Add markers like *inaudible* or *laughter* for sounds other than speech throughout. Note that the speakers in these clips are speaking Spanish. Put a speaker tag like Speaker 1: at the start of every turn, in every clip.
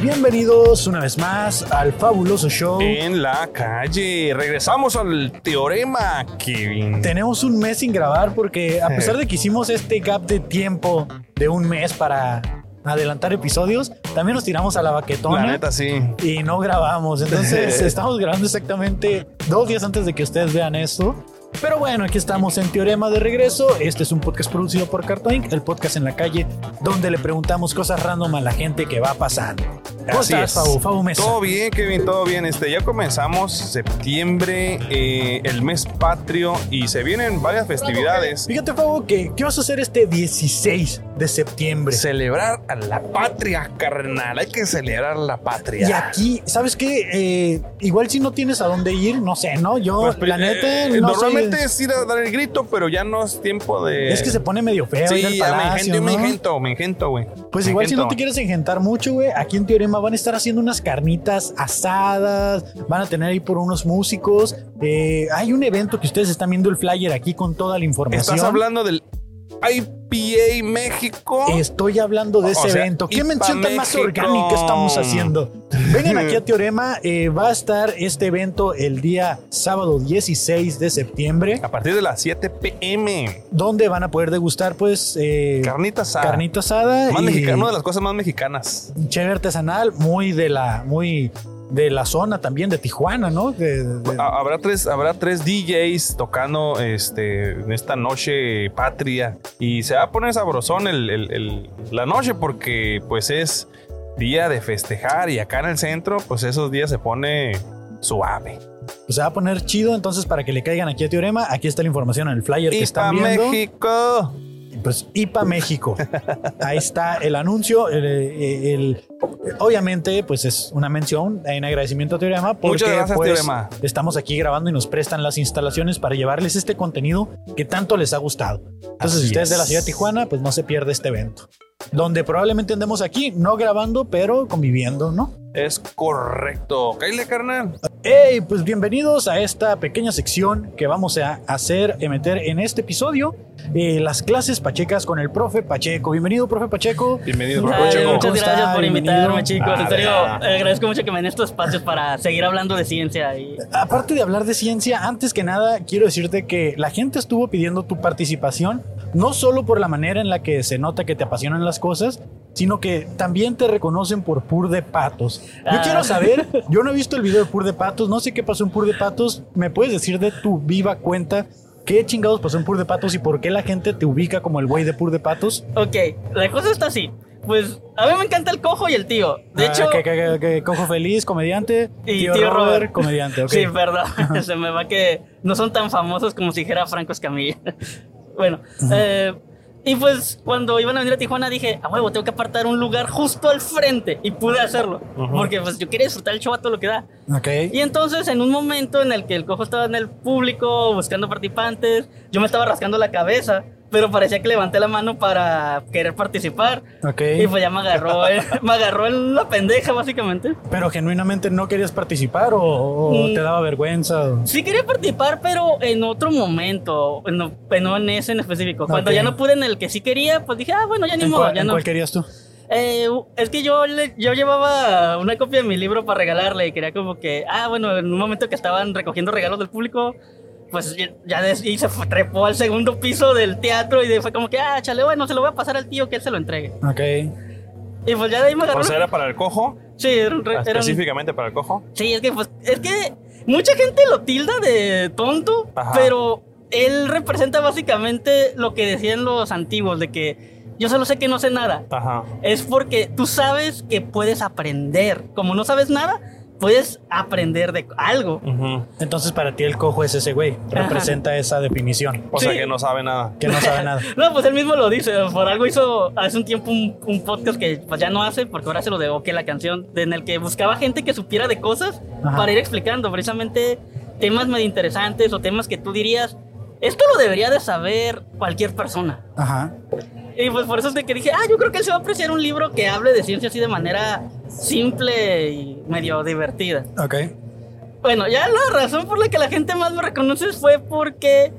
Speaker 1: Bienvenidos una vez más al fabuloso show.
Speaker 2: En la calle. Regresamos al teorema, Kevin.
Speaker 1: Tenemos un mes sin grabar porque a pesar de que hicimos este gap de tiempo de un mes para adelantar episodios, también nos tiramos a la
Speaker 2: La
Speaker 1: baquetona
Speaker 2: neta, sí.
Speaker 1: y no grabamos. Entonces estamos grabando exactamente dos días antes de que ustedes vean esto. Pero bueno, aquí estamos en Teorema de Regreso. Este es un podcast producido por Cartoon Inc., el podcast en la calle, donde le preguntamos cosas random a la gente que va pasando. ¿Cómo
Speaker 2: Así
Speaker 1: estás,
Speaker 2: es.
Speaker 1: Fabu? Fabu Mesa.
Speaker 2: Todo bien, Kevin, todo bien. Este, ya comenzamos septiembre, eh, el mes patrio, y se vienen varias festividades.
Speaker 1: Fíjate, Fabo, que ¿qué vas a hacer este 16 de septiembre?
Speaker 2: Celebrar a la patria, carnal. Hay que celebrar la patria.
Speaker 1: Y aquí, ¿sabes qué? Eh, igual si no tienes a dónde ir, no sé, ¿no? Yo,
Speaker 2: Pues,
Speaker 1: la
Speaker 2: eh,
Speaker 1: neta, no
Speaker 2: normalmente
Speaker 1: soy-
Speaker 2: es ir a dar el grito, pero ya no es tiempo de.
Speaker 1: Es que se pone medio feo ir al
Speaker 2: Sí, ya me
Speaker 1: palacio,
Speaker 2: ingento, me
Speaker 1: ¿no?
Speaker 2: ingento, me ingento, güey.
Speaker 1: Pues
Speaker 2: Me
Speaker 1: igual si no
Speaker 2: ingento.
Speaker 1: te quieres engentar mucho, güey, aquí en Teorema van a estar haciendo unas carnitas asadas, van a tener ahí por unos músicos. Eh, hay un evento que ustedes están viendo el flyer aquí con toda la información.
Speaker 2: Estás hablando del IPA México.
Speaker 1: Estoy hablando de
Speaker 2: O
Speaker 1: ese
Speaker 2: sea,
Speaker 1: evento. ¿Qué
Speaker 2: IPA
Speaker 1: mención tan más
Speaker 2: México.
Speaker 1: orgánica estamos haciendo? Vengan aquí
Speaker 2: *laughs*
Speaker 1: a Teorema. eh, va a estar este evento el día sábado 16 de septiembre,
Speaker 2: A partir de las 7 pm.
Speaker 1: donde van a poder degustar, pues, eh,
Speaker 2: Carnita asada.
Speaker 1: carnita asada.
Speaker 2: Más
Speaker 1: y
Speaker 2: mexicana, una de las cosas más mexicanas.
Speaker 1: cheve artesanal, muy de la, muy de la zona también, de Tijuana, ¿no? De- de-
Speaker 2: Ha- Habrá tres, habrá tres DJs tocando este, en esta noche patria. Y se va a poner sabrosón el- el- el- la noche porque pues es día de festejar. Y acá en el centro, pues esos días se pone suave.
Speaker 1: pues, se va a poner chido, entonces para que le caigan aquí a Teorema, aquí está la información en el flyer que
Speaker 2: Y para
Speaker 1: están viendo.
Speaker 2: México.
Speaker 1: Pues IPA México. Ahí está el anuncio. el- el- el- obviamente, pues es una mención en agradecimiento a Teorema. Porque,
Speaker 2: Muchas gracias,
Speaker 1: pues,
Speaker 2: Teorema.
Speaker 1: Estamos aquí grabando y nos prestan las instalaciones para llevarles este contenido que tanto les ha gustado. Entonces, si
Speaker 2: Así
Speaker 1: ustedes de la
Speaker 2: es.
Speaker 1: ciudad de Tijuana, pues no se pierde este evento. Donde probablemente andemos aquí, no grabando, pero conviviendo, ¿no?
Speaker 2: Es correcto. Caile, carnal.
Speaker 1: Hey, pues bienvenidos a esta pequeña sección que vamos a hacer, a meter en este episodio, eh, las clases pachecas con el profe Pacheco. Bienvenido, profe Pacheco.
Speaker 2: Bienvenido,
Speaker 1: Ay,
Speaker 2: profe
Speaker 3: Ay,
Speaker 2: Pacheco.
Speaker 3: muchas
Speaker 1: ¿Cómo está?
Speaker 3: gracias por invitarme,
Speaker 1: Bienvenido.
Speaker 3: chicos.
Speaker 2: Ah,
Speaker 3: en serio,
Speaker 2: de nada.
Speaker 3: eh, agradezco mucho que me den estos espacios para seguir hablando de ciencia. Y
Speaker 1: Aparte de hablar de ciencia, antes que nada quiero decirte que la gente estuvo pidiendo tu participación, no solo por la manera en la que se nota que te apasionan las cosas, sino que también te reconocen por pur de patos. Yo
Speaker 3: Ah.
Speaker 1: quiero
Speaker 3: *laughs*
Speaker 1: saber, yo no he visto el video de pur de patos, no sé qué pasó en pur de patos, ¿me puedes decir de tu viva cuenta? ¿Qué chingados pasó en Pur de Patos y por qué la gente te ubica como el güey de Pur de Patos?
Speaker 3: ok, la cosa está así. Pues a mí me encanta el cojo y el tío.
Speaker 1: Ah,
Speaker 3: De hecho,
Speaker 1: que, que- que- que Cojo Feliz, comediante.
Speaker 3: Y
Speaker 1: tío,
Speaker 3: tío
Speaker 1: Robert,
Speaker 3: Robert.
Speaker 1: comediante. ok.
Speaker 3: sí, perdón,
Speaker 1: *laughs*
Speaker 3: *laughs* se me va que no son tan famosos como si dijera Franco Escamilla. *laughs* bueno, eh, y pues cuando iban a venir a Tijuana dije, a huevo, tengo que apartar un lugar justo al frente y pude hacerlo,
Speaker 2: Ujú.
Speaker 3: porque pues yo quería disfrutar el show a todo lo que da.
Speaker 1: Ok.
Speaker 3: Y entonces, en un momento en el que el cojo estaba en el público buscando participantes, yo me estaba rascando la cabeza, pero parecía que levanté la mano para querer participar.
Speaker 1: ok.
Speaker 3: Y pues ya me agarró,
Speaker 1: *laughs*
Speaker 3: eh, me agarró en la pendeja, básicamente.
Speaker 1: ¿Pero genuinamente no querías participar o, o
Speaker 3: Mm.
Speaker 1: te daba vergüenza? o-
Speaker 3: Sí quería participar, pero en otro momento, no, pues, no en ese en específico. Cuando
Speaker 1: Ok.
Speaker 3: ya no pude en el que sí quería, pues dije, ah, bueno, ya ni
Speaker 1: ¿En,
Speaker 3: modo,
Speaker 1: cuál,
Speaker 3: ya
Speaker 1: en
Speaker 3: no.
Speaker 1: cuál querías tú?
Speaker 3: Eh, es que yo, le- yo llevaba una copia de mi libro para regalarle y quería como que, ah, bueno, en un momento que estaban recogiendo regalos del público, pues ya- ya des- y se fue- trepó al segundo piso del teatro y de- fue como que, ah, chale, bueno, se lo voy a pasar al tío que él se lo entregue.
Speaker 1: Ok.
Speaker 3: Y pues ya de ahí me agarró.
Speaker 2: O sea, era para el cojo.
Speaker 3: sí, era un re- era un-
Speaker 2: Específicamente para el cojo.
Speaker 3: sí, es que, pues, es que mucha gente lo tilda de tonto,
Speaker 2: Ajá.
Speaker 3: pero él representa básicamente lo que decían los antiguos, de que yo solo sé que no sé nada.
Speaker 2: Ajá.
Speaker 3: es porque tú sabes que puedes aprender. Como no sabes nada, puedes aprender de algo.
Speaker 2: Ujú.
Speaker 1: Entonces para ti el cojo es ese güey. Representa esa definición.
Speaker 2: O sea
Speaker 3: Sí.
Speaker 2: que no sabe nada.
Speaker 1: Que no
Speaker 3: *laughs*
Speaker 1: sabe nada.
Speaker 3: No, pues él mismo lo dice. Por algo hizo hace un tiempo un, un podcast que pues, ya no hace, porque ahora se lo debo que la canción, de- en el que buscaba gente que supiera de cosas
Speaker 1: Ajá.
Speaker 3: para ir explicando precisamente temas medio interesantes o temas que tú dirías, esto lo debería de saber cualquier persona.
Speaker 1: Ajá.
Speaker 3: Y pues por eso es de que dije, ah, yo creo que él se va a apreciar un libro que hable de ciencia así de manera simple y medio divertida.
Speaker 1: Ok.
Speaker 3: Bueno, ya la razón por la que la gente más me reconoce fue porque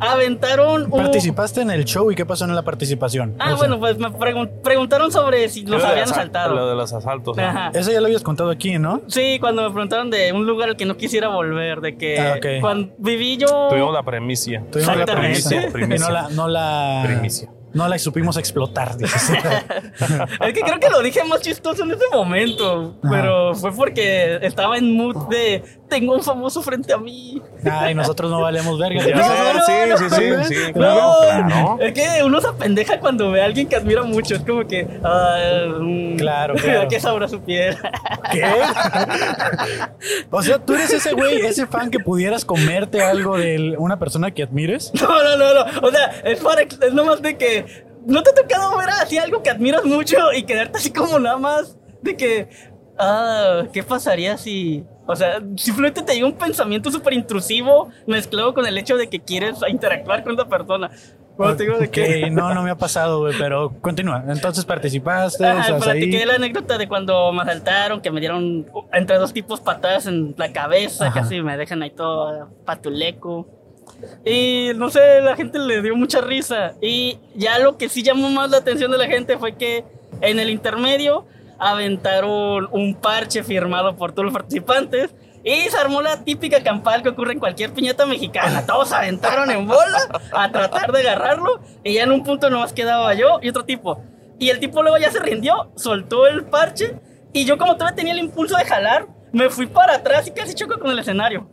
Speaker 3: aventaron un...
Speaker 1: ¿Participaste en el show y qué pasó en la participación?
Speaker 3: Uh. Ah,
Speaker 1: O sea,
Speaker 3: bueno, pues me pregun- preguntaron sobre si los
Speaker 2: Lo de
Speaker 3: habían
Speaker 2: asa- Lo
Speaker 3: asaltado.
Speaker 2: de los asaltos. ¿no?
Speaker 3: Ajá.
Speaker 1: Eso ya lo habías contado aquí, ¿no?
Speaker 3: Sí, cuando me preguntaron de un lugar al que no quisiera volver, de que
Speaker 1: Ah, ok.
Speaker 3: cuando viví yo...
Speaker 2: Tuvimos la premicia.
Speaker 1: Tuvimos la
Speaker 3: Exactamente.
Speaker 1: primicia.
Speaker 2: Primicia.
Speaker 1: Y no la, no la,
Speaker 2: Primicia.
Speaker 1: no la supimos explotar,
Speaker 3: *laughs*
Speaker 1: dices.
Speaker 3: Es que creo que lo dije más chistoso en ese momento,
Speaker 1: Ajá.
Speaker 3: pero fue porque estaba en mood de tengo un famoso frente a mí.
Speaker 1: Ay, nosotros no valemos verga.
Speaker 2: Ya
Speaker 3: No,
Speaker 2: sé,
Speaker 3: no, no.
Speaker 2: sí, sí, sí, sí.
Speaker 1: No.
Speaker 2: Claro, claro.
Speaker 3: Es que uno se apendeja cuando ve a alguien que admira mucho. Es como que. ah, mm,
Speaker 1: Claro, claro.
Speaker 3: *laughs* ¿a qué sabrá su piel?
Speaker 1: ¿Qué? O sea, tú eres ese güey, ese fan que pudieras comerte algo de una persona que admires.
Speaker 3: *laughs* No, no, no, no. O sea, es para. Es nomás de que. ¿No te ha tocado ver así algo que admiras mucho y quedarte así como nada más? De que. Ah, ¿qué pasaría si.? O sea, simplemente te llega un pensamiento súper intrusivo mezclado con el hecho de que quieres interactuar con la persona. Bueno, Pues, te digo de que.
Speaker 1: Ok, No, no me ha pasado, güey, pero continúa. Entonces participaste, o
Speaker 3: Ajá,
Speaker 1: sea,
Speaker 3: platiqué
Speaker 1: ahí.
Speaker 3: la anécdota de cuando me asaltaron, que me dieron entre dos tipos patadas en la cabeza,
Speaker 1: Ajá.
Speaker 3: casi me dejan ahí todo patuleco. Y no sé, la gente le dio mucha risa. Y ya lo que sí llamó más la atención de la gente fue que en el intermedio aventaron un parche firmado por todos los participantes. Y se armó la típica campal que ocurre en cualquier piñata mexicana. Todos se aventaron en bola a tratar de agarrarlo. Y ya en un punto nomás quedaba yo y otro tipo. Y el tipo luego ya se rindió, soltó el parche. Y yo, como todavía tenía el impulso de jalar, me fui para atrás y casi choco con el escenario.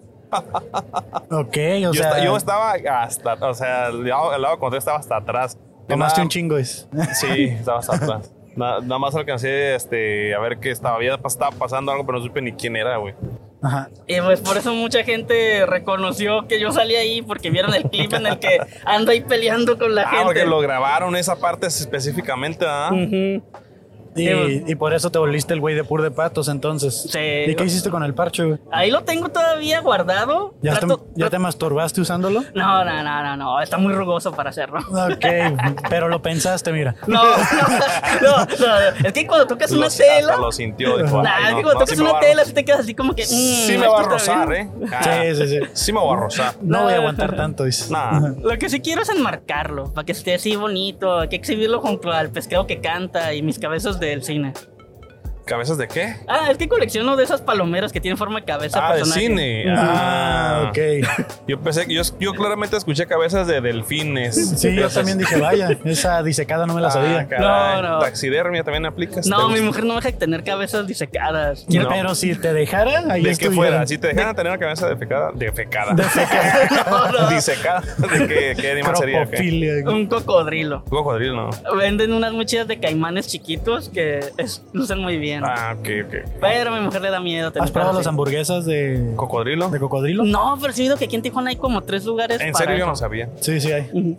Speaker 1: Ok, o
Speaker 2: Yo, esta-
Speaker 1: sea,
Speaker 2: yo estaba hasta, o sea, al lado, al lado contrario estaba hasta atrás.
Speaker 1: tomaste
Speaker 3: Ah.
Speaker 2: Nada-
Speaker 1: un chingo es.
Speaker 2: Sí, estaba hasta atrás. Na- Nada más alcancé este, a ver que estaba, había- estaba pasando algo, pero no supe ni quién era, güey.
Speaker 1: Ajá.
Speaker 3: Y pues por eso mucha gente reconoció que yo salí ahí porque vieron el clip en
Speaker 2: *laughs*
Speaker 3: el que ando ahí peleando con la
Speaker 2: Ah,
Speaker 3: gente. Mm.
Speaker 2: porque lo grabaron esa parte específicamente, ¿ah?
Speaker 3: Ujú.
Speaker 1: Y, y por eso te volviste el güey de pur de patos, entonces.
Speaker 3: pues. Sí.
Speaker 1: ¿Y qué hiciste con el parche, güey?
Speaker 3: Ahí lo tengo todavía guardado.
Speaker 1: ¿Ya, te-
Speaker 3: Trato-
Speaker 1: ¿Ya te masturbaste usándolo?
Speaker 3: No, no, no, no, no, está muy rugoso para
Speaker 1: *laughs*
Speaker 3: hacerlo.
Speaker 1: Ok, pero lo pensaste, mira.
Speaker 3: No, no, no, no, es que cuando tocas
Speaker 2: Lo-
Speaker 3: una
Speaker 2: hasta
Speaker 3: tela,
Speaker 2: Lo sintió, dijo,
Speaker 3: Nah,
Speaker 2: "Ay,
Speaker 3: es
Speaker 2: no,
Speaker 3: que cuando
Speaker 2: no, sí
Speaker 3: tocas
Speaker 2: me
Speaker 3: una
Speaker 2: va a-
Speaker 3: tela, sí te quedas así como que.
Speaker 2: Sí
Speaker 3: mm,
Speaker 2: me va a
Speaker 3: esto está
Speaker 2: rozar,
Speaker 3: bien.
Speaker 2: ¿eh? Ah,
Speaker 1: Sí, sí, sí.
Speaker 2: Sí me va a rozar.
Speaker 1: No voy a
Speaker 3: No. *laughs*
Speaker 1: aguantar tanto, dices.
Speaker 2: Nah.
Speaker 3: Lo que sí quiero es enmarcarlo, para que esté así bonito. Hay que exhibirlo junto al pescado que canta y mis cabezas del cine.
Speaker 2: ¿Cabezas de qué?
Speaker 3: Ah, es que colecciono de esas palomeras que tienen forma de cabeza.
Speaker 2: Ah, de
Speaker 3: personaje.
Speaker 2: cine.
Speaker 1: Ah,
Speaker 2: Ah,
Speaker 1: ok.
Speaker 2: Yo pensé que yo, yo claramente escuché cabezas de delfines.
Speaker 1: Sí, yo también dije, vaya, esa disecada
Speaker 2: Ah,
Speaker 1: no me la sabía.
Speaker 2: no,
Speaker 3: No,
Speaker 2: no.
Speaker 3: no.
Speaker 2: Taxidermia también aplicas.
Speaker 3: No, mi
Speaker 2: ¿Te gusta?
Speaker 3: mujer no me deja tener cabezas disecadas.
Speaker 2: No.
Speaker 1: Pero si te dejara, ahí
Speaker 2: De que
Speaker 1: estuviera.
Speaker 2: fuera, si te dejaran tener la cabeza defecada, defecada. *laughs*
Speaker 3: No, *laughs* no.
Speaker 2: Disecada. ¿De qué, qué animal sería? ¿Qué?
Speaker 1: Cropofilia.
Speaker 3: Un cocodrilo.
Speaker 2: Cocodrilo, no.
Speaker 3: Venden unas mochilas de caimanes chiquitos que es- lucen muy bien.
Speaker 2: Ah, ok, ok.
Speaker 3: Pero a mi mujer le da miedo. tener
Speaker 1: ¿Has probado
Speaker 3: cabezas
Speaker 1: las hamburguesas de,
Speaker 2: ¿Cocodrilo?
Speaker 1: de cocodrilo?
Speaker 3: así. No, pero sí he oído que aquí en Tijuana hay como tres lugares.
Speaker 2: En
Speaker 3: para
Speaker 2: serio, yo
Speaker 3: eso.
Speaker 2: no sabía.
Speaker 1: Sí, sí hay.
Speaker 3: Ujú.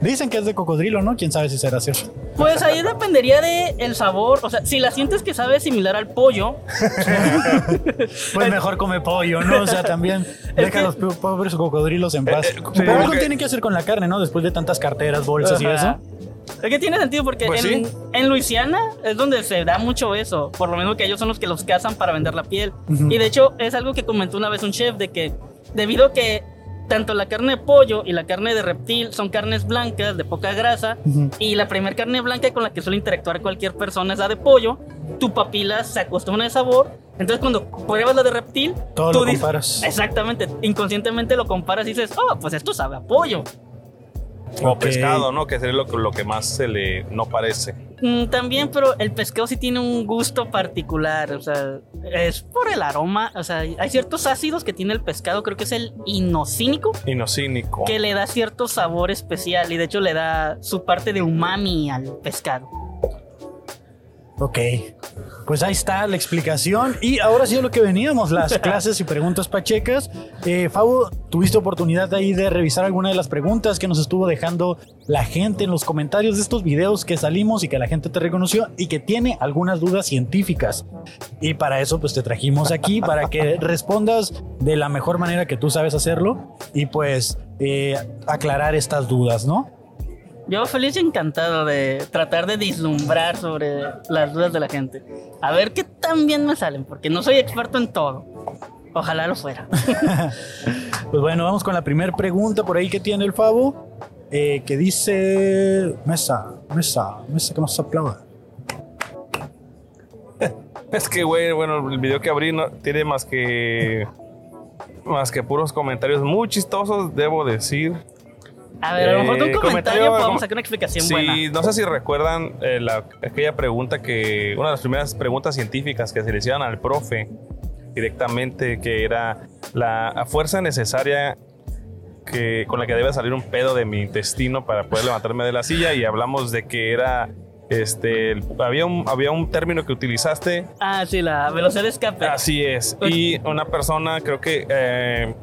Speaker 1: Dicen que es de cocodrilo, ¿no? Quién sabe si será cierto.
Speaker 3: Pues ahí dependería de el sabor. O sea, si la sientes que sabe similar al pollo,
Speaker 1: Pues mejor come pollo, ¿no? O sea,
Speaker 3: *laughs*
Speaker 1: también deja a los po- pobres cocodrilos en paz.
Speaker 2: Eh, eh,
Speaker 1: Pero
Speaker 2: sí.
Speaker 1: algo tienen que hacer con la carne, ¿no? Después de tantas carteras, bolsas y
Speaker 3: Ajá.
Speaker 1: eso.
Speaker 3: Es que tiene sentido porque
Speaker 2: Pues
Speaker 3: en,
Speaker 2: sí.
Speaker 3: en Luisiana es donde se da mucho eso. Por lo menos que ellos son los que los cazan para vender la piel.
Speaker 1: Ujú.
Speaker 3: Y de hecho es algo que comentó una vez un chef de que debido a que tanto la carne de pollo y la carne de reptil son carnes blancas de poca grasa
Speaker 1: Ujú.
Speaker 3: y la primer carne blanca con la que suele interactuar cualquier persona es la de pollo, tu papila se acostumbra al sabor. Entonces cuando pruebas la de reptil,
Speaker 1: Todo
Speaker 3: tú
Speaker 1: lo
Speaker 3: dices-
Speaker 1: comparas.
Speaker 3: Exactamente, inconscientemente lo comparas y dices, oh, pues esto sabe a pollo.
Speaker 2: O
Speaker 1: Ok.
Speaker 2: pescado, ¿no? Que sería lo, que- lo que más se le no parece.
Speaker 3: Mm, también, pero el pescado sí tiene un gusto particular, o sea, es por el aroma, o sea, hay ciertos ácidos que tiene el pescado, creo que es el inocínico,
Speaker 2: Inocínico.
Speaker 3: que le da cierto sabor especial y de hecho le da su parte de umami al pescado.
Speaker 1: Ok. Pues ahí está la explicación. Y ahora sí a lo que veníamos, las clases y preguntas pachecas. Eh, Fabo, ¿tuviste oportunidad ahí de revisar alguna de las preguntas que nos estuvo dejando la gente en los comentarios de estos videos que salimos y que la gente te reconoció y que tiene algunas dudas científicas? Y para eso pues te trajimos aquí, para que respondas de la mejor manera que tú sabes hacerlo y pues eh, aclarar estas dudas, ¿no?
Speaker 3: Yo feliz y encantado de tratar de vislumbrar sobre las dudas de la gente. A ver qué tan bien me salen, porque no soy experto en todo. Ojalá lo fuera.
Speaker 1: Pues bueno, vamos con la primera pregunta por ahí que tiene el Favo, eh, que dice, mesa, mesa, mesa que más aplauda.
Speaker 2: Es que, güey, bueno, el video que abrí no tiene más que. Más que puros comentarios muy chistosos, debo decir.
Speaker 3: A ver, a lo mejor de un
Speaker 2: Eh,
Speaker 3: comentario
Speaker 2: comentario,
Speaker 3: podemos
Speaker 2: com-
Speaker 3: sacar una explicación buena.
Speaker 2: Sí, no sé si recuerdan eh, la- aquella pregunta que. Una de las primeras preguntas científicas que se le hicieron al profe directamente, que era la fuerza necesaria que, con la que debe salir un pedo de mi intestino para poder levantarme de la silla. Y hablamos de que era. Este, el- había, un, había un término que utilizaste
Speaker 3: Ah, sí, la velocidad de escape.
Speaker 2: Así es. Y una persona, creo que eh,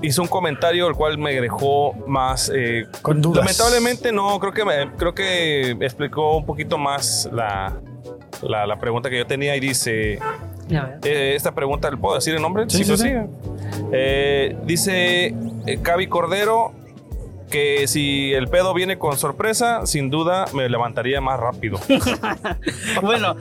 Speaker 2: hizo un comentario el cual me dejó más. eh,
Speaker 1: Con dudas.
Speaker 2: lamentablemente no, creo que me- creo que explicó un poquito más la, la, la pregunta que yo tenía y dice.
Speaker 3: A ver.
Speaker 2: eh, esta pregunta, ¿le puedo decir el nombre?
Speaker 1: Sí, sí, sí.
Speaker 2: Eh, dice eh, Cavi Cordero que si el pedo viene con sorpresa, sin duda me levantaría más
Speaker 3: *laughs*
Speaker 2: rápido.
Speaker 3: Bueno,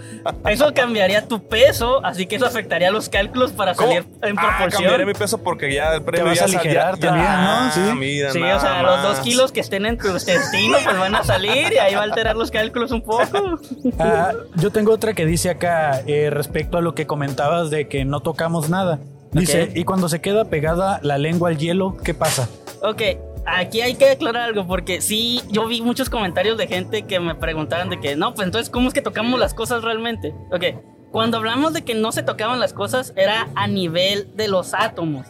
Speaker 3: eso cambiaría tu peso, así que eso afectaría los cálculos para salir en
Speaker 2: Ah,
Speaker 3: proporción.
Speaker 2: cambiaré mi peso porque ya el premio
Speaker 1: vas
Speaker 2: ya
Speaker 1: a
Speaker 2: sal-
Speaker 1: aligerar
Speaker 2: ya-
Speaker 1: también,
Speaker 2: ya-
Speaker 1: ¿no? Sí.
Speaker 2: Ah, mira,
Speaker 3: Sí,
Speaker 2: nada
Speaker 3: o sea, los
Speaker 2: más.
Speaker 3: dos kilos que estén en tu intestino pues van a salir y ahí va a alterar los cálculos un poco.
Speaker 1: Ah, yo tengo otra que dice acá eh, respecto a lo que comentabas de que no tocamos nada. Dice,
Speaker 3: Ok.
Speaker 1: y cuando se queda pegada la lengua al hielo, ¿qué pasa?
Speaker 3: Ok, aquí hay que aclarar algo porque sí, yo vi muchos comentarios de gente que me preguntaban de que no, pues entonces, ¿cómo es que tocamos las cosas realmente? Ok, cuando hablamos de que no se tocaban las cosas, era a nivel de los átomos.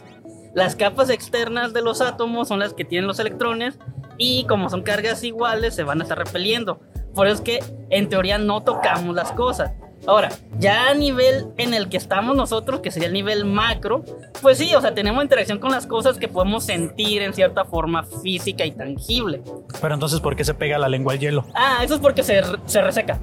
Speaker 3: Las capas externas de los átomos son las que tienen los electrones y como son cargas iguales, se van a estar repeliendo. Por eso es que en teoría no tocamos las cosas. Ahora, ya a nivel en el que estamos nosotros, que sería el nivel macro, pues sí, o sea, tenemos interacción con las cosas que podemos sentir en cierta forma física y tangible.
Speaker 1: Pero entonces, ¿por qué se pega la lengua al hielo?
Speaker 3: Ah, eso es porque se, re- se reseca.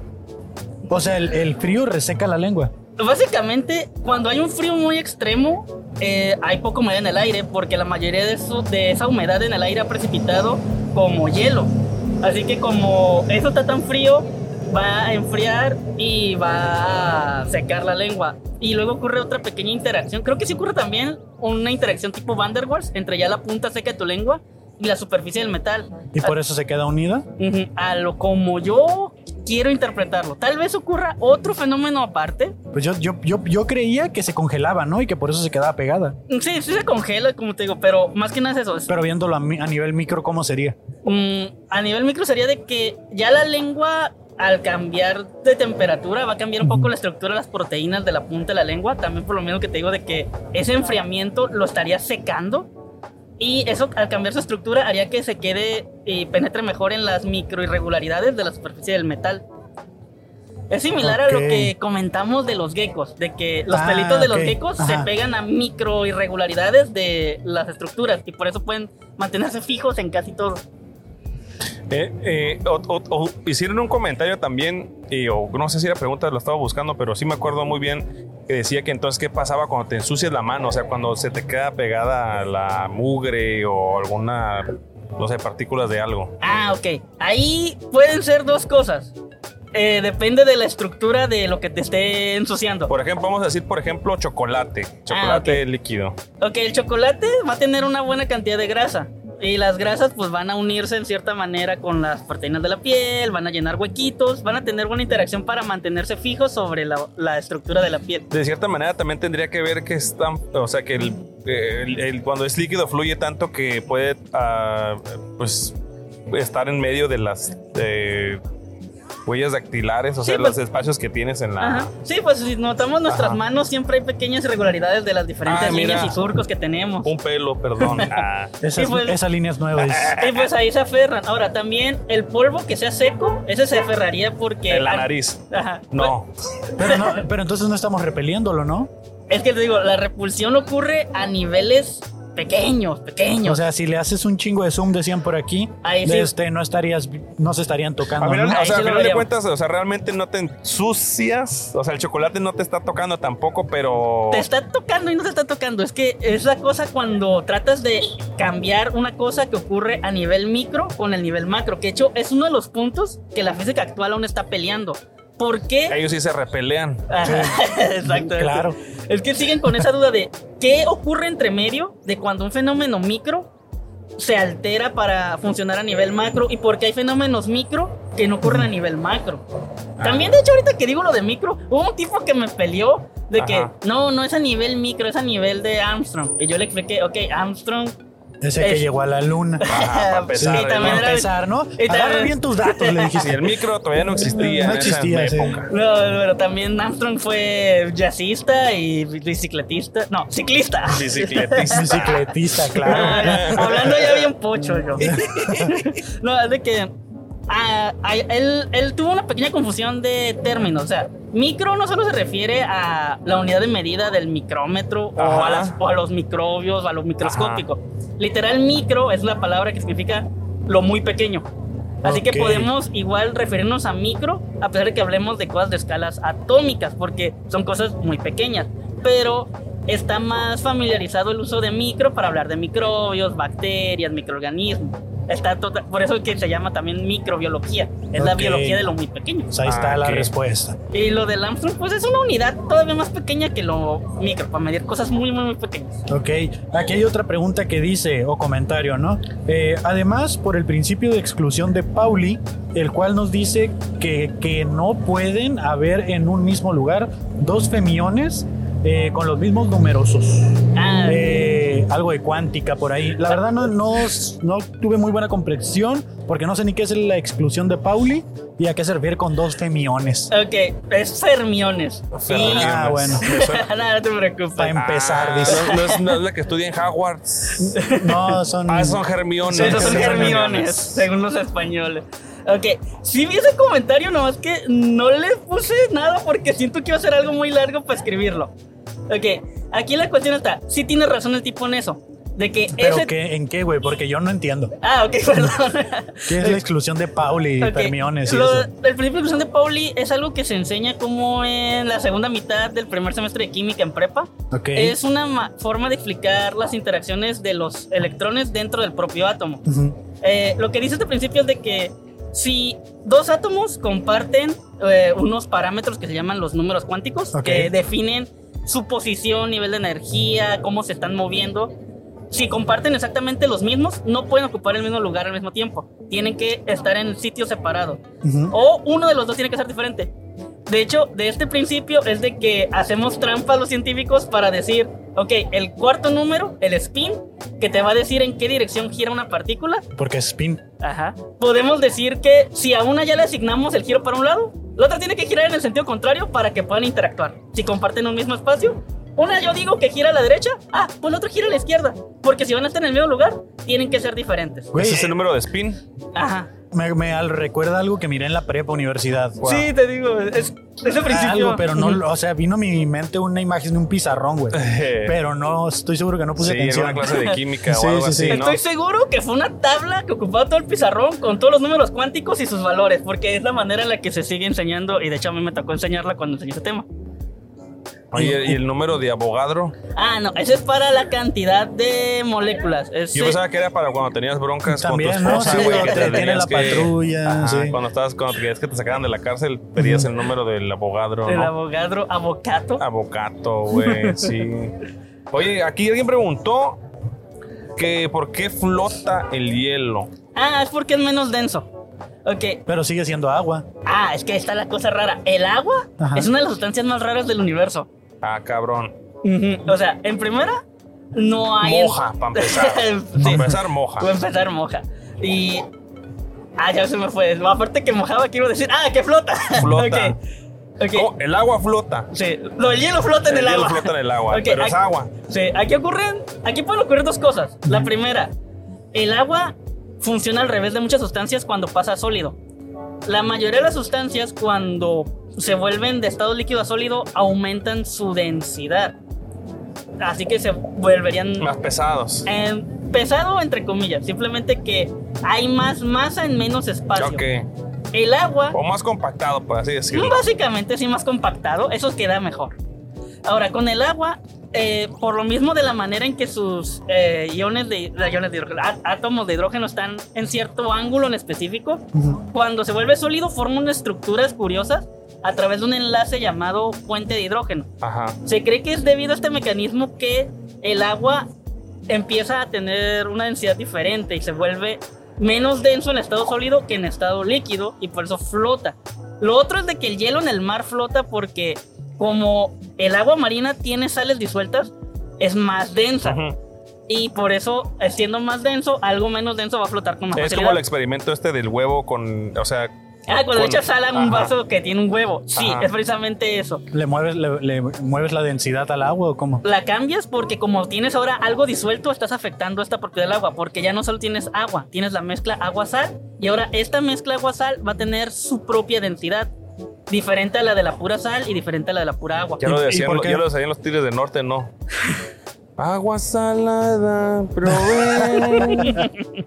Speaker 1: O sea, el, el frío reseca la lengua.
Speaker 3: Básicamente, cuando hay un frío muy extremo, eh, hay poca humedad en el aire, porque la mayoría de, eso- de esa humedad en el aire ha precipitado como hielo. Así que como eso está tan frío, va a enfriar y va a secar la lengua. Y luego ocurre otra pequeña interacción. Creo que sí ocurre también una interacción tipo Van der Waals entre ya la punta seca de tu lengua y la superficie del metal.
Speaker 1: Y por eso se queda unida.
Speaker 3: Ujú, A lo como yo quiero interpretarlo. Tal vez ocurra otro fenómeno aparte,
Speaker 1: Pues yo, yo, yo, yo creía que se congelaba, ¿no? Y que por eso se quedaba pegada.
Speaker 3: Sí, sí se congela, como te digo, pero más que nada es eso. es,
Speaker 1: Pero viéndolo a, mi- a nivel micro, ¿cómo sería?
Speaker 3: mm, a nivel micro sería de que ya la lengua, al cambiar de temperatura, va a cambiar un poco la estructura de las proteínas de la punta de la lengua. También por lo mismo que te digo de que ese enfriamiento lo estaría secando. Y eso, al cambiar su estructura, haría que se quede y penetre mejor en las microirregularidades de la superficie del metal. Es similar a lo
Speaker 1: Ok.
Speaker 3: que comentamos de los geckos, de que los
Speaker 1: Ah,
Speaker 3: pelitos de los
Speaker 1: ok.
Speaker 3: geckos
Speaker 1: Ajá.
Speaker 3: se pegan a micro irregularidades de las estructuras y por eso pueden mantenerse fijos en casi todo.
Speaker 2: Eh, eh, o- o- o hicieron un comentario también, y, o no sé si la pregunta lo estaba buscando, pero sí me acuerdo muy bien que decía que entonces qué pasaba cuando te ensucias la mano, o sea, cuando se te queda pegada la mugre o alguna, no sé, partículas de algo.
Speaker 3: Ah, ok. Ahí pueden ser dos cosas. Eh, depende de la estructura de lo que te esté ensuciando.
Speaker 2: Por ejemplo, vamos a decir, por ejemplo, chocolate, chocolate líquido.
Speaker 3: Ok, el chocolate va a tener una buena cantidad de grasa. Y las grasas pues van a unirse en cierta manera con las proteínas de la piel, van a llenar huequitos, van a tener buena interacción para mantenerse fijos sobre la, la estructura de la piel.
Speaker 2: de cierta manera también tendría que ver que están, o sea, que el, el- el- cuando es líquido fluye tanto que puede, ah, pues, estar en medio de las eh, huellas dactilares, o
Speaker 3: Sí,
Speaker 2: sea,
Speaker 3: pues-
Speaker 2: los espacios que tienes en la.
Speaker 3: Ajá. Sí, pues si notamos nuestras
Speaker 2: Ajá.
Speaker 3: manos siempre hay pequeñas irregularidades de las diferentes
Speaker 2: Ah, mira.
Speaker 3: líneas y surcos que tenemos.
Speaker 2: Un pelo, perdón.
Speaker 3: *laughs*
Speaker 2: Ah,
Speaker 1: Esas,
Speaker 3: Sí, pues-
Speaker 1: esas líneas nuevas.
Speaker 3: Y pues ahí se aferran. Ahora también el polvo que sea seco, ese se aferraría porque...
Speaker 2: en la nariz.
Speaker 3: Ajá.
Speaker 2: No.
Speaker 3: Pues,
Speaker 1: Pero, no- pero entonces no estamos repeliéndolo, ¿no?
Speaker 3: Es que te digo, la repulsión ocurre a niveles pequeños, pequeños.
Speaker 1: O sea, si le haces un chingo de zoom, decían por aquí,
Speaker 3: Ahí sí.
Speaker 1: este, no estarías, no se estarían
Speaker 2: A
Speaker 1: tocando.
Speaker 2: final,
Speaker 1: ¿no?
Speaker 2: o
Speaker 3: ahí
Speaker 2: sea, al
Speaker 3: sí lo
Speaker 2: final de
Speaker 3: veríamos.
Speaker 2: cuentas, o sea, realmente no te ensucias. O sea, el chocolate no te está tocando tampoco, pero.
Speaker 3: Te está tocando y no te está tocando. Es que es la cosa cuando tratas de cambiar una cosa que ocurre a nivel micro con el nivel macro. Que de hecho es uno de los puntos que la física actual aún está peleando. ¿Por qué?
Speaker 2: Ellos sí se repelean.
Speaker 3: Ajá, Exactamente.
Speaker 1: Claro.
Speaker 3: Es que siguen con esa duda de qué ocurre entre medio de cuando un fenómeno micro se altera para funcionar a nivel macro y porque hay fenómenos micro que no ocurren a nivel macro. También, de hecho, ahorita que digo lo de micro, hubo un tipo que me peleó de que
Speaker 2: Ajá.
Speaker 3: no, no es a nivel micro, es a nivel de Armstrong. Y yo le expliqué, ok, Armstrong.
Speaker 1: Ese que
Speaker 3: Es-
Speaker 1: llegó a la
Speaker 3: *laughs*
Speaker 1: luna.
Speaker 2: Ajá, para
Speaker 3: Sí,
Speaker 2: empezar, ¿eh?
Speaker 1: Para
Speaker 3: también era-
Speaker 1: empezar, ¿no?
Speaker 3: y también-
Speaker 1: Agarra bien tus datos, le
Speaker 2: Si
Speaker 1: dijiste.
Speaker 3: *laughs*
Speaker 2: el micro todavía no existía,
Speaker 1: No
Speaker 2: en esa
Speaker 1: existía, sí.
Speaker 2: época.
Speaker 3: No, pero también Armstrong fue jazzista y bicicletista. No, ciclista.
Speaker 1: *laughs*
Speaker 2: Bicicletista.
Speaker 1: Bicicletista,
Speaker 3: Ah, *laughs*
Speaker 1: claro.
Speaker 3: no, Hablando ya bien pocho
Speaker 1: *laughs*
Speaker 3: yo. No, es de que. ah, ah, él, él tuvo una pequeña confusión de términos. O sea, micro no solo se refiere a la unidad de medida del micrómetro o
Speaker 2: Ajá.
Speaker 3: a, las- o a los microbios o a lo microscópico. Literal, micro es la palabra que significa lo muy pequeño. Así
Speaker 1: Ok.
Speaker 3: que podemos igual referirnos a micro, a pesar de que hablemos de cosas de escalas atómicas, porque son cosas muy pequeñas. Pero está más familiarizado el uso de micro para hablar de microbios, bacterias, microorganismos. Está tota- por eso que se llama también microbiología. Es la
Speaker 1: Ok.
Speaker 3: biología de lo muy pequeño.
Speaker 1: Pues ahí está
Speaker 2: Ah,
Speaker 1: la
Speaker 2: ok.
Speaker 1: respuesta.
Speaker 3: Y lo del Armstrong, pues es una unidad todavía más pequeña que lo micro, para medir cosas muy, muy, muy pequeñas.
Speaker 1: Ok, aquí hay otra pregunta que dice o comentario, ¿no? Eh, además, por el principio de exclusión de Pauli, el cual nos dice que, que no pueden haber en un mismo lugar dos femiones eh, con los mismos numerosos.
Speaker 3: Ah,
Speaker 1: Eh, algo de cuántica por ahí. La verdad no, no, no tuve muy buena comprensión porque no sé ni qué es la exclusión de Pauli y a qué se refiere con dos femiones.
Speaker 3: ok, es fermiones.
Speaker 2: Fermiones.
Speaker 1: Ah, bueno.
Speaker 2: Me suena-
Speaker 3: Nada, *laughs* no te preocupes.
Speaker 1: Para empezar,
Speaker 2: Ah,
Speaker 1: dice.
Speaker 2: No, no es, no es la que estudia en Howard.
Speaker 1: No, son...
Speaker 2: Ah, son Hermiones.
Speaker 1: Sí,
Speaker 3: Esos son
Speaker 1: Esos Mm. son
Speaker 3: germiones, según los españoles. Ok, sí vi ese comentario, nomás que no le puse nada porque siento que iba a ser algo muy largo para escribirlo. Ok, aquí la cuestión está, sí tiene razón el tipo en eso, de que
Speaker 1: ¿Pero
Speaker 3: ese...
Speaker 1: qué, en qué, güey? Porque yo no entiendo.
Speaker 3: Ah, ok, *laughs* perdón.
Speaker 1: ¿Qué es la exclusión de Pauli y
Speaker 3: Eh, Ok,
Speaker 1: Fermiones y
Speaker 3: lo-
Speaker 1: eso?
Speaker 3: El principio de inclusión de Pauli es algo que se enseña como en la segunda mitad del primer semestre de química en prepa.
Speaker 1: Ok.
Speaker 3: Es una ma- forma de explicar las interacciones de los electrones dentro del propio átomo.
Speaker 1: Ujú.
Speaker 3: Eh, lo que dice este principio es de que si dos átomos comparten eh, unos parámetros que se llaman los números cuánticos,
Speaker 1: Ok.
Speaker 3: que definen su posición, nivel de energía, cómo se están moviendo, si comparten exactamente los mismos, no pueden ocupar el mismo lugar al mismo tiempo. Tienen que estar en sitios separados.
Speaker 1: Ujú.
Speaker 3: O uno de los dos tiene que ser diferente. De hecho, de este principio es de que hacemos trampa a los científicos para decir, ok, el cuarto número, el spin, que te va a decir en qué dirección gira una partícula,
Speaker 1: Porque es spin.
Speaker 3: Ajá. Podemos decir que si a una ya le asignamos el giro para un lado, la otra tiene que girar en el sentido contrario para que puedan interactuar. Si comparten un mismo espacio, una yo digo que gira a la derecha, ah, pues la otra gira a la izquierda. Porque si van a estar en el mismo lugar, tienen que ser diferentes.
Speaker 1: Güey, eh,
Speaker 2: ¿Ese es el número
Speaker 1: *laughs*
Speaker 2: de spin?
Speaker 3: Ajá.
Speaker 1: me, me al- recuerda algo que miré en la prepa universidad. Ah,
Speaker 3: Sí, te digo, es, es el principio.
Speaker 1: Algo, pero no, lo- o sea, vino a mi mente una imagen de un pizarrón, güey. Pero no, estoy seguro que no puse
Speaker 2: Eh. sí,
Speaker 1: atención.
Speaker 2: era una clase de química
Speaker 1: Sí,
Speaker 2: o algo
Speaker 1: sí, sí.
Speaker 2: así, ¿no?
Speaker 3: Estoy seguro que fue una tabla que ocupaba todo el pizarrón con todos los números cuánticos y sus valores, porque es la manera en la que se sigue enseñando, y de hecho a mí me tocó enseñarla cuando enseñé este tema.
Speaker 2: Oye, ¿y el número de abogadro?
Speaker 3: Ah, no, ese es para la cantidad de moléculas. Ese-
Speaker 2: Yo pensaba que era para cuando tenías broncas
Speaker 1: También,
Speaker 2: con tu
Speaker 1: ¿no?
Speaker 2: esposa,
Speaker 1: Sí,
Speaker 2: güey,
Speaker 1: cuando
Speaker 2: que
Speaker 1: te detiene
Speaker 2: tenías
Speaker 1: la patrulla,
Speaker 2: Ajá,
Speaker 1: sí.
Speaker 2: Cuando estabas, cuando querías que te sacaran de la cárcel, pedías el número del abogadro,
Speaker 3: eh, El
Speaker 2: ¿no? Ah.
Speaker 3: abogado, abocato.
Speaker 2: Abocato, güey, sí. Oye, aquí alguien preguntó que por qué flota el hielo.
Speaker 3: Ah, es porque es menos denso. Ok.
Speaker 1: *laughs* Pero sigue siendo agua.
Speaker 3: Ah, es que ahí está la cosa rara. El agua
Speaker 1: Ajá.
Speaker 3: es una de las sustancias más raras del universo.
Speaker 2: Ah, cabrón.
Speaker 3: Ujú. O sea, en primera, no hay.
Speaker 2: Moja, para empezar.
Speaker 3: *laughs* Sí.
Speaker 2: Para empezar,
Speaker 3: Voy a
Speaker 2: moja.
Speaker 3: empezar moja. Y. Ah, ya se me fue. Aparte que mojaba, quiero decir. Ah, que flota.
Speaker 2: Flota.
Speaker 3: *laughs* Ok. Ok.
Speaker 2: ¿Cómo? El agua flota.
Speaker 3: Sí, lo del hielo flota en el,
Speaker 2: El hielo
Speaker 3: agua.
Speaker 2: flota en el agua,
Speaker 3: Ok,
Speaker 2: pero es
Speaker 3: aquí-
Speaker 2: agua.
Speaker 3: Sí, aquí ocurren, aquí pueden ocurrir dos cosas. La
Speaker 1: Ujú.
Speaker 3: primera, el agua funciona al revés de muchas sustancias cuando pasa a sólido. La mayoría de las sustancias cuando se vuelven de estado líquido a sólido aumentan su densidad. Así que se volverían
Speaker 2: Más pesados.
Speaker 3: eh, pesado entre comillas, simplemente que hay más masa en menos espacio.
Speaker 2: Ok.
Speaker 3: El agua
Speaker 2: O más compactado, por así decirlo.
Speaker 3: Básicamente, sí, más compactado, eso queda mejor. Ahora, con el agua, eh, por lo mismo de la manera en que sus eh, iones de, de iones de hidrógeno, á- átomos de hidrógeno están en cierto ángulo en específico,
Speaker 1: Ujú.
Speaker 3: cuando se vuelve sólido forman estructuras curiosas a través de un enlace llamado fuente de hidrógeno.
Speaker 2: Ajá.
Speaker 3: Se cree que es debido a este mecanismo que el agua empieza a tener una densidad diferente y se vuelve menos denso en estado sólido que en estado líquido y por eso flota. Lo otro es de que el hielo en el mar flota porque como el agua marina tiene sales disueltas, es más densa.
Speaker 2: Ujú.
Speaker 3: Y por eso, eh, siendo más denso, algo menos denso va a flotar con más
Speaker 2: Es
Speaker 3: facilidad.
Speaker 2: como el experimento este del huevo con. O sea.
Speaker 3: Ah, cuando le
Speaker 2: con-
Speaker 3: echas sal a un
Speaker 2: Ajá.
Speaker 3: vaso que tiene un huevo. Sí,
Speaker 2: Ajá.
Speaker 3: es precisamente eso.
Speaker 1: ¿Le mueves, le, le mueves la densidad al agua o cómo?
Speaker 3: La cambias porque como tienes ahora algo disuelto, estás afectando esta propiedad del agua, porque ya no solo tienes agua, tienes la mezcla agua-sal, y ahora esta mezcla agua-sal va a tener su propia densidad, diferente a la de la pura sal y diferente a la de la pura agua.
Speaker 2: Ya
Speaker 1: ¿Y-
Speaker 2: lo
Speaker 1: y por
Speaker 2: decían, lo-
Speaker 1: qué?
Speaker 2: ya lo decían los tigres del norte, no. Agua salada, probé.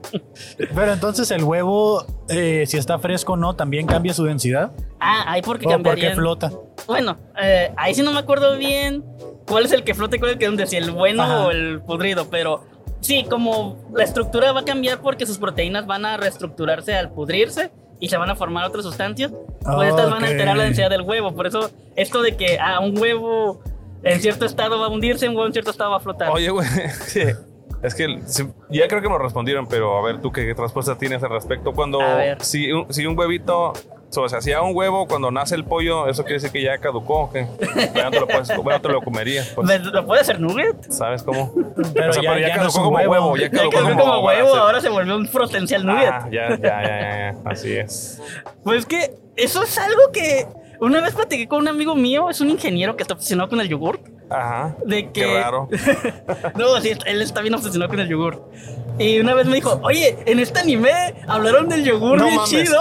Speaker 1: Pero entonces el huevo, eh, si está fresco o no, también cambia su densidad.
Speaker 3: Ah, ahí porque
Speaker 1: ¿O por qué
Speaker 3: cambiarían.
Speaker 1: flota?
Speaker 3: Bueno, eh, ahí sí no me acuerdo bien cuál es el que flota y cuál es el que hunde, si el bueno
Speaker 1: Ajá.
Speaker 3: o el pudrido, pero sí, como la estructura va a cambiar porque sus proteínas van a reestructurarse al pudrirse y se van a formar otras sustancias, pues estas van a
Speaker 1: Ok.
Speaker 3: alterar la densidad del huevo. Por eso, esto de que a un huevo en cierto estado va a hundirse, un huevo en cierto estado va a flotar.
Speaker 2: Oye, güey. *laughs* Es que sí, ya creo que nos respondieron, pero a ver, tú qué respuesta tienes al respecto. Cuando.
Speaker 3: A ver.
Speaker 2: Si, un- si un huevito. O sea, si a un huevo cuando nace el pollo, eso quiere decir que ya caducó, ¿o ¿qué? Ya no te lo, puedes, ya no te lo comerías. pues,
Speaker 3: ¿Me- ¿Lo puede hacer nugget?
Speaker 2: ¿Sabes cómo?
Speaker 1: Pero
Speaker 2: O sea,
Speaker 1: ya- ya
Speaker 2: pero
Speaker 1: no es un
Speaker 2: caducó como
Speaker 1: huevo.
Speaker 2: huevo. ya
Speaker 3: Ya
Speaker 2: caducó
Speaker 3: quedó
Speaker 2: como,
Speaker 3: como huevo,
Speaker 2: base.
Speaker 3: ahora se volvió un potencial nugget.
Speaker 2: Ah, ya, ya, ya, ya, ya, así es.
Speaker 3: Pues que eso es algo que una vez platiqué con un amigo mío, es un ingeniero que está obsesionado con el yogur.
Speaker 2: Ajá.
Speaker 3: De que.
Speaker 2: Qué raro.
Speaker 3: *laughs* No, sí, él está bien obsesionado con el yogur. Y una vez me dijo, oye, en este anime hablaron del yogur
Speaker 2: No
Speaker 3: bien
Speaker 2: mames. *laughs*
Speaker 3: chido.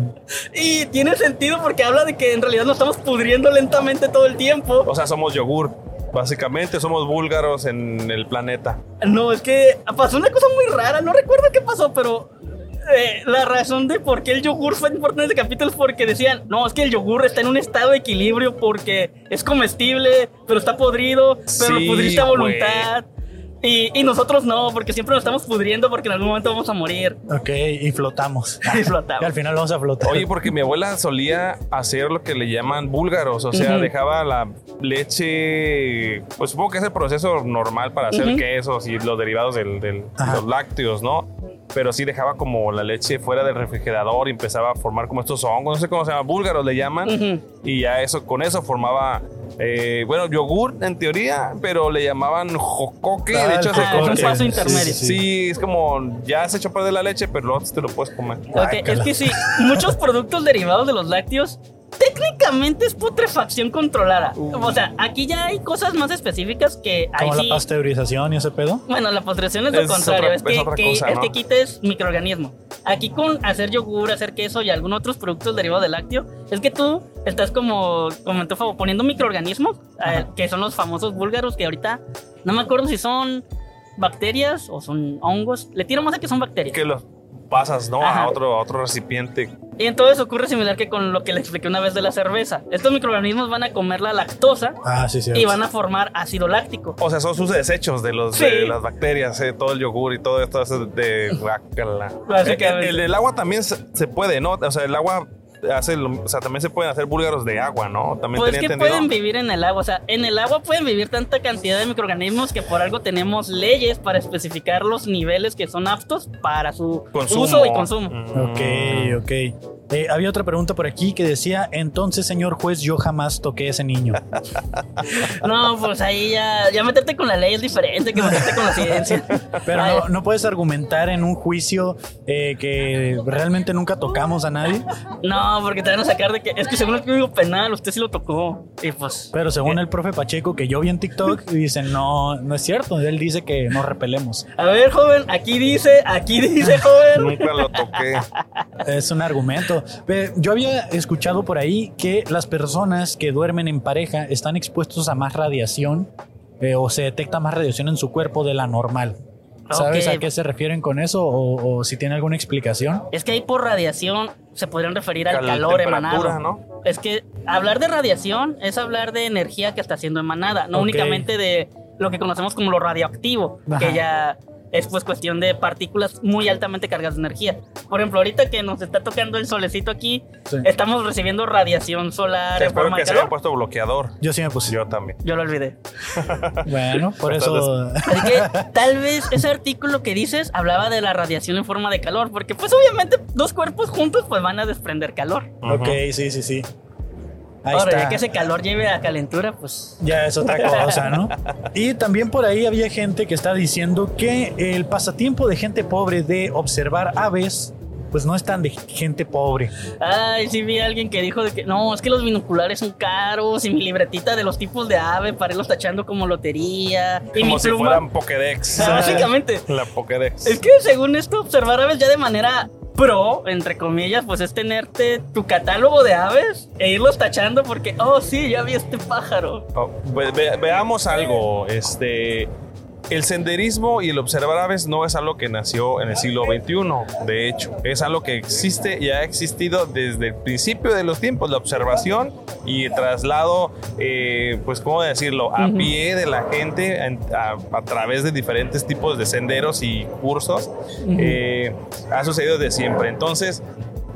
Speaker 3: *laughs* y tiene sentido porque habla de que en realidad nos estamos pudriendo lentamente todo el tiempo.
Speaker 2: O sea, somos yogur. Básicamente somos búlgaros en el planeta.
Speaker 3: No, es que pasó una cosa muy rara, no recuerdo qué pasó, pero eh, la razón de por qué el yogur fue importante en este capítulo es porque decían, no, es que el yogur está en un estado de equilibrio porque es comestible, pero está podrido, pero
Speaker 2: Sí,
Speaker 3: pudriste a
Speaker 2: güey.
Speaker 3: voluntad. Y, y nosotros no, porque siempre nos estamos pudriendo porque en algún momento vamos a morir. *laughs*
Speaker 1: Ok, y flotamos.
Speaker 3: Y
Speaker 1: Y al
Speaker 3: flotamos.
Speaker 1: final vamos a flotar.
Speaker 2: Oye, porque mi abuela solía hacer lo que le llaman búlgaros, o sea,
Speaker 3: Ujú.
Speaker 2: dejaba la leche, pues supongo que es el proceso normal para hacer
Speaker 3: Ujú.
Speaker 2: quesos y los derivados del, del-
Speaker 1: Ajá.
Speaker 2: los lácteos, ¿no? Pero sí dejaba como la leche fuera del refrigerador y empezaba a formar como estos hongos, no sé cómo se llama, búlgaros le llaman,
Speaker 3: Ujú.
Speaker 2: y ya eso, con eso formaba, eh, bueno, yogur en teoría, pero le llamaban jocoque,
Speaker 1: Ah,
Speaker 2: de hecho
Speaker 1: el
Speaker 2: se
Speaker 3: Ah, es un
Speaker 2: come-
Speaker 3: paso
Speaker 1: Sí,
Speaker 3: intermedio.
Speaker 1: sí, sí.
Speaker 2: Sí, es como ya se echó a perder la leche, pero luego te lo puedes comer.
Speaker 3: Ok,
Speaker 2: Ay,
Speaker 3: es
Speaker 2: cala.
Speaker 3: que sí, muchos productos derivados de los lácteos técnicamente es putrefacción controlada. O sea, aquí ya hay cosas más específicas que ahí
Speaker 1: Como
Speaker 3: sí-
Speaker 1: la pasteurización y ese pedo.
Speaker 3: Bueno, la postración es
Speaker 2: Es
Speaker 3: lo contrario,
Speaker 2: otra-
Speaker 3: es, que,
Speaker 2: es otra
Speaker 3: que-
Speaker 2: cosa,
Speaker 3: es
Speaker 2: ¿no?
Speaker 3: que quites microorganismo. Aquí con hacer yogur, hacer queso y algunos otros productos derivados del lácteo, es que tú estás como, como en tu favor, poniendo microorganismos,
Speaker 1: Ajá.
Speaker 3: eh, que son los famosos búlgaros que ahorita, no me acuerdo si son bacterias o son hongos, le tiro más a que son bacterias.
Speaker 2: que los pasas, ¿no?
Speaker 3: Ajá.
Speaker 2: A otro, a otro recipiente.
Speaker 3: Y entonces ocurre similar que con lo que le expliqué una vez de la cerveza. Estos microorganismos van a comer la lactosa
Speaker 1: Ah, sí, sí.
Speaker 3: y van a formar ácido láctico.
Speaker 2: O sea, son sus desechos de los
Speaker 3: Sí.
Speaker 2: de las bacterias, eh, todo el yogur y todo esto eso de guácala.
Speaker 3: Básicamente.
Speaker 2: Eh, El, el agua también se, se puede, ¿no? O sea, el agua hace, lo- o sea, también se pueden hacer búlgaros de agua, ¿no? También
Speaker 3: Pues
Speaker 2: tenía
Speaker 3: que
Speaker 2: entendido.
Speaker 3: pueden vivir en el agua, o sea, en el agua pueden vivir tanta cantidad de microorganismos que por algo tenemos leyes para especificar los niveles que son aptos para su
Speaker 2: Consumo.
Speaker 3: uso y consumo.
Speaker 2: Mm.
Speaker 1: Ok, ok. Eh, había otra pregunta por aquí que decía, entonces, señor juez, yo jamás toqué a ese
Speaker 3: *laughs*
Speaker 1: niño.
Speaker 2: Mm.
Speaker 3: No, pues ahí ya, ya meterte con la ley es diferente que meterte con la ciencia.
Speaker 1: Pero
Speaker 3: Ay,
Speaker 1: no, no puedes argumentar en un juicio eh, que realmente nunca tocamos a nadie.
Speaker 3: no, porque te van a sacar de que es que según el código penal usted sí lo tocó. Y pues
Speaker 1: Pero según el profe Pacheco que yo vi en TikTok, dicen, no, no es cierto. Él dice que nos repelemos.
Speaker 3: a ver, joven, aquí dice, aquí dice, joven.
Speaker 2: Nunca lo
Speaker 3: *laughs*
Speaker 2: toqué.
Speaker 1: Es un argumento. Ve, Yo había escuchado por ahí que las personas que duermen en pareja están expuestos a más radiación eh, o se detecta más radiación en su cuerpo de la normal. ¿Sabes
Speaker 3: Ok.
Speaker 1: a qué se refieren con eso o, o si tiene alguna explicación?
Speaker 3: Es que ahí por radiación se podrían referir al
Speaker 2: Cal-
Speaker 3: calor
Speaker 2: temperatura,
Speaker 3: emanado.
Speaker 2: ¿no?
Speaker 3: Es que hablar de radiación es hablar de energía que está siendo emanada, no
Speaker 1: Ok.
Speaker 3: únicamente de lo que conocemos como lo radioactivo,
Speaker 1: Ajá.
Speaker 3: que ya es pues cuestión de partículas muy altamente cargadas de energía. Por ejemplo, ahorita que nos está tocando el solecito aquí,
Speaker 1: Sí.
Speaker 3: estamos recibiendo radiación solar en
Speaker 2: Espero
Speaker 3: forma
Speaker 2: que
Speaker 3: de
Speaker 2: se haya
Speaker 3: calor.
Speaker 2: puesto bloqueador.
Speaker 1: Yo sí me puse.
Speaker 2: *laughs* Yo también.
Speaker 3: Yo lo olvidé.
Speaker 1: Bueno, por eso.
Speaker 3: Así que tal vez ese artículo que dices hablaba de la radiación en forma de calor, porque pues obviamente dos cuerpos juntos pues van a desprender calor.
Speaker 1: *laughs* Ok, sí, sí, sí. Ahí
Speaker 3: Ahora, ya
Speaker 1: está.
Speaker 3: que ese calor lleve a calentura, pues
Speaker 1: Ya es otra cosa, ¿no? Y también por ahí había gente que está diciendo que el pasatiempo de gente pobre de observar aves, pues no es tan de gente pobre.
Speaker 3: Ay, sí vi a alguien que dijo de que no, es que los binoculares son caros y mi libretita de los tipos de ave para irlos tachando como lotería y
Speaker 2: Como
Speaker 3: mi
Speaker 2: si
Speaker 3: pluma.
Speaker 2: fueran Pokédex.
Speaker 3: O sea, básicamente,
Speaker 2: *laughs* La Pokédex.
Speaker 3: es que según esto observar aves ya de manera pro, entre comillas, pues es tenerte tu catálogo de aves e irlos tachando porque oh, sí, ya vi este pájaro.
Speaker 2: Oh, ve- ve- veamos algo. Este. El senderismo y el observar aves no es algo que nació en el siglo XXI, de hecho, es algo que existe y ha existido desde el principio de los tiempos, la observación y el traslado, eh, pues, ¿cómo decirlo?, a
Speaker 3: Ujú.
Speaker 2: pie de la gente en- a, a través de diferentes tipos de senderos y cursos, eh, ha sucedido de siempre. Entonces,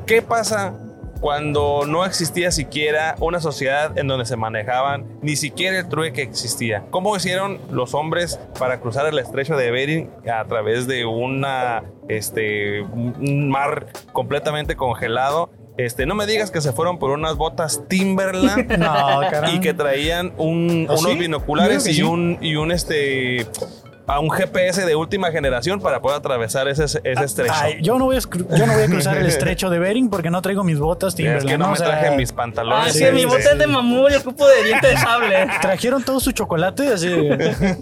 Speaker 2: ¿Qué pasa cuando no existía siquiera una sociedad en donde se manejaban, ni siquiera el trueque existía? ¿Cómo hicieron los hombres para cruzar el estrecho de Bering a través de una, este, un un mar completamente congelado? Este, no me digas que se fueron por unas botas Timberland *laughs*
Speaker 1: No, caray.
Speaker 2: y que traían un-
Speaker 1: ¿Ah,
Speaker 2: unos
Speaker 1: sí? Yo
Speaker 2: binoculares
Speaker 1: creo que
Speaker 2: y
Speaker 1: sí.
Speaker 2: un y un este a un GPS de última generación para poder atravesar ese, ese estrecho.
Speaker 1: Ah, Ay, yo, no voy a, escru- yo no voy a cruzar el estrecho de Bering porque no traigo mis botas Timberland.
Speaker 2: es que no
Speaker 1: ¿no?
Speaker 2: me
Speaker 1: O sea,
Speaker 2: traje mis pantalones.
Speaker 3: Ah, es
Speaker 1: sí,
Speaker 3: que mi
Speaker 1: sí,
Speaker 3: bota es de mamul y ocupo de diente de sable.
Speaker 1: Trajeron todo su chocolate,
Speaker 2: *laughs*
Speaker 1: así.
Speaker 3: Ah.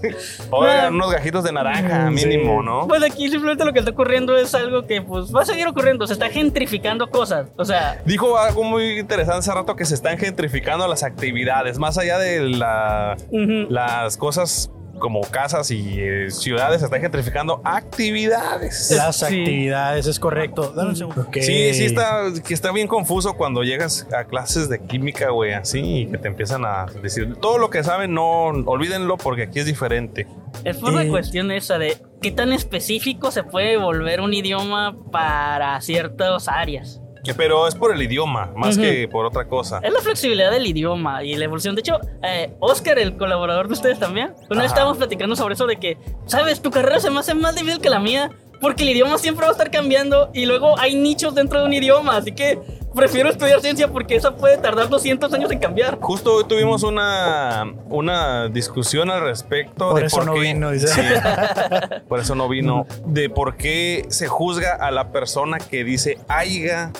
Speaker 2: Oigan, unos gajitos de naranja,
Speaker 1: Mm, Sí.
Speaker 2: mínimo, ¿no?
Speaker 3: Pues aquí simplemente lo que está ocurriendo es algo que pues va a seguir ocurriendo, se está gentrificando cosas, o sea,
Speaker 2: Dijo algo muy interesante hace rato que se están gentrificando las actividades, más allá de la-
Speaker 3: ujú.
Speaker 2: las cosas como casas y eh, ciudades, se están gentrificando actividades.
Speaker 1: Las
Speaker 3: Sí.
Speaker 1: actividades, es correcto. Dame un segundo. Ok.
Speaker 2: Sí, sí está, que está bien confuso cuando llegas a clases de química, güey, así, y que te empiezan a decir, todo lo que saben, no, olvídenlo porque aquí es diferente.
Speaker 3: Es por la
Speaker 1: Eh.
Speaker 3: cuestión esa de qué tan específico se puede volver un idioma para ciertas áreas.
Speaker 2: Pero es por el idioma, más
Speaker 3: Ujú.
Speaker 2: que por otra cosa.
Speaker 3: Es la flexibilidad del idioma y la evolución. De hecho, eh, Oscar, el colaborador de ustedes también, una vez
Speaker 2: Ajá.
Speaker 3: estábamos platicando sobre eso de que, sabes, tu carrera se me hace más difícil que la mía porque el idioma siempre va a estar cambiando y luego hay nichos dentro de un idioma, así que prefiero estudiar ciencia porque esa puede tardar 200 años en cambiar.
Speaker 2: Justo hoy tuvimos una, una discusión al respecto.
Speaker 1: Por
Speaker 2: de
Speaker 1: eso no
Speaker 2: qué-
Speaker 1: vino, dice.
Speaker 2: Sí, *laughs* por eso no vino. De por qué se juzga a la persona que dice aiga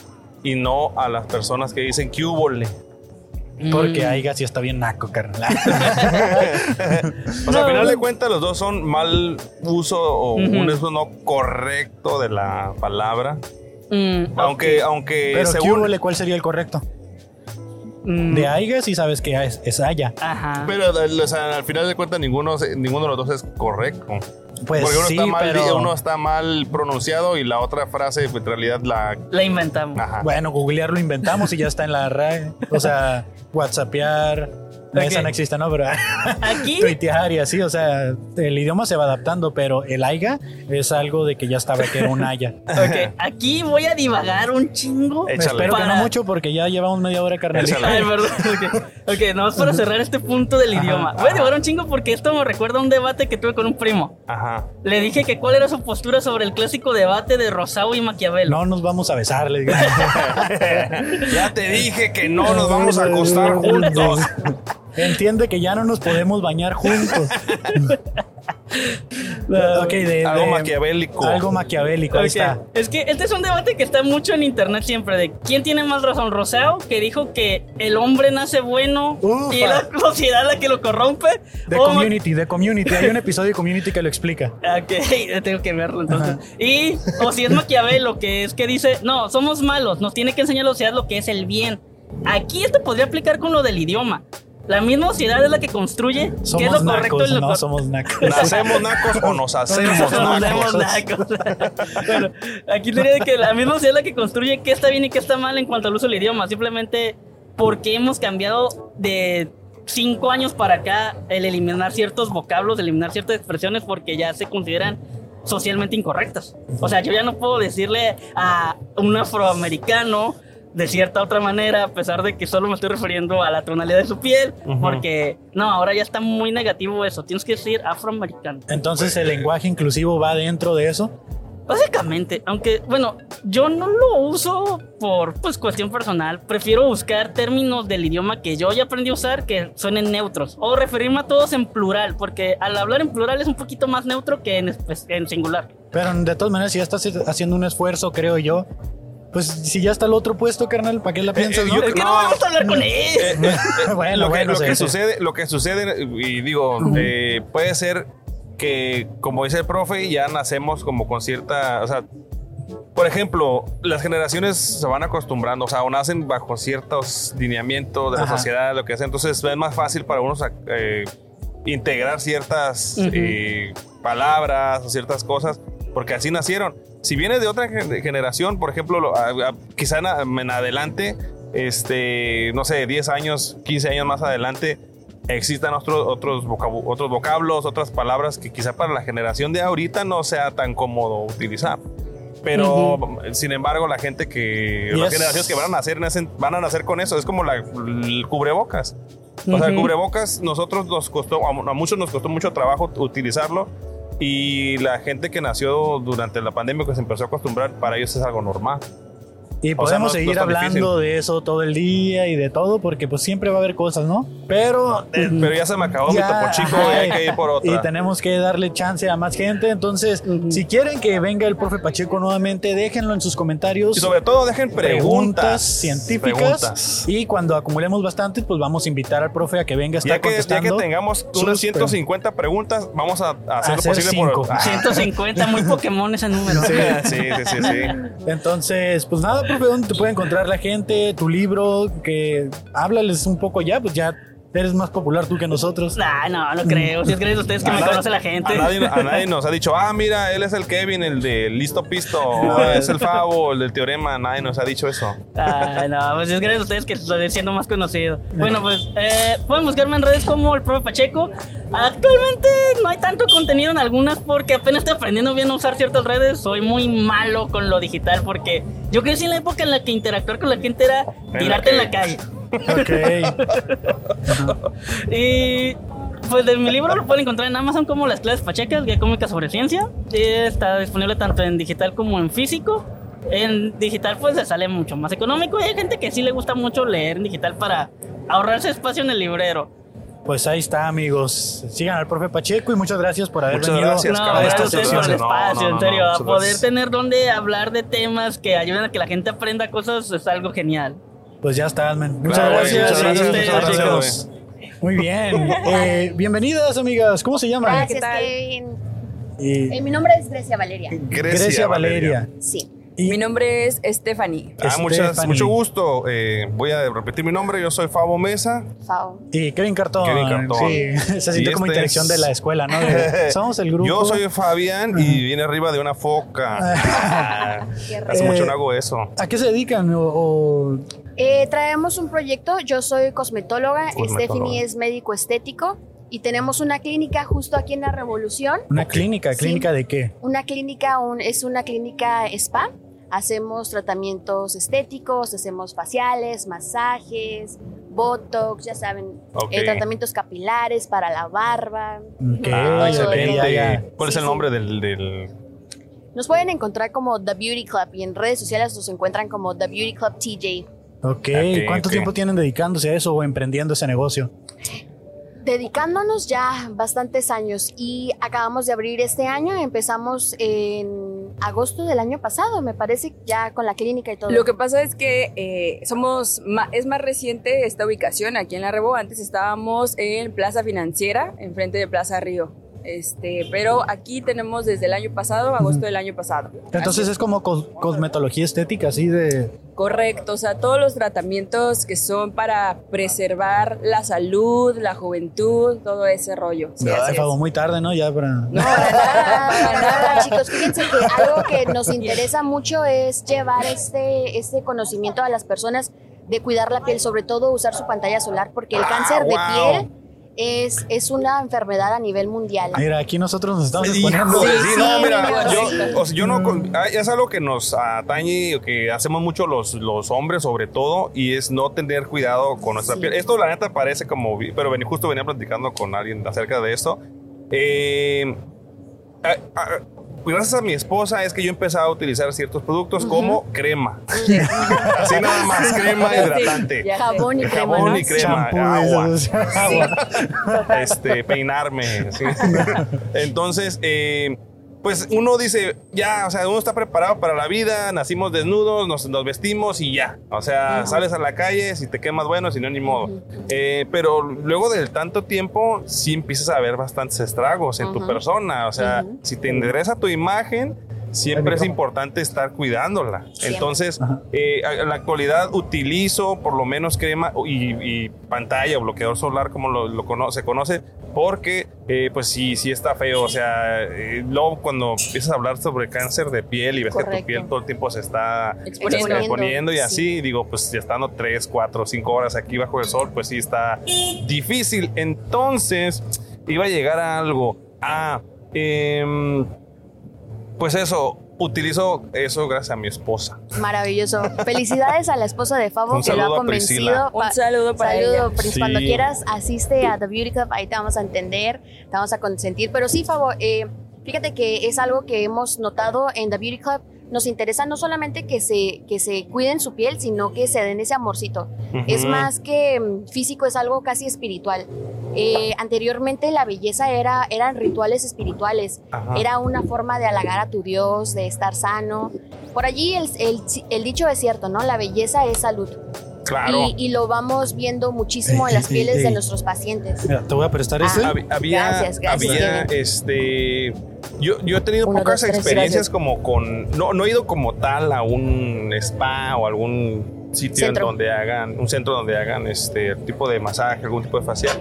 Speaker 2: y no a las personas que dicen cubole.
Speaker 1: *laughs* Porque
Speaker 3: Mm.
Speaker 1: ahí sí está bien naco,
Speaker 2: Eh,
Speaker 1: carnal.
Speaker 2: O sea, al
Speaker 3: No.
Speaker 2: final de cuentas, los dos son mal uso o
Speaker 3: Ujú.
Speaker 2: un uso no correcto de la palabra.
Speaker 3: Mm,
Speaker 2: Aunque, aunque
Speaker 1: *laughs* Pero ¿qué
Speaker 2: según.
Speaker 1: huele? ¿cuál sería el correcto?
Speaker 3: mm,
Speaker 1: De Aiga sí sabes que es, es Aya.
Speaker 3: Ajá.
Speaker 2: Pero o sea, al final de cuentas, ninguno, se- ninguno de los dos es correcto.
Speaker 1: Pues
Speaker 2: Porque uno,
Speaker 1: sí,
Speaker 2: está mal,
Speaker 1: pero...
Speaker 2: uno está mal pronunciado y la otra frase, pues, en realidad, la.
Speaker 3: La inventamos.
Speaker 2: Ajá.
Speaker 1: Bueno, googlear lo inventamos y ya está en la RAE. O sea, *laughs* whatsappear. No,
Speaker 3: Ok.
Speaker 1: Esa no existe, ¿no? Pero Ah, *laughs*
Speaker 3: Aquí
Speaker 1: tuitear y así. O sea, el idioma se va adaptando, pero el Aiga es algo de que ya estaba que era un Aya. *laughs*
Speaker 3: Ok, aquí voy a divagar un chingo.
Speaker 2: *laughs* Échale.
Speaker 1: Espero que
Speaker 3: Para-
Speaker 1: no mucho porque ya llevamos media hora, carnal.
Speaker 2: Échale.
Speaker 3: Ay, perdón. *laughs* Ok, okay nada más para cerrar este punto del
Speaker 1: Ajá,
Speaker 3: idioma. Voy a divagar un chingo porque esto me recuerda a un debate que tuve con un primo.
Speaker 2: Ajá.
Speaker 3: Le dije que cuál era su postura sobre el clásico debate de Rosau y Maquiavelo.
Speaker 1: No nos vamos a besar, le digo.
Speaker 2: Ya te dije que *laughs* no nos vamos a
Speaker 1: *laughs*
Speaker 2: acostar juntos.
Speaker 1: Entiende que ya no nos podemos bañar
Speaker 2: *laughs*
Speaker 1: juntos. Ok, de-
Speaker 2: Algo
Speaker 1: de-
Speaker 2: maquiavélico.
Speaker 1: Algo maquiavélico,
Speaker 3: Ok,
Speaker 1: ahí está.
Speaker 3: Es que este es un debate que está mucho en internet siempre de quién tiene más razón, Rosau, que dijo que el hombre nace bueno
Speaker 1: Ufa.
Speaker 3: y la sociedad la que lo corrompe.
Speaker 1: De
Speaker 3: o Ma-
Speaker 1: community, de community. Hay
Speaker 3: *laughs*
Speaker 1: un episodio de community que lo explica.
Speaker 3: Ok, tengo que verlo entonces. Y, o si es Maquiavelo, que es que dice, no, somos malos, nos tiene que enseñar la sociedad lo que es el bien. Aquí esto podría aplicar con lo del idioma. La misma sociedad es la que construye qué es
Speaker 1: Somos
Speaker 3: lo correcto
Speaker 1: nacos,
Speaker 3: y lo
Speaker 1: no
Speaker 3: cor-
Speaker 1: somos
Speaker 3: *laughs*
Speaker 1: nacos.
Speaker 2: ¿Nacemos nacos o nos hacemos
Speaker 3: Somos
Speaker 2: nacos?
Speaker 3: nacos. bueno, aquí diría de que la misma sociedad es la que construye qué está bien y qué está mal en cuanto al uso del idioma. Simplemente porque hemos cambiado de cinco años para acá el eliminar ciertos vocablos, eliminar ciertas expresiones porque ya se consideran socialmente incorrectas. O sea, yo ya no puedo decirle a un afroamericano de cierta otra manera, a pesar de que solo me estoy refiriendo a la tonalidad de su piel,
Speaker 2: Ujú.
Speaker 3: porque no, ahora ya está muy negativo eso. Tienes que decir afroamericano.
Speaker 1: Entonces el lenguaje inclusivo va dentro de eso.
Speaker 3: Básicamente, aunque, bueno, yo no lo uso por pues cuestión personal. Prefiero buscar términos del idioma que yo ya aprendí a usar que suenen neutros. O referirme a todos en plural, porque al hablar en plural es un poquito más neutro que en, pues, en singular.
Speaker 1: Pero de todas maneras, si ya estás haciendo un esfuerzo, creo yo, pues si ya está el otro puesto, carnal, ¿para qué la piensas?
Speaker 2: eh,
Speaker 1: no?
Speaker 2: yo
Speaker 3: Es que no,
Speaker 2: No.
Speaker 3: vamos a hablar con él.
Speaker 2: Eh, eh,
Speaker 1: *laughs*
Speaker 2: eh,
Speaker 1: Bueno,
Speaker 2: lo que,
Speaker 1: bueno,
Speaker 2: lo
Speaker 1: sí,
Speaker 2: que
Speaker 1: sí.
Speaker 2: sucede, lo que sucede, y digo, eh, puede ser que, como dice el profe, ya nacemos como con cierta, o sea, por ejemplo, las generaciones se van acostumbrando, o sea, o nacen bajo ciertos lineamientos de la
Speaker 1: Ajá.
Speaker 2: sociedad, lo que sea, entonces es más fácil para unos eh, integrar ciertas
Speaker 3: Ujú.
Speaker 2: eh, palabras o ciertas cosas, porque así nacieron. Si vienes de otra gen- generación, por ejemplo, lo- a- a- quizá en, a- en adelante, este, no sé, 10 años, 15 años más adelante, existan otros, otros, vocabu- otros vocablos, otras palabras que quizá para la generación de ahorita no sea tan cómodo utilizar. Pero, sin embargo, la gente que...
Speaker 1: Y
Speaker 2: Las
Speaker 1: es-
Speaker 2: generaciones que van a nacer nacen- van a nacer con eso. Es como la, el cubrebocas. O sea, el
Speaker 3: Ujú.
Speaker 2: cubrebocas, nosotros nos costó, a, a muchos nos costó mucho trabajo utilizarlo y la gente que nació durante la pandemia que se empezó a acostumbrar, para ellos es algo normal.
Speaker 1: Y
Speaker 2: no-
Speaker 1: podemos
Speaker 2: no
Speaker 1: seguir
Speaker 2: está
Speaker 1: hablando de eso todo el día y de todo, porque pues siempre va a haber cosas, ¿no? Pero... eh,
Speaker 2: Pero ya se me acabó mi
Speaker 1: Ya,
Speaker 2: topo chico
Speaker 1: ajá,
Speaker 2: y hay que ir por
Speaker 1: Y
Speaker 2: otra.
Speaker 1: tenemos que darle chance a más gente. Entonces,
Speaker 3: Ujú.
Speaker 1: si quieren que venga el profe Pacheco nuevamente, déjenlo en sus comentarios.
Speaker 2: Y sobre todo dejen preguntas,
Speaker 1: científicas.
Speaker 2: preguntas.
Speaker 1: Y cuando acumulemos bastantes, pues vamos a invitar al profe a que venga a estar
Speaker 2: Ya que, ya que
Speaker 1: contestando.
Speaker 2: tengamos
Speaker 1: sus
Speaker 2: unas 150 preguntas, vamos a, a hacer lo
Speaker 1: Hacer
Speaker 2: posible
Speaker 1: cinco.
Speaker 2: por... Ah,
Speaker 3: 150, muy Pokémon ese
Speaker 1: *laughs*
Speaker 3: número.
Speaker 2: sí, sí, sí, sí.
Speaker 1: Entonces, pues nada, profe, ¿dónde te puede encontrar la gente? Tu libro, que háblales un poco ya, pues ya eres más popular tú que nosotros.
Speaker 3: Nah, no, no creo. Si es gracias a ustedes que
Speaker 2: A
Speaker 3: me
Speaker 2: nadie-
Speaker 3: conoce la gente.
Speaker 2: A nadie, a nadie nos ha dicho, ah, mira, él es el Kevin, el de
Speaker 1: *laughs*
Speaker 2: Listo Pisto, o es el Favo, el del Teorema, nadie nos ha dicho eso.
Speaker 3: Ay, no, pues es gracias a ustedes que estoy siendo más conocido. Bueno, pues eh, pueden buscarme en redes como el profe Pacheco. Actualmente no hay tanto contenido en algunas porque apenas estoy aprendiendo bien a usar ciertas redes. Soy muy malo con lo digital porque yo crecí en la época en la que interactuar con la gente era
Speaker 2: la
Speaker 3: tirarte en la
Speaker 2: calle.
Speaker 3: calle.
Speaker 1: Ok.
Speaker 3: Y pues de mi libro lo pueden encontrar en Amazon como Las clases pachecas, guía cómica sobre ciencia. Y está disponible tanto en digital como en físico. En digital pues le sale mucho más económico y hay gente que sí le gusta mucho leer en digital para ahorrarse espacio en el librero.
Speaker 1: Pues ahí está, amigos. Sigan al profe Pacheco y muchas gracias por haber
Speaker 2: Muchas
Speaker 1: venido.
Speaker 2: gracias.
Speaker 3: no,
Speaker 2: cabrón,
Speaker 3: gracias
Speaker 1: estas
Speaker 3: a ustedes por el
Speaker 1: sesiones.
Speaker 2: No, no,
Speaker 3: espacio,
Speaker 2: no,
Speaker 3: en serio.
Speaker 2: no,
Speaker 3: a
Speaker 2: muchas
Speaker 3: poder
Speaker 2: gracias.
Speaker 3: tener donde hablar de temas que ayuden a que la gente aprenda cosas es algo genial.
Speaker 1: Pues ya está, man. Muchas
Speaker 2: Claro, güey,
Speaker 1: gracias.
Speaker 2: muchas gracias,
Speaker 1: Sí,
Speaker 2: muchas
Speaker 1: sí,
Speaker 2: gracias,
Speaker 1: chicos. Muy bien. Eh, bienvenidas, amigas. ¿Cómo se llaman?
Speaker 4: Gracias,
Speaker 5: tal?
Speaker 4: Kevin.
Speaker 1: Y-
Speaker 4: Eh, mi nombre es Grecia Valeria.
Speaker 1: Grecia, Valeria.
Speaker 4: Sí.
Speaker 1: Y
Speaker 5: Mi nombre es Stephanie.
Speaker 2: Ah, muchas,
Speaker 1: Stephanie.
Speaker 2: mucho gusto. Eh, voy a repetir mi nombre. Yo soy Fabo Mesa.
Speaker 4: Fao.
Speaker 1: Y Kevin Cartón.
Speaker 2: Kevin Cartón.
Speaker 1: Sí, *laughs* se
Speaker 2: Y
Speaker 1: sintió como
Speaker 2: este
Speaker 1: interacción
Speaker 2: es-
Speaker 1: de la escuela, ¿no?
Speaker 2: *laughs*
Speaker 1: De, somos el grupo.
Speaker 2: Yo soy Fabián y viene arriba de
Speaker 1: *laughs*
Speaker 2: una foca. Ah,
Speaker 4: Qué raro.
Speaker 2: Hace mucho
Speaker 1: Eh,
Speaker 2: no hago eso.
Speaker 1: ¿A qué se dedican? O, o-
Speaker 4: Eh, traemos un proyecto. Yo soy cosmetóloga.
Speaker 2: Cosmetóloga.
Speaker 4: Stephanie es médico estético. Y tenemos una clínica justo aquí en la Revolución.
Speaker 1: una
Speaker 2: Ok.
Speaker 1: clínica?
Speaker 4: Sí.
Speaker 1: ¿Clínica de qué?
Speaker 4: Una clínica un- es una clínica spa. Hacemos tratamientos estéticos, hacemos faciales, masajes, botox, ya saben,
Speaker 2: Ok.
Speaker 4: eh, tratamientos capilares para la barba.
Speaker 1: Ok,
Speaker 2: Ah,
Speaker 1: ok,
Speaker 2: excelente.
Speaker 1: ya, ya.
Speaker 2: ¿Cuál es
Speaker 4: Sí,
Speaker 2: el
Speaker 4: sí.
Speaker 2: nombre del, del-
Speaker 4: Nos pueden encontrar como The Beauty Club y en redes sociales nos encuentran como The Beauty Club TJ.
Speaker 1: Ok,
Speaker 2: Ah, Ok,
Speaker 1: ¿Cuánto
Speaker 2: ok.
Speaker 1: tiempo tienen dedicándose a eso o emprendiendo ese negocio?
Speaker 4: Dedicándonos ya bastantes años y acabamos de abrir este año, empezamos en agosto del año pasado, me parece, ya con la clínica y todo. *laughs*
Speaker 5: Lo que pasa es que eh, somos ma- es más reciente esta ubicación aquí en La Rebo. Antes estábamos en Plaza Financiera, enfrente de Plaza Río. Este, pero aquí tenemos desde el año pasado, agosto del año pasado.
Speaker 1: Entonces
Speaker 5: Así-
Speaker 1: es como cos- cosmetología estética, así de...
Speaker 5: Correcto, o sea, todos los tratamientos que son para preservar la salud, la juventud, todo ese rollo. Sí, así
Speaker 1: Ay,
Speaker 5: es.
Speaker 1: Fabo, muy tarde, ¿no? Ya para...
Speaker 5: No,
Speaker 4: Para nada, para nada, chicos. Fíjense que algo que nos interesa mucho es llevar este, este conocimiento a las personas de cuidar la piel, sobre todo usar su pantalla solar, porque el
Speaker 2: Ah,
Speaker 4: cáncer de
Speaker 2: wow.
Speaker 4: piel es, es una enfermedad a nivel mundial.
Speaker 1: Mira, aquí nosotros nos estamos
Speaker 2: Hijo
Speaker 1: exponiendo.
Speaker 2: de-
Speaker 4: Sí,
Speaker 2: sí, no,
Speaker 4: sí,
Speaker 2: mira,
Speaker 4: sí.
Speaker 2: yo, o sea, yo no, con- ah, es algo que nos atañe, que hacemos mucho los, los hombres sobre todo, y es no tener cuidado con nuestra
Speaker 4: Sí.
Speaker 2: piel. Esto la neta parece como, vi- pero vení- justo venía platicando con alguien acerca de esto. Eh, ah, ah, gracias a mi esposa es que yo empecé a utilizar ciertos productos como crema. *laughs* Así nada más,
Speaker 5: *laughs*
Speaker 2: crema hidratante.
Speaker 6: Ya sé.
Speaker 4: Jabón y
Speaker 2: El
Speaker 4: crema.
Speaker 2: jabón
Speaker 4: ¿no?
Speaker 2: y crema,
Speaker 1: Champú,
Speaker 2: agua,
Speaker 1: esos, agua.
Speaker 2: *laughs* este, peinarme. ¿sí? Entonces, eh, pues uno dice, ya, o sea, uno está preparado para la vida, nacimos desnudos, nos, nos vestimos y ya. O sea, sales a la calle, si te quemas, bueno, si no, ni modo. Eh, pero luego del tanto tiempo, sí empiezas a ver bastantes estragos en tu
Speaker 4: Ujú.
Speaker 2: persona. O sea,
Speaker 4: Ujú.
Speaker 2: si te endereza tu imagen, siempre
Speaker 1: Ay,
Speaker 2: es
Speaker 1: cómo.
Speaker 2: importante estar cuidándola.
Speaker 4: Siempre.
Speaker 2: Entonces,
Speaker 1: Ajá.
Speaker 2: eh, a- en la actualidad utilizo por lo menos crema y, y pantalla, bloqueador solar, como lo, lo cono- se conoce, porque eh, pues sí, sí está feo. O sea, eh, luego cuando empiezas a hablar sobre cáncer de piel y ves que tu
Speaker 4: Correcto.
Speaker 2: piel todo el tiempo se está
Speaker 6: Exponiendo.
Speaker 2: se está exponiendo y
Speaker 4: Sí.
Speaker 2: así, digo, pues ya estando 3, 4, 5 horas aquí bajo el sol, pues sí está difícil. Entonces, iba a llegar a algo. Ah, em, pues eso, utilizo eso gracias a mi esposa.
Speaker 4: Maravilloso. Felicidades a la esposa de Fabo
Speaker 2: Un
Speaker 4: que lo
Speaker 2: saludo
Speaker 4: ha
Speaker 2: a Priscila.
Speaker 4: convencido.
Speaker 6: Un
Speaker 4: pa-
Speaker 6: saludo para
Speaker 4: Saludo,
Speaker 6: ella.
Speaker 4: Pris.
Speaker 2: Sí.
Speaker 4: pues, Cuando quieras, asiste a The Beauty Club. Ahí te vamos a entender, te vamos a consentir. Pero sí, Fabo, eh, fíjate que es algo que hemos notado en The Beauty Club. Nos interesa no solamente que se, que se cuiden su piel, sino que se den ese amorcito. Es
Speaker 2: Ujú.
Speaker 4: más que mm, físico, es algo casi espiritual. Eh, anteriormente la belleza era, eran rituales espirituales.
Speaker 2: Ajá.
Speaker 4: Era una forma de halagar a tu Dios, de estar sano. Por allí el, el- el dicho es cierto, ¿no? La belleza es salud.
Speaker 2: Claro.
Speaker 4: Y, y lo vamos viendo muchísimo en las
Speaker 1: Ey, ey,
Speaker 4: pieles
Speaker 1: ey,
Speaker 4: de
Speaker 1: ey.
Speaker 4: nuestros pacientes.
Speaker 1: Mira, *laughs* te voy a prestar este.
Speaker 4: Ah,
Speaker 2: Hab- había,
Speaker 4: Gracias, gracias,
Speaker 2: había,
Speaker 4: Steven.
Speaker 2: este. Yo, yo he tenido
Speaker 4: Uno,
Speaker 2: pocas
Speaker 4: dos, tres,
Speaker 2: experiencias
Speaker 4: gracias.
Speaker 2: como con. No, no he ido como tal a un spa o algún sitio
Speaker 4: Centro.
Speaker 2: en donde hagan. Un centro donde hagan este tipo de masaje, algún tipo de facial.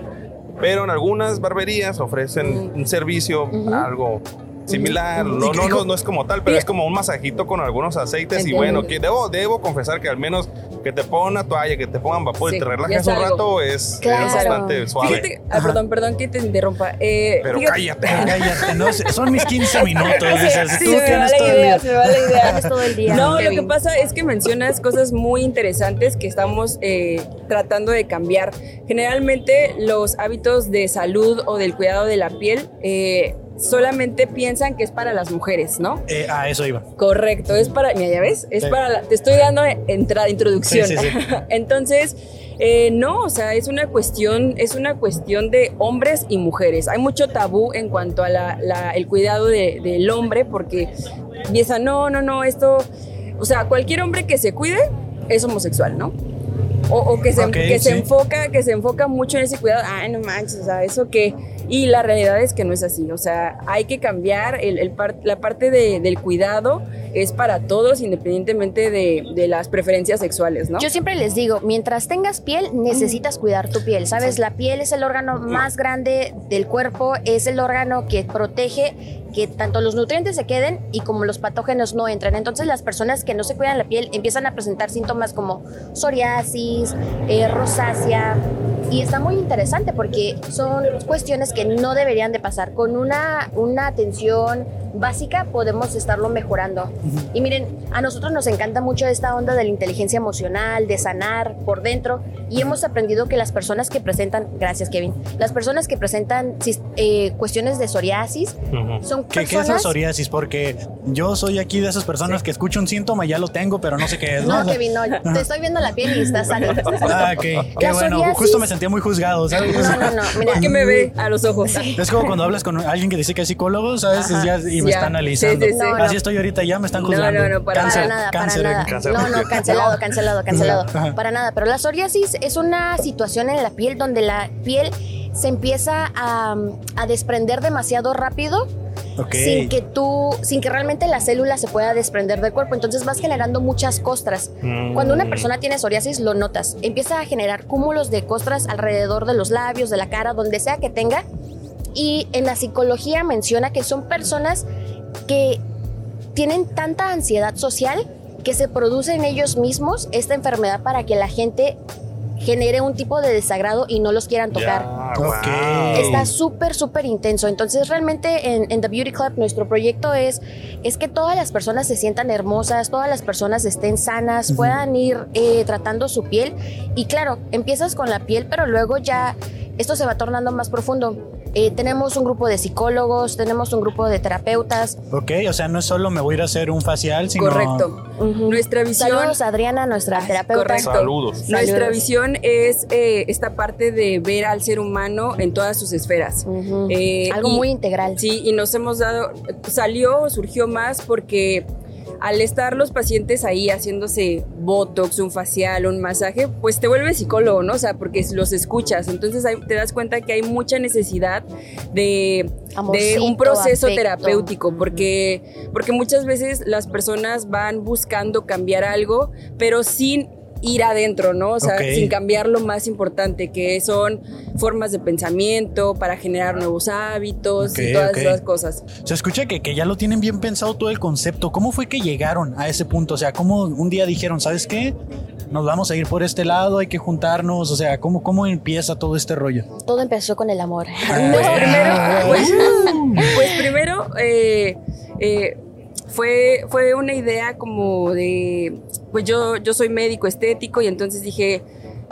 Speaker 2: Pero en algunas barberías ofrecen un servicio,
Speaker 4: Ujú.
Speaker 2: algo similar.
Speaker 1: Ujú.
Speaker 2: No,
Speaker 1: Y-
Speaker 2: no,
Speaker 1: y-
Speaker 2: no, no es como tal, pero es como un masajito con algunos aceites.
Speaker 6: Entiendo.
Speaker 2: Y bueno, que debo, debo confesar que al menos que te pongan una toalla, que te pongan vapor y
Speaker 6: Sí,
Speaker 2: te
Speaker 6: ya
Speaker 2: relajes
Speaker 6: es
Speaker 2: un
Speaker 6: algo.
Speaker 2: rato es,
Speaker 4: Claro.
Speaker 2: es bastante suave.
Speaker 6: Fíjate, ah, perdón, perdón que te interrumpa. Eh,
Speaker 2: pero
Speaker 6: fíjate-
Speaker 2: cállate.
Speaker 1: Cállate, no sé, son mis 15 minutos. dices,
Speaker 6: Ah, Sí,
Speaker 1: tú
Speaker 6: se me va
Speaker 1: tienes
Speaker 6: la
Speaker 1: todo el
Speaker 6: idea,
Speaker 1: día.
Speaker 6: se me va la
Speaker 1: *laughs*
Speaker 6: idea.
Speaker 4: Tienes todo el día.
Speaker 6: No, lo
Speaker 4: Kevin.
Speaker 6: que pasa es que mencionas cosas muy interesantes que estamos eh, tratando de cambiar. Generalmente los hábitos de salud o del cuidado de la piel eh, solamente piensan que es para las mujeres, ¿no?
Speaker 1: Eh, ah, eso iba.
Speaker 6: Correcto, es para, mira, ya ves, es
Speaker 1: Sí.
Speaker 6: para, la- te estoy dando entrada,
Speaker 1: Sí,
Speaker 6: introducción.
Speaker 1: sí, sí.
Speaker 6: Entonces, eh, no, o sea, es una cuestión, es una cuestión de hombres y mujeres. Hay mucho tabú en cuanto a la, la- el cuidado de- del hombre, porque piensa, no, no, no, esto, o sea, cualquier hombre que se cuide es homosexual, ¿no? O, o que, se,
Speaker 1: Ok,
Speaker 6: que se
Speaker 1: sí.
Speaker 6: enfoca, que se enfoca mucho en ese cuidado, ay, no manches, o sea, eso que... Y la realidad es que no es así, o sea, hay que cambiar el, el par- la parte de- del cuidado es para todos, independientemente de, de las preferencias sexuales, ¿no?
Speaker 4: Yo siempre les digo, mientras tengas piel, necesitas cuidar tu piel, ¿sabes? La piel es el órgano más grande del cuerpo, es el órgano que protege que tanto los nutrientes se queden y como los patógenos no entran. Entonces las personas que no se cuidan la piel empiezan a presentar síntomas como psoriasis, eh, rosácea. Y está muy interesante porque son cuestiones que no deberían de pasar. Con una, una atención básica podemos estarlo mejorando. Y miren, a nosotros nos encanta mucho esta onda de la inteligencia emocional, de sanar por dentro, y hemos aprendido que las personas que presentan, gracias Kevin, las personas que presentan sis- eh, cuestiones de psoriasis
Speaker 2: Ujú.
Speaker 4: son
Speaker 1: ¿Qué, qué es la
Speaker 4: personas...
Speaker 1: psoriasis? Porque yo soy aquí de esas personas que escucho un síntoma y ya lo tengo, pero no sé qué es. ¿no?
Speaker 4: no, Kevin, no, te estoy viendo la piel y estás
Speaker 1: *laughs*
Speaker 4: sano.
Speaker 1: Ah, ok. Qué
Speaker 4: La
Speaker 1: bueno.
Speaker 4: psoriasis-
Speaker 1: Justo me sentía muy juzgado, ¿sabes?
Speaker 4: No, no, no, mira.
Speaker 6: Es que me ve a los ojos.
Speaker 1: Es como cuando hablas con alguien que dice que es psicólogo, ¿sabes?
Speaker 6: Ajá.
Speaker 1: Ya- y me
Speaker 6: Ya.
Speaker 1: están analizando.
Speaker 6: Sí, sí, sí.
Speaker 4: No,
Speaker 1: Así
Speaker 4: no.
Speaker 1: estoy ahorita, ya me están
Speaker 6: No,
Speaker 1: juzgando.
Speaker 6: no, no, para
Speaker 1: cáncer,
Speaker 4: nada,
Speaker 1: cáncer.
Speaker 4: para nada.
Speaker 2: cáncer.
Speaker 4: no, no, cancelado, cancelado,
Speaker 1: Ajá.
Speaker 4: cancelado. Para nada, pero la psoriasis es una situación en la piel donde la piel se empieza a, a desprender demasiado rápido
Speaker 1: Ok.
Speaker 4: sin que tú, sin que realmente la célula se pueda desprender del cuerpo. Entonces vas generando muchas costras.
Speaker 2: Mm.
Speaker 4: Cuando una persona tiene psoriasis, lo notas. Empieza a generar cúmulos de costras alrededor de los labios, de la cara, donde sea que tenga. Y en la psicología menciona que son personas que tienen tanta ansiedad social que se produce en ellos mismos esta enfermedad para que la gente genere un tipo de desagrado y no los quieran tocar.
Speaker 2: Ya,
Speaker 1: Ok.
Speaker 2: wow.
Speaker 4: Está súper, súper intenso. Entonces, realmente en, en The Beauty Club nuestro proyecto es, es que todas las personas se sientan hermosas, todas las personas estén sanas,
Speaker 1: Ujú.
Speaker 4: puedan ir eh, tratando su piel. Y claro, empiezas con la piel, pero luego ya esto se va tornando más profundo. Eh, tenemos un grupo de psicólogos, tenemos un grupo de terapeutas.
Speaker 1: Ok, o sea, no es solo me voy a ir a hacer un facial, sino.
Speaker 6: Correcto. Nuestra visión.
Speaker 4: Saludos a Adriana, nuestra
Speaker 6: Ah,
Speaker 4: terapeuta.
Speaker 6: correcto.
Speaker 2: Saludos.
Speaker 6: Nuestra
Speaker 4: Saludos.
Speaker 6: visión es eh, esta parte de ver al ser humano en todas sus esferas.
Speaker 4: Ujú.
Speaker 6: Eh,
Speaker 4: Mm. Algo
Speaker 6: y-
Speaker 4: muy integral.
Speaker 6: Sí, y nos hemos dado, salió, surgió más porque al estar los pacientes ahí haciéndose botox, un facial, un masaje, pues te vuelves psicólogo, ¿no? O sea, porque los escuchas, entonces hay- te das cuenta que hay mucha necesidad de, de
Speaker 4: Amorcito,
Speaker 6: un proceso
Speaker 4: afecto.
Speaker 6: terapéutico, porque, porque muchas veces las personas van buscando cambiar algo, pero sin ir adentro, ¿no? O sea,
Speaker 1: Ok.
Speaker 6: sin cambiar lo más importante, que son formas de pensamiento para generar nuevos hábitos
Speaker 1: Ok,
Speaker 6: y todas
Speaker 1: ok.
Speaker 6: esas cosas.
Speaker 1: Se escucha que, que ya lo tienen bien pensado todo el concepto. ¿Cómo fue que llegaron a ese punto? O sea, ¿cómo un día dijeron, ¿sabes qué? Nos vamos a ir por este lado, hay que juntarnos. O sea, ¿cómo, cómo empieza todo este
Speaker 4: *laughs*
Speaker 1: rollo?
Speaker 4: Todo empezó con el amor.
Speaker 6: Pues
Speaker 1: Ah,
Speaker 6: primero,
Speaker 1: ah,
Speaker 6: pues, pues primero eh, eh, fue, fue una idea como de, pues yo, yo soy médico estético y entonces dije,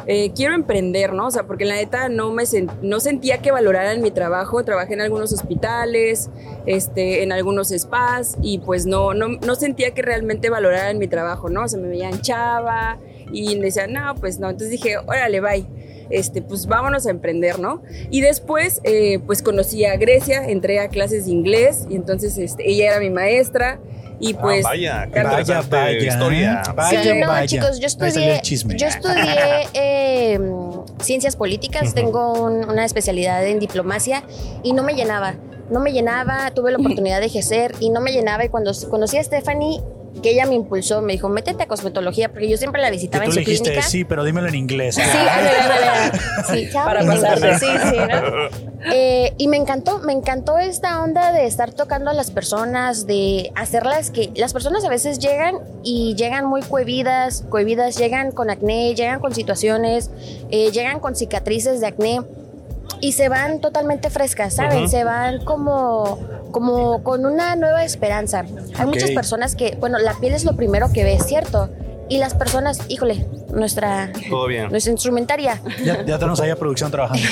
Speaker 6: eh, quiero emprender, ¿no? O sea, porque la neta no, me sen- no sentía que valoraran mi trabajo, trabajé en algunos hospitales, este, en algunos spas y pues no, no, no sentía que realmente valoraran mi trabajo, ¿no? O sea, me veían chava y decían, no, pues no. Entonces dije, órale, bye. Este, pues vámonos a emprender, ¿no? Y después, eh, pues conocí a Grecia, entré a clases de inglés y entonces este, ella era mi maestra y
Speaker 2: Ah,
Speaker 6: pues...
Speaker 2: vaya, qué
Speaker 6: Vaya,
Speaker 2: interesante historia.
Speaker 1: ¿eh? Vaya,
Speaker 4: Sí, no,
Speaker 1: vaya.
Speaker 4: chicos, yo
Speaker 1: Ahí salió
Speaker 4: estudié,
Speaker 1: el chisme.
Speaker 4: yo estudié eh, ciencias políticas,
Speaker 2: Ujú.
Speaker 4: tengo un- una especialidad en diplomacia y no me llenaba, no me llenaba, tuve la oportunidad de ejercer y no me llenaba y cuando s- conocí a Stephanie, que ella me impulsó, me dijo, métete a cosmetología, porque yo siempre la
Speaker 1: Que
Speaker 4: visitaba
Speaker 1: tú
Speaker 4: en
Speaker 1: le
Speaker 4: su
Speaker 1: dijiste,
Speaker 4: clínica.
Speaker 1: sí, pero dímelo en inglés.
Speaker 4: Sí, ándale, ándale.
Speaker 1: *laughs*
Speaker 4: Sí, chao,
Speaker 6: Para
Speaker 4: me encanta.
Speaker 6: pasarle.
Speaker 4: Sí, sí, ¿no? Eh, y me encantó, me encantó esta onda de estar tocando a las personas, de hacerlas que las personas a veces llegan y llegan muy cohibidas, cohibidas, llegan con acné, llegan con situaciones, eh, llegan con cicatrices de acné y se van totalmente frescas, ¿saben?
Speaker 2: Ujú.
Speaker 4: Se van como, como con una nueva esperanza. Hay muchas
Speaker 1: Ok.
Speaker 4: personas que, bueno, la piel es lo primero que ves, ¿cierto? Y las personas, híjole, nuestra
Speaker 2: Todo bien.
Speaker 4: nuestra instrumentaria.
Speaker 1: *laughs* Ya, ya tenemos ahí a producción
Speaker 4: *laughs*
Speaker 1: trabajando.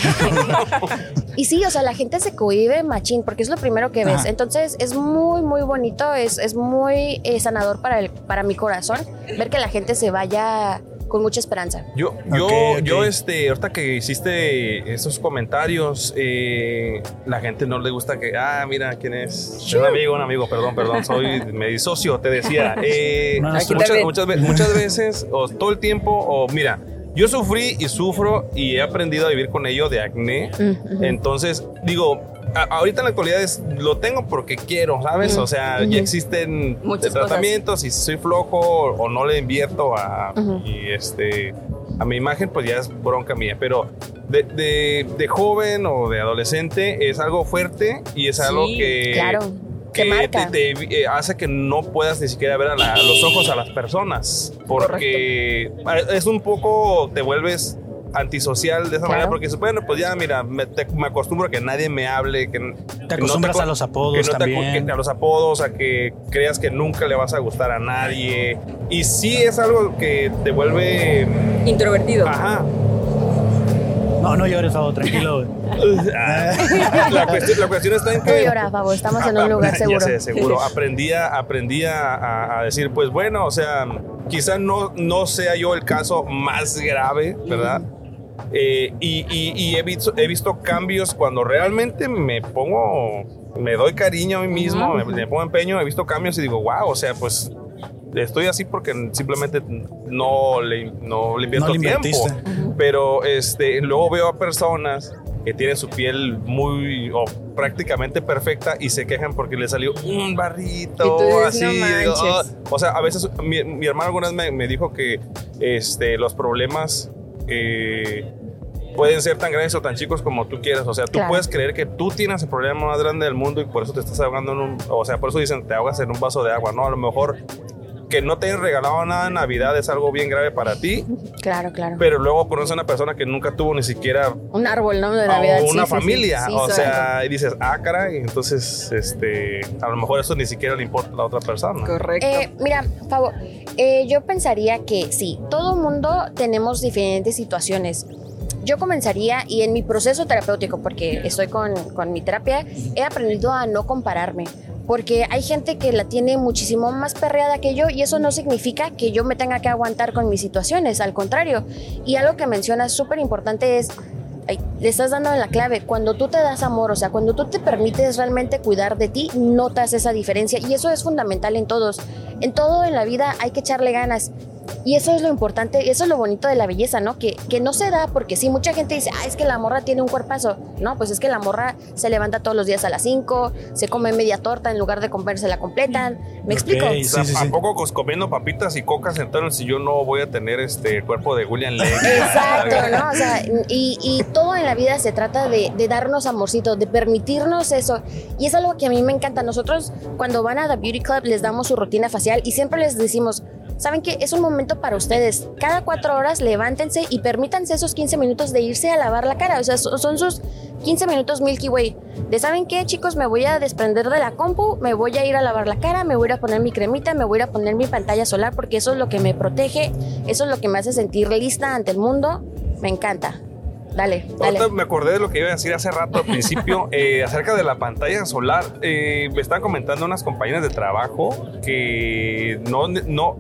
Speaker 4: Y sí, o sea, la gente se cohibe machín porque es lo primero que ves.
Speaker 1: Ajá.
Speaker 4: Entonces es muy, muy bonito, es, es muy eh, sanador para, el, para mi corazón ver que la gente se vaya con mucha esperanza.
Speaker 2: Yo, yo,
Speaker 1: Ok, ok.
Speaker 2: yo, este, ahorita que hiciste esos comentarios, eh, la gente no le gusta que, ah, mira, ¿quién es? Es Un amigo, un amigo, perdón, perdón, soy, me disocio, te decía. Eh,
Speaker 1: No,
Speaker 2: muchas,
Speaker 1: aquí
Speaker 6: también.
Speaker 2: muchas, ve- muchas veces, o todo el tiempo, o mira, yo sufrí y sufro y he aprendido a vivir con ello de acné.
Speaker 4: Mm,
Speaker 2: Entonces, digo, a- ahorita en la actualidad es, lo tengo porque quiero, ¿sabes? O sea, ya existen
Speaker 6: Muchas
Speaker 2: tratamientos y si soy flojo o no le invierto a,
Speaker 4: Ujú.
Speaker 2: y este, a mi imagen, pues ya es bronca mía. Pero de, de- de joven o de adolescente es algo fuerte y es algo
Speaker 6: Sí,
Speaker 2: que...
Speaker 4: claro,
Speaker 2: que
Speaker 4: que marca.
Speaker 2: te- te, eh, hace que no puedas ni siquiera ver a, la- a los ojos a las personas porque es un poco te vuelves antisocial de esa
Speaker 4: Claro.
Speaker 2: manera porque dices, bueno pues ya mira me, te- me acostumbro a que nadie me hable que, n- que
Speaker 1: Te acostumbras
Speaker 2: acu-
Speaker 1: a los
Speaker 2: que
Speaker 1: apodos
Speaker 2: no te acu-
Speaker 1: también.
Speaker 2: que a los apodos a que creas que nunca le vas a gustar a nadie y sí es algo que te vuelve
Speaker 6: Introvertido.
Speaker 2: ajá
Speaker 1: No, no llores, Fabo, tranquilo.
Speaker 2: *laughs* la, cuestión, la cuestión está en
Speaker 4: Tú
Speaker 2: que
Speaker 4: lloras, Babo, estamos *laughs* en un
Speaker 2: *laughs*
Speaker 4: lugar
Speaker 2: ya
Speaker 4: seguro.
Speaker 2: sé,
Speaker 4: *laughs*
Speaker 2: seguro. Aprendí, a, aprendí a, a- a decir, pues bueno, o sea, quizás no, no sea yo el caso más grave, ¿verdad? Eh, y y- y he, visto, he visto cambios cuando realmente me pongo, me doy cariño a mí mismo,
Speaker 6: Ajá.
Speaker 2: me, le pongo empeño, he visto cambios y digo, wow, o sea, pues estoy así porque simplemente no le, no le invierto
Speaker 1: No le
Speaker 2: tiempo.
Speaker 1: invertiste.
Speaker 2: Pero este, luego veo a personas que tienen su piel muy o prácticamente perfecta y se quejan porque le salió un barrito
Speaker 6: Y tú dices,
Speaker 2: así.
Speaker 6: "No
Speaker 2: digo, "Ah".
Speaker 6: manches.
Speaker 2: o sea, a veces mi, mi hermano algunas me, me dijo que este, los problemas eh, pueden ser tan grandes o tan chicos como tú quieras. O sea, tú
Speaker 4: Claro.
Speaker 2: puedes creer que tú tienes el problema más grande del mundo y por eso te estás ahogando en un. O sea, por eso dicen te ahogas en un vaso de agua. No, a lo mejor que no te hayan regalado nada en Navidad es algo bien grave para ti,
Speaker 4: Claro, claro.
Speaker 2: pero luego conoces a una persona que nunca tuvo ni siquiera
Speaker 4: Un árbol, ¿no? De Navidad.
Speaker 2: o
Speaker 4: sí,
Speaker 2: una
Speaker 4: sí, sí.
Speaker 2: familia.
Speaker 4: Sí,
Speaker 2: o
Speaker 4: soy-
Speaker 2: sea, y dices, ah, caray, entonces este, a lo mejor eso ni siquiera le importa a la otra persona.
Speaker 5: Correcto.
Speaker 4: Eh, mira, Fabo, eh, yo pensaría que sí, todo mundo tenemos diferentes situaciones. Yo comenzaría, y en mi proceso terapéutico, porque estoy con, con mi terapia, he aprendido a no compararme. Porque hay gente que la tiene muchísimo más perreada que yo y eso no significa que yo me tenga que aguantar con mis situaciones, al contrario. Y algo que mencionas súper importante es, ay, le estás dando en la clave, cuando tú te das amor, o sea, cuando tú te permites realmente cuidar de ti, notas esa diferencia y eso es fundamental en todos. En todo en la vida hay que echarle ganas. Y eso es lo importante, y eso es lo bonito de la belleza, ¿no? Que, que no se da porque sí, mucha gente dice, ah, es que la morra tiene un cuerpazo. No, pues es que la morra se levanta todos los días a las 5, se come media torta en lugar de comérsela completa. ¿Me explico?
Speaker 2: O
Speaker 1: Sí,
Speaker 2: sea,
Speaker 1: sí,
Speaker 2: ¿A
Speaker 1: sí.
Speaker 2: poco cos- comiendo papitas y coca sentado si yo no voy a tener este el cuerpo de William Levy?
Speaker 1: *laughs*
Speaker 4: Exacto, ¿no? O sea, y, y todo en la vida se trata de, de darnos amorcito, de permitirnos eso. Y es algo que a mí me encanta. Nosotros cuando van a The Beauty Club les damos su rutina facial y siempre les decimos, ¿saben qué? Es un momento para ustedes. Cada cuatro horas levántense y permítanse esos 15 minutos de irse a lavar la cara. O sea, so- son sus 15 minutos Milky Way. De saben qué, chicos, me voy a desprender de la compu, me voy a ir a lavar la cara, me voy a ir a poner mi cremita, me voy a ir a poner mi pantalla solar porque eso es lo que me protege, eso es lo que me hace sentir lista ante el mundo. Me encanta. Dale, dale.
Speaker 2: Ahorita me acordé de lo que iba a decir hace rato al
Speaker 4: *laughs*
Speaker 2: principio eh, acerca de la pantalla solar. Eh, me están comentando unas compañeras de trabajo que no, no,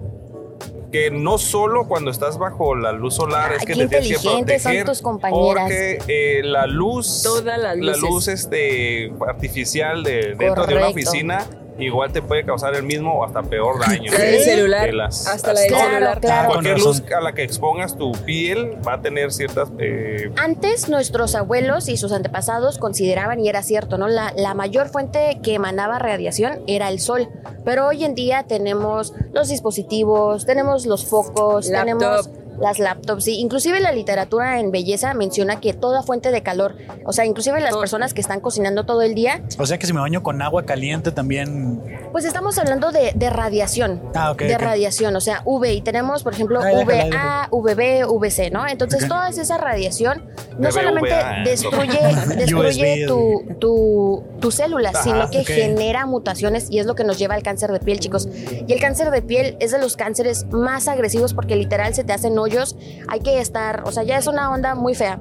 Speaker 2: que no solo cuando estás bajo la luz solar
Speaker 4: Ay,
Speaker 2: es que te
Speaker 4: qué
Speaker 2: tienes que proteger.
Speaker 4: inteligentes son tus compañeras.
Speaker 2: Porque eh, la luz,
Speaker 5: Todas las
Speaker 2: la
Speaker 5: luces.
Speaker 2: luz este, artificial de, dentro de una
Speaker 4: Correcto.
Speaker 2: oficina igual te puede causar el mismo o hasta peor daño.
Speaker 5: La
Speaker 4: *laughs*
Speaker 5: del
Speaker 4: ¿sí?
Speaker 5: celular.
Speaker 2: Que las-
Speaker 5: hasta la del
Speaker 4: Claro,
Speaker 5: celular.
Speaker 4: claro.
Speaker 1: Con
Speaker 2: Cualquier
Speaker 1: razón.
Speaker 2: luz a la que expongas tu piel va a tener ciertas... eh,
Speaker 4: Antes nuestros abuelos y sus antepasados consideraban, y era cierto, ¿no? La, la mayor fuente que emanaba radiación era el sol. Pero hoy en día tenemos los dispositivos, tenemos los focos,
Speaker 5: Laptop.
Speaker 4: tenemos las laptops. Y inclusive la literatura en belleza menciona que toda fuente de calor, o sea, inclusive las
Speaker 5: Todo.
Speaker 4: personas que están cocinando todo el día,
Speaker 1: O sea que si me baño con agua caliente también.
Speaker 4: pues estamos hablando de, de radiación.
Speaker 1: Ah, ok.
Speaker 4: de
Speaker 1: ok.
Speaker 4: radiación, o sea, UV, y tenemos, por ejemplo,
Speaker 1: Ay, déjala,
Speaker 4: VA, VB, VC, ¿no? Entonces,
Speaker 1: Ok.
Speaker 4: toda esa radiación no
Speaker 2: VVA,
Speaker 4: solamente *laughs*
Speaker 2: ¿eh?
Speaker 4: destruye, destruye
Speaker 1: USB.
Speaker 4: tu, tu, tus células,
Speaker 2: Ajá,
Speaker 4: sino que
Speaker 1: ok.
Speaker 4: genera mutaciones y es lo que nos lleva al cáncer de piel, chicos. Y el cáncer de piel es de los cánceres más agresivos porque literal se te hacen hoyos, hay que estar, o sea, ya es una onda muy fea.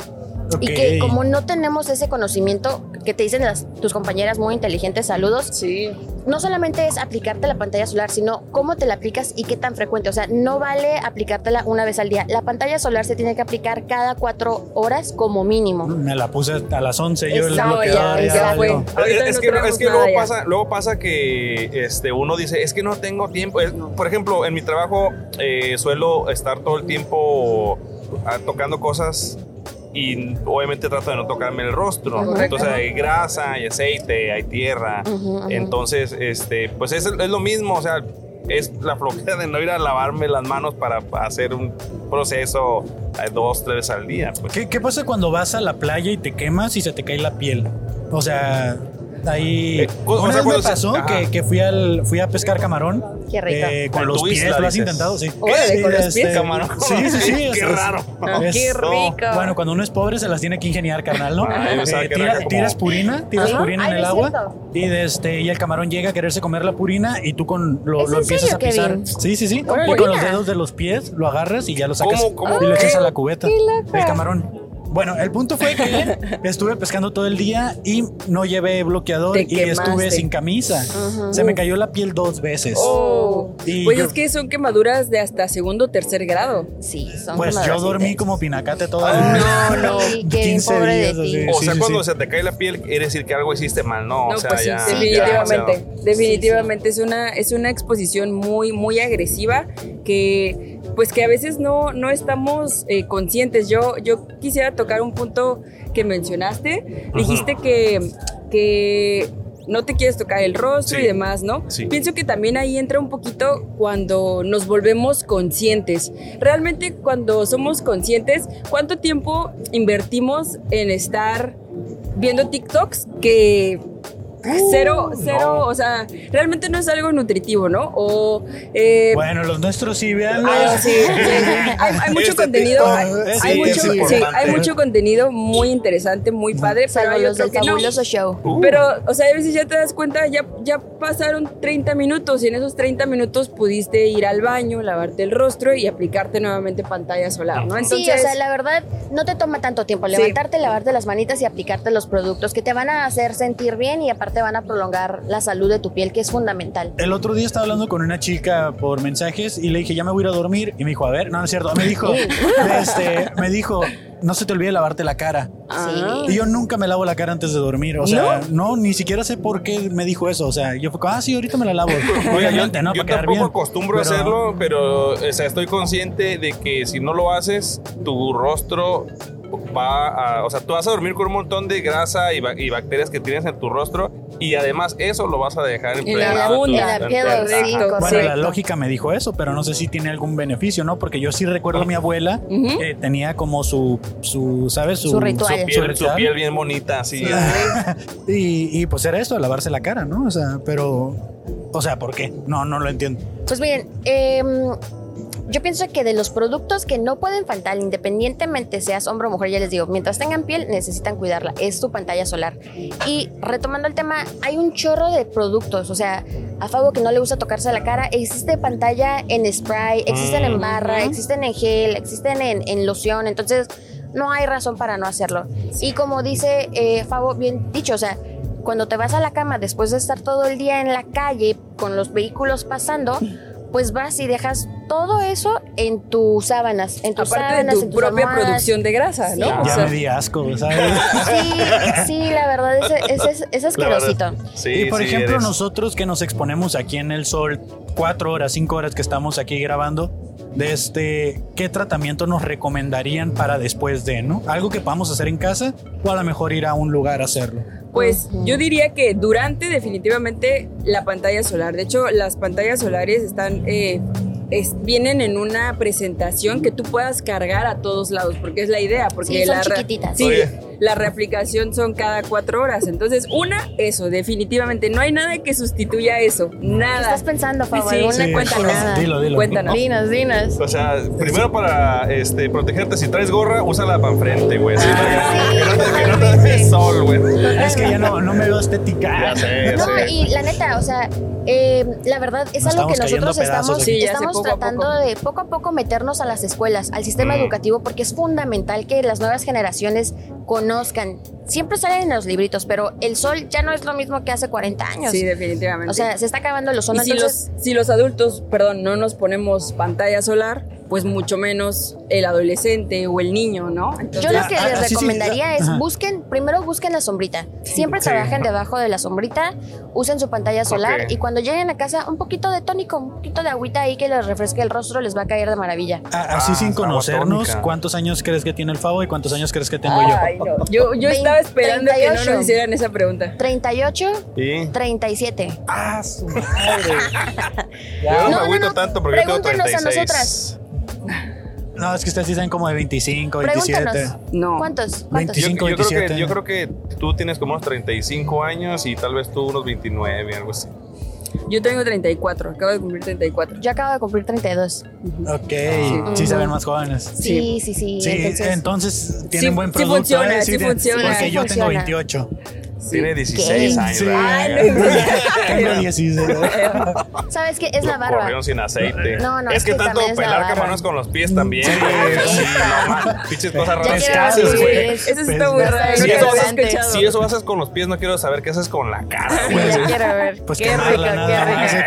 Speaker 4: Y que
Speaker 1: Ok.
Speaker 4: como no tenemos ese conocimiento que te dicen las, tus compañeras muy inteligentes, saludos,
Speaker 5: Sí.
Speaker 4: no solamente es aplicarte la pantalla solar, sino cómo te la aplicas y qué tan frecuente. O sea, no vale aplicártela una vez al día. La pantalla solar se tiene que aplicar cada cuatro horas como mínimo.
Speaker 1: Me la puse a las 11 yo el
Speaker 4: Exacto,
Speaker 1: bloqueador
Speaker 4: ya,
Speaker 1: y
Speaker 4: ya
Speaker 1: algo.
Speaker 5: fue. Ahorita
Speaker 2: es,
Speaker 5: no
Speaker 2: que, es
Speaker 5: traemos
Speaker 2: que
Speaker 5: nada
Speaker 2: luego,
Speaker 5: ya.
Speaker 2: pasa, luego pasa que este, uno dice, es que no tengo tiempo. Es- por ejemplo, en mi trabajo eh, suelo estar todo el tiempo ah, tocando cosas y obviamente trato de no tocarme el rostro.
Speaker 4: Correcto.
Speaker 2: Entonces hay grasa, hay aceite, hay tierra.
Speaker 4: Ujú, ujú.
Speaker 2: Entonces, este, pues es, es lo mismo, o sea, es la flojera de no ir a lavarme las manos para hacer un proceso eh, dos, tres al día. pues.
Speaker 1: ¿Qué, qué pasa cuando vas a la playa y te quemas y se te cae la piel? O sea, ahí.
Speaker 2: Eh, o- o
Speaker 1: una
Speaker 2: sea,
Speaker 1: vez me
Speaker 2: cuando se-
Speaker 1: pasó
Speaker 2: ajá.
Speaker 1: que, que fui, al, fui a pescar camarón.
Speaker 4: Qué rico.
Speaker 1: eh,
Speaker 2: En
Speaker 1: con los
Speaker 2: tu
Speaker 1: pies,
Speaker 2: isla,
Speaker 1: lo has
Speaker 2: dices.
Speaker 1: intentado, sí.
Speaker 5: Órale,
Speaker 1: Sí, este,
Speaker 5: con los pies.
Speaker 2: Camarón.
Speaker 1: Sí, sí, sí.
Speaker 2: *laughs* Qué
Speaker 1: o sea,
Speaker 2: raro.
Speaker 5: Ah,
Speaker 1: es-
Speaker 5: qué rico.
Speaker 1: Bueno, cuando uno es pobre se las tiene que ingeniar, carnal, ¿no?
Speaker 2: Ay, o sea,
Speaker 1: Eh,
Speaker 2: que
Speaker 1: tira-
Speaker 2: era como-
Speaker 1: Tiras purina, tiras
Speaker 4: Ajá.
Speaker 1: purina en
Speaker 4: Ay,
Speaker 1: el
Speaker 4: no es
Speaker 1: agua
Speaker 4: cierto.
Speaker 1: y, de este, y el camarón llega a quererse comer la purina y tú con lo,
Speaker 4: ¿Es
Speaker 1: lo
Speaker 4: en
Speaker 1: empiezas
Speaker 4: serio,
Speaker 1: a pisar.
Speaker 4: Kevin?
Speaker 1: Sí, sí, sí.
Speaker 4: ¿Con
Speaker 1: y con los
Speaker 4: purina?
Speaker 1: dedos de los pies lo agarras y ya lo sacas
Speaker 2: ¿Cómo, cómo?
Speaker 1: y lo echas
Speaker 2: Ay,
Speaker 1: a la cubeta.
Speaker 4: qué loca.
Speaker 1: El camarón. Bueno, el punto fue
Speaker 4: *laughs*
Speaker 1: que estuve pescando todo el día y no llevé bloqueador
Speaker 5: Te
Speaker 1: y
Speaker 5: quemaste.
Speaker 1: estuve sin camisa.
Speaker 4: Ujú.
Speaker 1: Se me cayó la piel dos veces.
Speaker 5: Oh.
Speaker 1: Y
Speaker 5: Pues
Speaker 1: yo-
Speaker 5: es que son quemaduras de hasta segundo o tercer grado.
Speaker 4: Sí, son
Speaker 1: Pues yo
Speaker 4: quemadoras
Speaker 1: dormí
Speaker 4: intensas.
Speaker 1: como pinacate todo el
Speaker 4: *laughs* no,
Speaker 1: *laughs*
Speaker 4: no, sí, qué
Speaker 1: 15
Speaker 4: pobre de
Speaker 1: días,
Speaker 4: ti.
Speaker 1: así.
Speaker 2: O
Speaker 1: Sí,
Speaker 2: sea,
Speaker 1: sí,
Speaker 2: cuando
Speaker 1: sí.
Speaker 2: se te cae la piel, quiere decir que algo hiciste mal, ¿no?
Speaker 5: No,
Speaker 2: o sea,
Speaker 5: pues sí,
Speaker 2: ya, ya
Speaker 4: sí,
Speaker 5: definitivamente.
Speaker 2: demasiado.
Speaker 5: definitivamente es una es una exposición muy muy agresiva que pues que a veces no no estamos eh, conscientes. Yo yo quisiera tocar un punto que mencionaste.
Speaker 2: Ujú.
Speaker 5: Dijiste que que no te quieres tocar el rostro
Speaker 2: Sí.
Speaker 5: y demás, ¿no?
Speaker 2: Sí.
Speaker 5: Pienso que también ahí entra un poquito cuando nos volvemos conscientes. Realmente cuando somos conscientes, ¿cuánto tiempo invertimos en estar viendo TikToks que
Speaker 1: Uh,
Speaker 6: cero, cero, o sea, realmente no es algo nutritivo, ¿no? O eh,
Speaker 1: Bueno, los nuestros sí, vean.
Speaker 6: Ah, sí, sí, sí. Hay, hay mucho
Speaker 2: Este
Speaker 6: contenido,
Speaker 2: TikTok,
Speaker 6: hay,
Speaker 1: sí,
Speaker 6: hay mucho,
Speaker 1: es
Speaker 6: sí,
Speaker 2: importante.
Speaker 6: hay mucho contenido muy interesante, muy padre, pero
Speaker 4: Salvo
Speaker 6: hay
Speaker 4: los
Speaker 6: otro
Speaker 4: del
Speaker 6: que no.
Speaker 4: fabuloso show.
Speaker 6: Pero, o sea, a veces ya te das cuenta, ya, ya pasaron 30 minutos y en esos 30 minutos pudiste ir al baño, lavarte el rostro y aplicarte nuevamente pantalla solar, ¿no? Entonces,
Speaker 4: sí, o sea, la verdad no te toma tanto tiempo
Speaker 6: Sí.
Speaker 4: levantarte, lavarte las manitas y aplicarte los productos que te van a hacer sentir bien y aparte van a prolongar la salud de tu piel, que es fundamental.
Speaker 1: El otro día estaba hablando con una chica por mensajes y le dije, ya me voy a ir a dormir. Y me dijo, a ver, no, no es cierto. Me
Speaker 4: *laughs*
Speaker 1: dijo, este, me dijo, no se te olvide lavarte la cara.
Speaker 6: Ah.
Speaker 1: Y yo nunca me lavo la cara antes de dormir. O sea, no, ni siquiera sé por qué me dijo eso. O sea, yo fue como, ah, sí, ahorita me la
Speaker 4: *laughs*
Speaker 1: lavo.
Speaker 2: Oiga, yo,
Speaker 1: Obviamente, ¿no?
Speaker 2: yo
Speaker 1: Para quedar
Speaker 2: tampoco
Speaker 1: bien.
Speaker 2: acostumbro
Speaker 1: Pero-
Speaker 2: a hacerlo, pero o sea, estoy consciente de que si no lo haces, tu rostro va a... O sea, tú vas a dormir con un montón de grasa y, ba- y bacterias que tienes en tu rostro y además eso lo vas a dejar
Speaker 6: En la
Speaker 2: impregnado tu-
Speaker 6: funda,
Speaker 4: en la piel,
Speaker 2: ajá.
Speaker 4: sí, correcto.
Speaker 1: Bueno, la
Speaker 6: Correcto.
Speaker 1: lógica me dijo eso, pero no sé si tiene algún beneficio, ¿no? Porque yo sí recuerdo a mi abuela
Speaker 6: Ujú.
Speaker 1: que tenía como su, su ¿sabes?
Speaker 4: Su ritual.
Speaker 2: Su
Speaker 1: su
Speaker 2: piel, su
Speaker 1: ritual.
Speaker 2: piel bien bonita, así.
Speaker 1: Y, y, pues era esto, lavarse la cara, ¿no? O sea, pero... O sea, ¿por qué? No, no lo entiendo.
Speaker 4: Pues miren, em, yo pienso que de los productos que no pueden faltar, independientemente seas hombre o mujer, ya les digo, mientras tengan piel necesitan cuidarla, es tu pantalla solar. Y retomando el tema, hay un chorro de productos, o sea, a Fabo que no le gusta tocarse la cara, existe pantalla en spray, existen
Speaker 1: Mm.
Speaker 4: en barra,
Speaker 6: Ujú.
Speaker 4: existen en gel, existen en, en loción, entonces no hay razón para no hacerlo. Y como dice eh, Fabo, bien dicho, o sea, cuando te vas a la cama después de estar todo el día en la calle con los vehículos pasando, pues vas y dejas todo eso en tus sábanas, en tus
Speaker 6: aparte de
Speaker 4: sábanas, en
Speaker 6: tu
Speaker 4: tus
Speaker 6: propia
Speaker 4: almohadas.
Speaker 6: producción de grasa, ¿no?
Speaker 4: Sí.
Speaker 6: O
Speaker 1: Ya
Speaker 6: sea,
Speaker 1: me di
Speaker 2: *laughs*
Speaker 1: asco, ¿sabes?
Speaker 4: Sí, sí, la verdad es, es, es, es
Speaker 2: La verdad.
Speaker 4: asquerosito.
Speaker 2: Sí,
Speaker 1: y por
Speaker 2: sí,
Speaker 1: ejemplo,
Speaker 2: eres-
Speaker 1: nosotros que nos exponemos aquí en el sol cuatro horas, cinco horas que estamos aquí grabando, de este, ¿qué tratamiento nos recomendarían para después de, no? Algo que podamos hacer en casa o a lo mejor ir a un lugar a hacerlo.
Speaker 6: Pues
Speaker 4: Ujú.
Speaker 6: yo diría que durante definitivamente la pantalla solar. De hecho, las pantallas solares están eh, es- vienen en una presentación que tú puedas cargar a todos lados, porque es la idea. Porque
Speaker 4: Sí, son
Speaker 6: la re-
Speaker 4: chiquititas.
Speaker 6: Sí,
Speaker 2: Oye.
Speaker 6: la reaplicación son cada cuatro horas. Entonces, una, eso, definitivamente. No hay nada que sustituya eso.
Speaker 4: ¿Qué estás
Speaker 6: Nada.
Speaker 4: pensando, Fabo?
Speaker 6: Sí,
Speaker 4: ¿Alguna
Speaker 6: sí,
Speaker 4: cuenta
Speaker 6: sí.
Speaker 4: nada?
Speaker 1: Dilo, dilo.
Speaker 6: Cuéntanos.
Speaker 4: Dinos, dinos.
Speaker 2: O sea, primero para este, protegerte, si traes gorra, úsala para enfrente, güey. así, para que-
Speaker 4: Ah, sí,
Speaker 2: que no te- que no te
Speaker 4: totalmente.
Speaker 2: dé sol, güey.
Speaker 1: Es que ya no, no me veo estética.
Speaker 2: Ya sé, ya
Speaker 4: No,
Speaker 2: sé.
Speaker 4: y la neta, o sea, eh, la verdad es
Speaker 1: Nos
Speaker 4: algo que
Speaker 1: estamos cayendo
Speaker 4: nosotros
Speaker 1: a pedazos
Speaker 4: estamos,
Speaker 1: aquí.
Speaker 6: Sí, ya sé,
Speaker 4: estamos
Speaker 6: poco a
Speaker 4: tratando
Speaker 6: poco.
Speaker 4: de poco a poco meternos a las escuelas, al sistema
Speaker 2: Mm.
Speaker 4: educativo, porque es fundamental que las nuevas generaciones conozcan. Siempre salen en los libritos, pero el sol ya no es lo mismo que hace 40 años.
Speaker 6: Sí, definitivamente.
Speaker 4: o sea, se está acabando el
Speaker 6: Y
Speaker 4: ozono.
Speaker 6: si,
Speaker 4: entonces,
Speaker 6: los, si los adultos, perdón, no nos ponemos pantalla solar, pues mucho menos el adolescente o el niño, ¿no? Entonces,
Speaker 4: Yo
Speaker 1: Ya,
Speaker 4: lo que
Speaker 1: ah,
Speaker 4: les
Speaker 1: sí, sí,
Speaker 4: recomendaría
Speaker 1: ya,
Speaker 4: es
Speaker 1: ajá.
Speaker 4: busquen, primero busquen la sombrita. Siempre
Speaker 2: Sí.
Speaker 4: trabajen debajo de la sombrita, usen su pantalla solar
Speaker 2: Ok.
Speaker 4: y cuando lleguen a casa un poquito de tónico, un poquito de agüita ahí que les refresque el rostro, les va a caer de maravilla.
Speaker 1: A- Así
Speaker 2: Ah,
Speaker 1: sin
Speaker 2: agua
Speaker 1: conocernos,
Speaker 2: tónica.
Speaker 1: ¿cuántos años crees que tiene el Favo y cuántos años crees que tengo
Speaker 6: Ay,
Speaker 1: yo?
Speaker 6: no. Yo, yo estaba esperando que no
Speaker 4: 38.
Speaker 6: nos hicieran esa pregunta.
Speaker 4: 38,
Speaker 2: Y-
Speaker 4: 37.
Speaker 1: Ah, su-
Speaker 2: *laughs* Yo no,
Speaker 4: No,
Speaker 2: me
Speaker 4: no,
Speaker 2: agüito
Speaker 4: no,
Speaker 2: tanto porque yo tengo
Speaker 4: pregúntenos a
Speaker 2: 36.
Speaker 4: nosotras.
Speaker 1: No, es que ustedes sí saben como de 25, 27.
Speaker 4: Pregúntanos.
Speaker 6: No.
Speaker 4: ¿Cuántos? ¿Cuántos?
Speaker 1: 25.
Speaker 2: Yo, yo creo
Speaker 1: 27.
Speaker 2: que, yo creo que tú tienes como unos 35 años y tal vez tú unos 29, algo así.
Speaker 6: Yo tengo 34, acabo de cumplir 34.
Speaker 4: Yo acabo de cumplir 32.
Speaker 1: Ok, sí se ven más jóvenes.
Speaker 4: Sí, sí,
Speaker 6: Sí.
Speaker 4: sí.
Speaker 1: Sí, entonces,
Speaker 4: entonces-
Speaker 1: tienen
Speaker 6: Sí,
Speaker 1: buen
Speaker 6: sí
Speaker 1: producto.
Speaker 6: funciona,
Speaker 1: ¿eh?
Speaker 6: sí
Speaker 1: tienen-
Speaker 6: funciona.
Speaker 1: Porque
Speaker 4: Sí
Speaker 1: yo tengo
Speaker 4: funciona. *laughs*
Speaker 1: 28.
Speaker 2: Tiene 16 años.
Speaker 1: Sí.
Speaker 6: Ay,
Speaker 2: ¿verdad?
Speaker 1: *laughs*
Speaker 6: no.
Speaker 1: tengo 16.
Speaker 4: ¿Sabes qué? Es
Speaker 2: Lo
Speaker 4: la barba.
Speaker 2: corrieron sin aceite.
Speaker 4: No, no,
Speaker 2: es
Speaker 4: es
Speaker 2: que
Speaker 4: que
Speaker 2: tanto
Speaker 4: también es la
Speaker 2: pelar
Speaker 4: barba.
Speaker 2: camarones con los pies también. Sí, no man, Pinches cosas
Speaker 4: Ya
Speaker 2: raras que
Speaker 4: quiero
Speaker 1: Pescados,
Speaker 2: haces,
Speaker 1: vivir.
Speaker 2: güey.
Speaker 4: vivir.
Speaker 6: Eso sí está muy
Speaker 1: Pues,
Speaker 6: raro.
Speaker 2: Si eso,
Speaker 6: nunca lo había
Speaker 2: haces,
Speaker 4: bastante.
Speaker 6: escuchado.
Speaker 2: si eso haces con los pies, no quiero saber qué haces con la cara, güey.
Speaker 4: Ya quiero ver.
Speaker 1: Pues
Speaker 4: Qué
Speaker 1: quemarla,
Speaker 4: rico,
Speaker 1: nada
Speaker 4: qué rico.
Speaker 1: más, y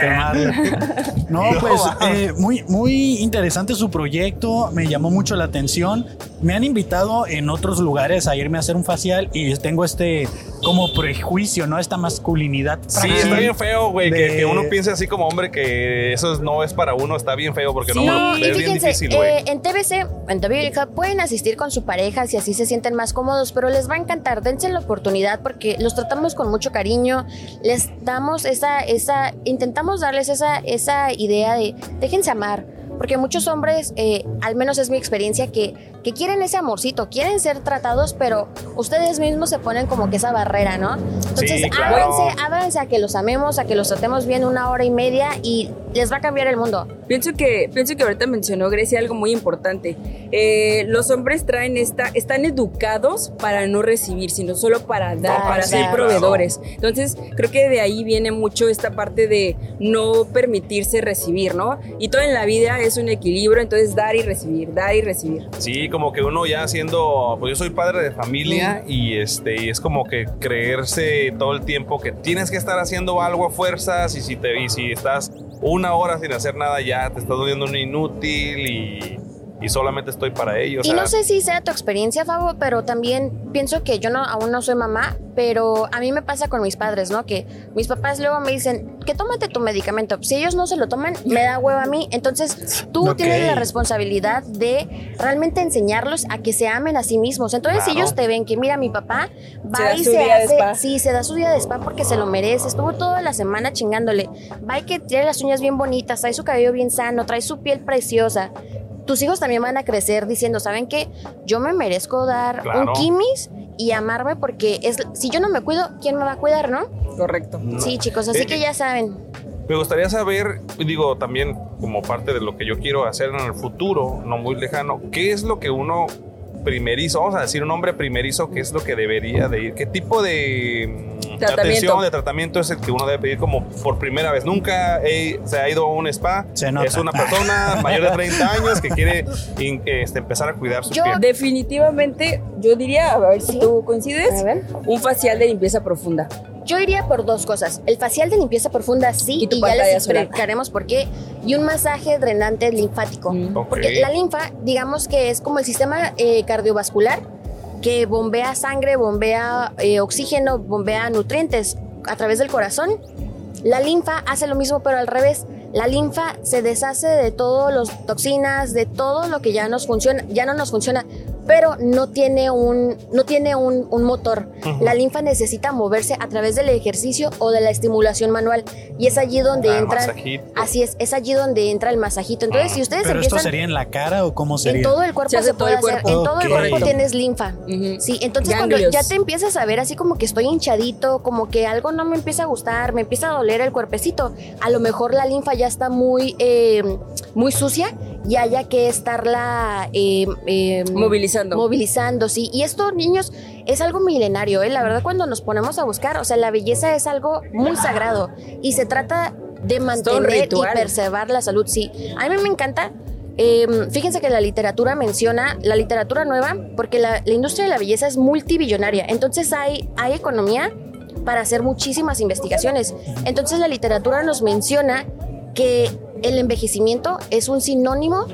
Speaker 1: quemarla.
Speaker 4: *laughs*
Speaker 1: No,
Speaker 2: No,
Speaker 1: pues
Speaker 2: wow.
Speaker 1: eh, muy, muy interesante su proyecto, me llamó mucho la atención. Me han invitado en otros lugares a irme a hacer un facial y tengo este como prejuicio, ¿no? Esta masculinidad.
Speaker 2: Sí,
Speaker 1: frágil.
Speaker 2: está bien feo, güey. que-
Speaker 1: De-
Speaker 2: Que, uno piense así como hombre que eso es- no es para uno, está bien feo porque no,
Speaker 4: No,
Speaker 2: man,
Speaker 4: y
Speaker 2: es bien
Speaker 4: fíjense,
Speaker 2: difícil, güey.
Speaker 4: eh, en TBC, en The Beauty Club, pueden asistir con su pareja si así se sienten más cómodos, pero les va a encantar, dense la oportunidad porque los tratamos con mucho cariño, les damos esa, esa, intentamos darles esa, esa idea de déjense amar. Porque muchos hombres, eh, al menos es mi experiencia, que, que quieren ese amorcito, quieren ser tratados, pero ustedes mismos se ponen como que esa barrera, ¿no? Entonces,
Speaker 2: Sí, claro.
Speaker 4: ábranse, ábranse a que los amemos, a que los tratemos bien una hora y media y les va a cambiar el mundo.
Speaker 5: Pienso que, pienso que ahorita mencionó Grecia algo muy importante. Eh, los hombres traen esta, están educados para no recibir, sino solo para dar,
Speaker 4: Ah,
Speaker 5: para
Speaker 4: sí,
Speaker 5: ser
Speaker 4: claro.
Speaker 5: proveedores. Entonces, creo que de ahí viene mucho esta parte de no permitirse recibir, ¿no? Y todo en la vida es un equilibrio, entonces dar y recibir, dar y recibir.
Speaker 2: Sí, como que uno ya siendo, pues yo soy padre de familia y este y es como que creerse todo el tiempo que tienes que estar haciendo algo a fuerzas y si te y si estás una hora sin hacer nada ya te estás volviendo un inútil y, y solamente estoy para ellos.
Speaker 4: Y no sé si sea tu experiencia, Fabo, pero también pienso que yo no, aún no soy mamá, pero a mí me pasa con mis padres, ¿no? Que mis papás luego me dicen, que tómate tu medicamento. Si ellos no se lo toman, me da hueva a mí. Entonces, tú
Speaker 1: Ok.
Speaker 4: tienes la responsabilidad de realmente enseñarlos a que se amen a sí mismos. Entonces, si
Speaker 2: Claro.
Speaker 4: ellos te ven que, mira, mi papá va
Speaker 5: Se da
Speaker 4: y se
Speaker 5: su día de
Speaker 4: hace...
Speaker 5: spa.
Speaker 4: Sí, se da su día de spa porque se lo merece. Estuvo toda la semana chingándole. Va y que tiene las uñas bien bonitas, trae su cabello bien sano, trae su piel preciosa tus hijos también van a crecer diciendo, ¿saben qué? Yo me merezco dar
Speaker 2: Claro.
Speaker 4: un kimis y amarme porque es si yo no me cuido, ¿quién me va a cuidar, no?
Speaker 5: Correcto.
Speaker 2: No.
Speaker 4: Sí, chicos, así
Speaker 2: Eh,
Speaker 4: que ya saben.
Speaker 2: Me gustaría saber, digo, también como parte de lo que yo quiero hacer en el futuro, no muy lejano, ¿qué es lo que uno primerizo, vamos a decir un hombre primerizo, qué es lo que debería de ir? ¿Qué tipo de mm,
Speaker 5: Tratamiento.
Speaker 2: atención, de tratamiento es el que uno debe pedir como por primera vez? Nunca he- se ha ido a un spa,
Speaker 1: Se nota.
Speaker 2: es
Speaker 1: *laughs*
Speaker 2: una persona mayor de 30 años que quiere in- este, empezar a cuidar su
Speaker 4: Yo-
Speaker 2: piel.
Speaker 5: Definitivamente, yo diría, a ver si
Speaker 4: Sí.
Speaker 5: tú coincides,
Speaker 4: A ver.
Speaker 5: un facial de limpieza profunda.
Speaker 4: Yo iría por dos cosas. El facial de limpieza profunda, sí,
Speaker 5: Y
Speaker 4: y,
Speaker 5: tu
Speaker 4: ya les
Speaker 5: pantalla solar.
Speaker 4: explicaremos por qué. Y un masaje drenante linfático.
Speaker 5: Mm.
Speaker 2: Ok.
Speaker 4: Porque la linfa, digamos que es como el sistema eh, cardiovascular que bombea sangre, bombea eh, oxígeno, bombea nutrientes a través del corazón. La linfa hace lo mismo, pero al revés. La linfa se deshace de todas las toxinas, de todo lo que ya nos funciona, ya no nos funciona, pero no tiene un, no tiene un, un motor.
Speaker 2: Ujú.
Speaker 4: La linfa necesita moverse a través del ejercicio o de la estimulación manual. Y es allí donde
Speaker 2: Ah,
Speaker 4: entran.
Speaker 2: masajito.
Speaker 4: Así es, es allí donde entra el masajito. Entonces, si ustedes
Speaker 1: ¿Pero esto
Speaker 4: empiezan
Speaker 1: sería en la cara o cómo sería?
Speaker 4: en todo el cuerpo
Speaker 5: Se
Speaker 4: se,
Speaker 5: hace todo
Speaker 4: puede
Speaker 5: el
Speaker 4: hacer,
Speaker 5: cuerpo.
Speaker 4: en todo el
Speaker 1: Ok.
Speaker 4: cuerpo tienes linfa.
Speaker 5: Ujú.
Speaker 4: Sí, entonces cuando
Speaker 5: Ganglios.
Speaker 4: ya te empiezas a ver así como que estoy hinchadito, como que algo no me empieza a gustar, me empieza a doler el cuerpecito, a lo mejor la linfa ya está muy, eh, muy sucia y haya que estarla eh, eh,
Speaker 5: Movilizando.
Speaker 4: movilizando, sí. Y esto, niños, es algo milenario, ¿eh? La verdad, cuando nos ponemos a buscar, o sea, la belleza es algo muy sagrado y se trata de
Speaker 5: todo un
Speaker 4: mantener y
Speaker 5: ritual.
Speaker 4: preservar la salud, sí. A mí me encanta. eh, fíjense que la literatura menciona la literatura nueva porque la, la industria de la belleza es multibillonaria. Entonces hay, hay economía para hacer muchísimas investigaciones. Entonces la literatura nos menciona que el envejecimiento es un sinónimo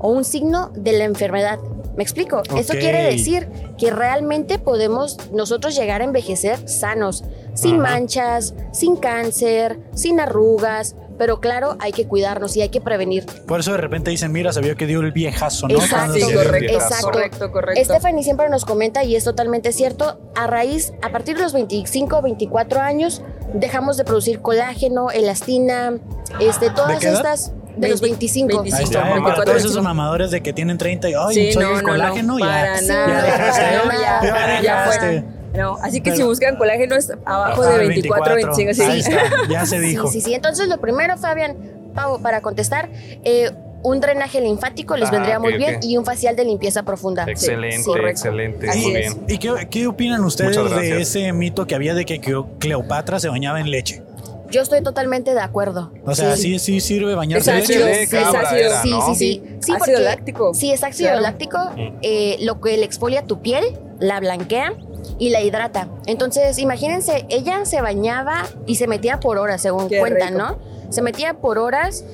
Speaker 4: o un signo de la enfermedad. ¿Me explico? Eso
Speaker 1: Ok.
Speaker 4: quiere decir que realmente podemos nosotros llegar a envejecer sanos, sin
Speaker 2: Ajá.
Speaker 4: manchas, sin cáncer, sin arrugas, pero claro, hay que cuidarnos y hay que prevenir.
Speaker 1: Por eso de repente dicen, mira, sabía que dio el viejazo, ¿no?
Speaker 4: Exacto,
Speaker 5: Sí,
Speaker 1: Cuando se dio el
Speaker 5: correcto,
Speaker 4: exacto. Este
Speaker 5: correcto, correcto.
Speaker 4: Stephanie siempre nos comenta y es totalmente cierto, a raíz, a partir de los 25 o 24 años, dejamos de producir colágeno, elastina, este, todas
Speaker 1: qué edad?
Speaker 4: estas de los 25.
Speaker 5: 25.
Speaker 1: Ahí está,
Speaker 5: Como
Speaker 1: eh, para
Speaker 5: cuatro
Speaker 1: todos
Speaker 5: veces.
Speaker 1: esos mamadores de que tienen 30 y, ay,
Speaker 5: Sí,
Speaker 1: soy
Speaker 5: no,
Speaker 1: el
Speaker 5: no, no,
Speaker 1: colágeno, ya.
Speaker 5: para
Speaker 4: Sí,
Speaker 5: nada.
Speaker 1: ya dejaste,
Speaker 5: Para
Speaker 1: ¿eh?
Speaker 5: nada,
Speaker 1: Ya
Speaker 5: ya,
Speaker 1: dejaste.
Speaker 5: fuera. No, así que si
Speaker 1: Pero-
Speaker 5: buscan colágenos abajo
Speaker 1: Ah,
Speaker 5: de 24, 25, sí.
Speaker 1: Ahí está, ya se dijo.
Speaker 4: Sí, sí, sí. Entonces, lo primero, Fabián, Pavo, para contestar, eh, un drenaje linfático les
Speaker 2: Ah,
Speaker 4: vendría
Speaker 2: ok,
Speaker 4: muy bien
Speaker 2: ok.
Speaker 4: y un facial de limpieza profunda.
Speaker 2: Excelente,
Speaker 4: Sí, correcto.
Speaker 2: excelente,
Speaker 5: Así
Speaker 2: muy
Speaker 5: es.
Speaker 2: bien.
Speaker 1: ¿Y qué, qué opinan ustedes
Speaker 2: Muchas
Speaker 1: de
Speaker 2: gracias.
Speaker 1: ese mito que había de que Cleo- Cleopatra se bañaba en leche?
Speaker 4: Yo estoy totalmente de acuerdo.
Speaker 1: O sea,
Speaker 4: sí.
Speaker 1: sí, sí sirve bañarse en
Speaker 5: Exacto.
Speaker 1: leche.
Speaker 5: Sí, ácido,
Speaker 2: era,
Speaker 4: sí,
Speaker 2: ¿no?
Speaker 4: sí, sí. Sí,
Speaker 5: Ácido
Speaker 4: porque-
Speaker 5: láctico.
Speaker 4: Sí, es ácido
Speaker 5: Claro.
Speaker 4: láctico,
Speaker 2: Mm.
Speaker 4: eh, lo que le exfolia tu piel, la blanquea y la hidrata. Entonces, imagínense, ella se bañaba y se metía por horas, según
Speaker 5: Qué
Speaker 4: cuentan,
Speaker 5: rico.
Speaker 4: ¿no? Se metía por horas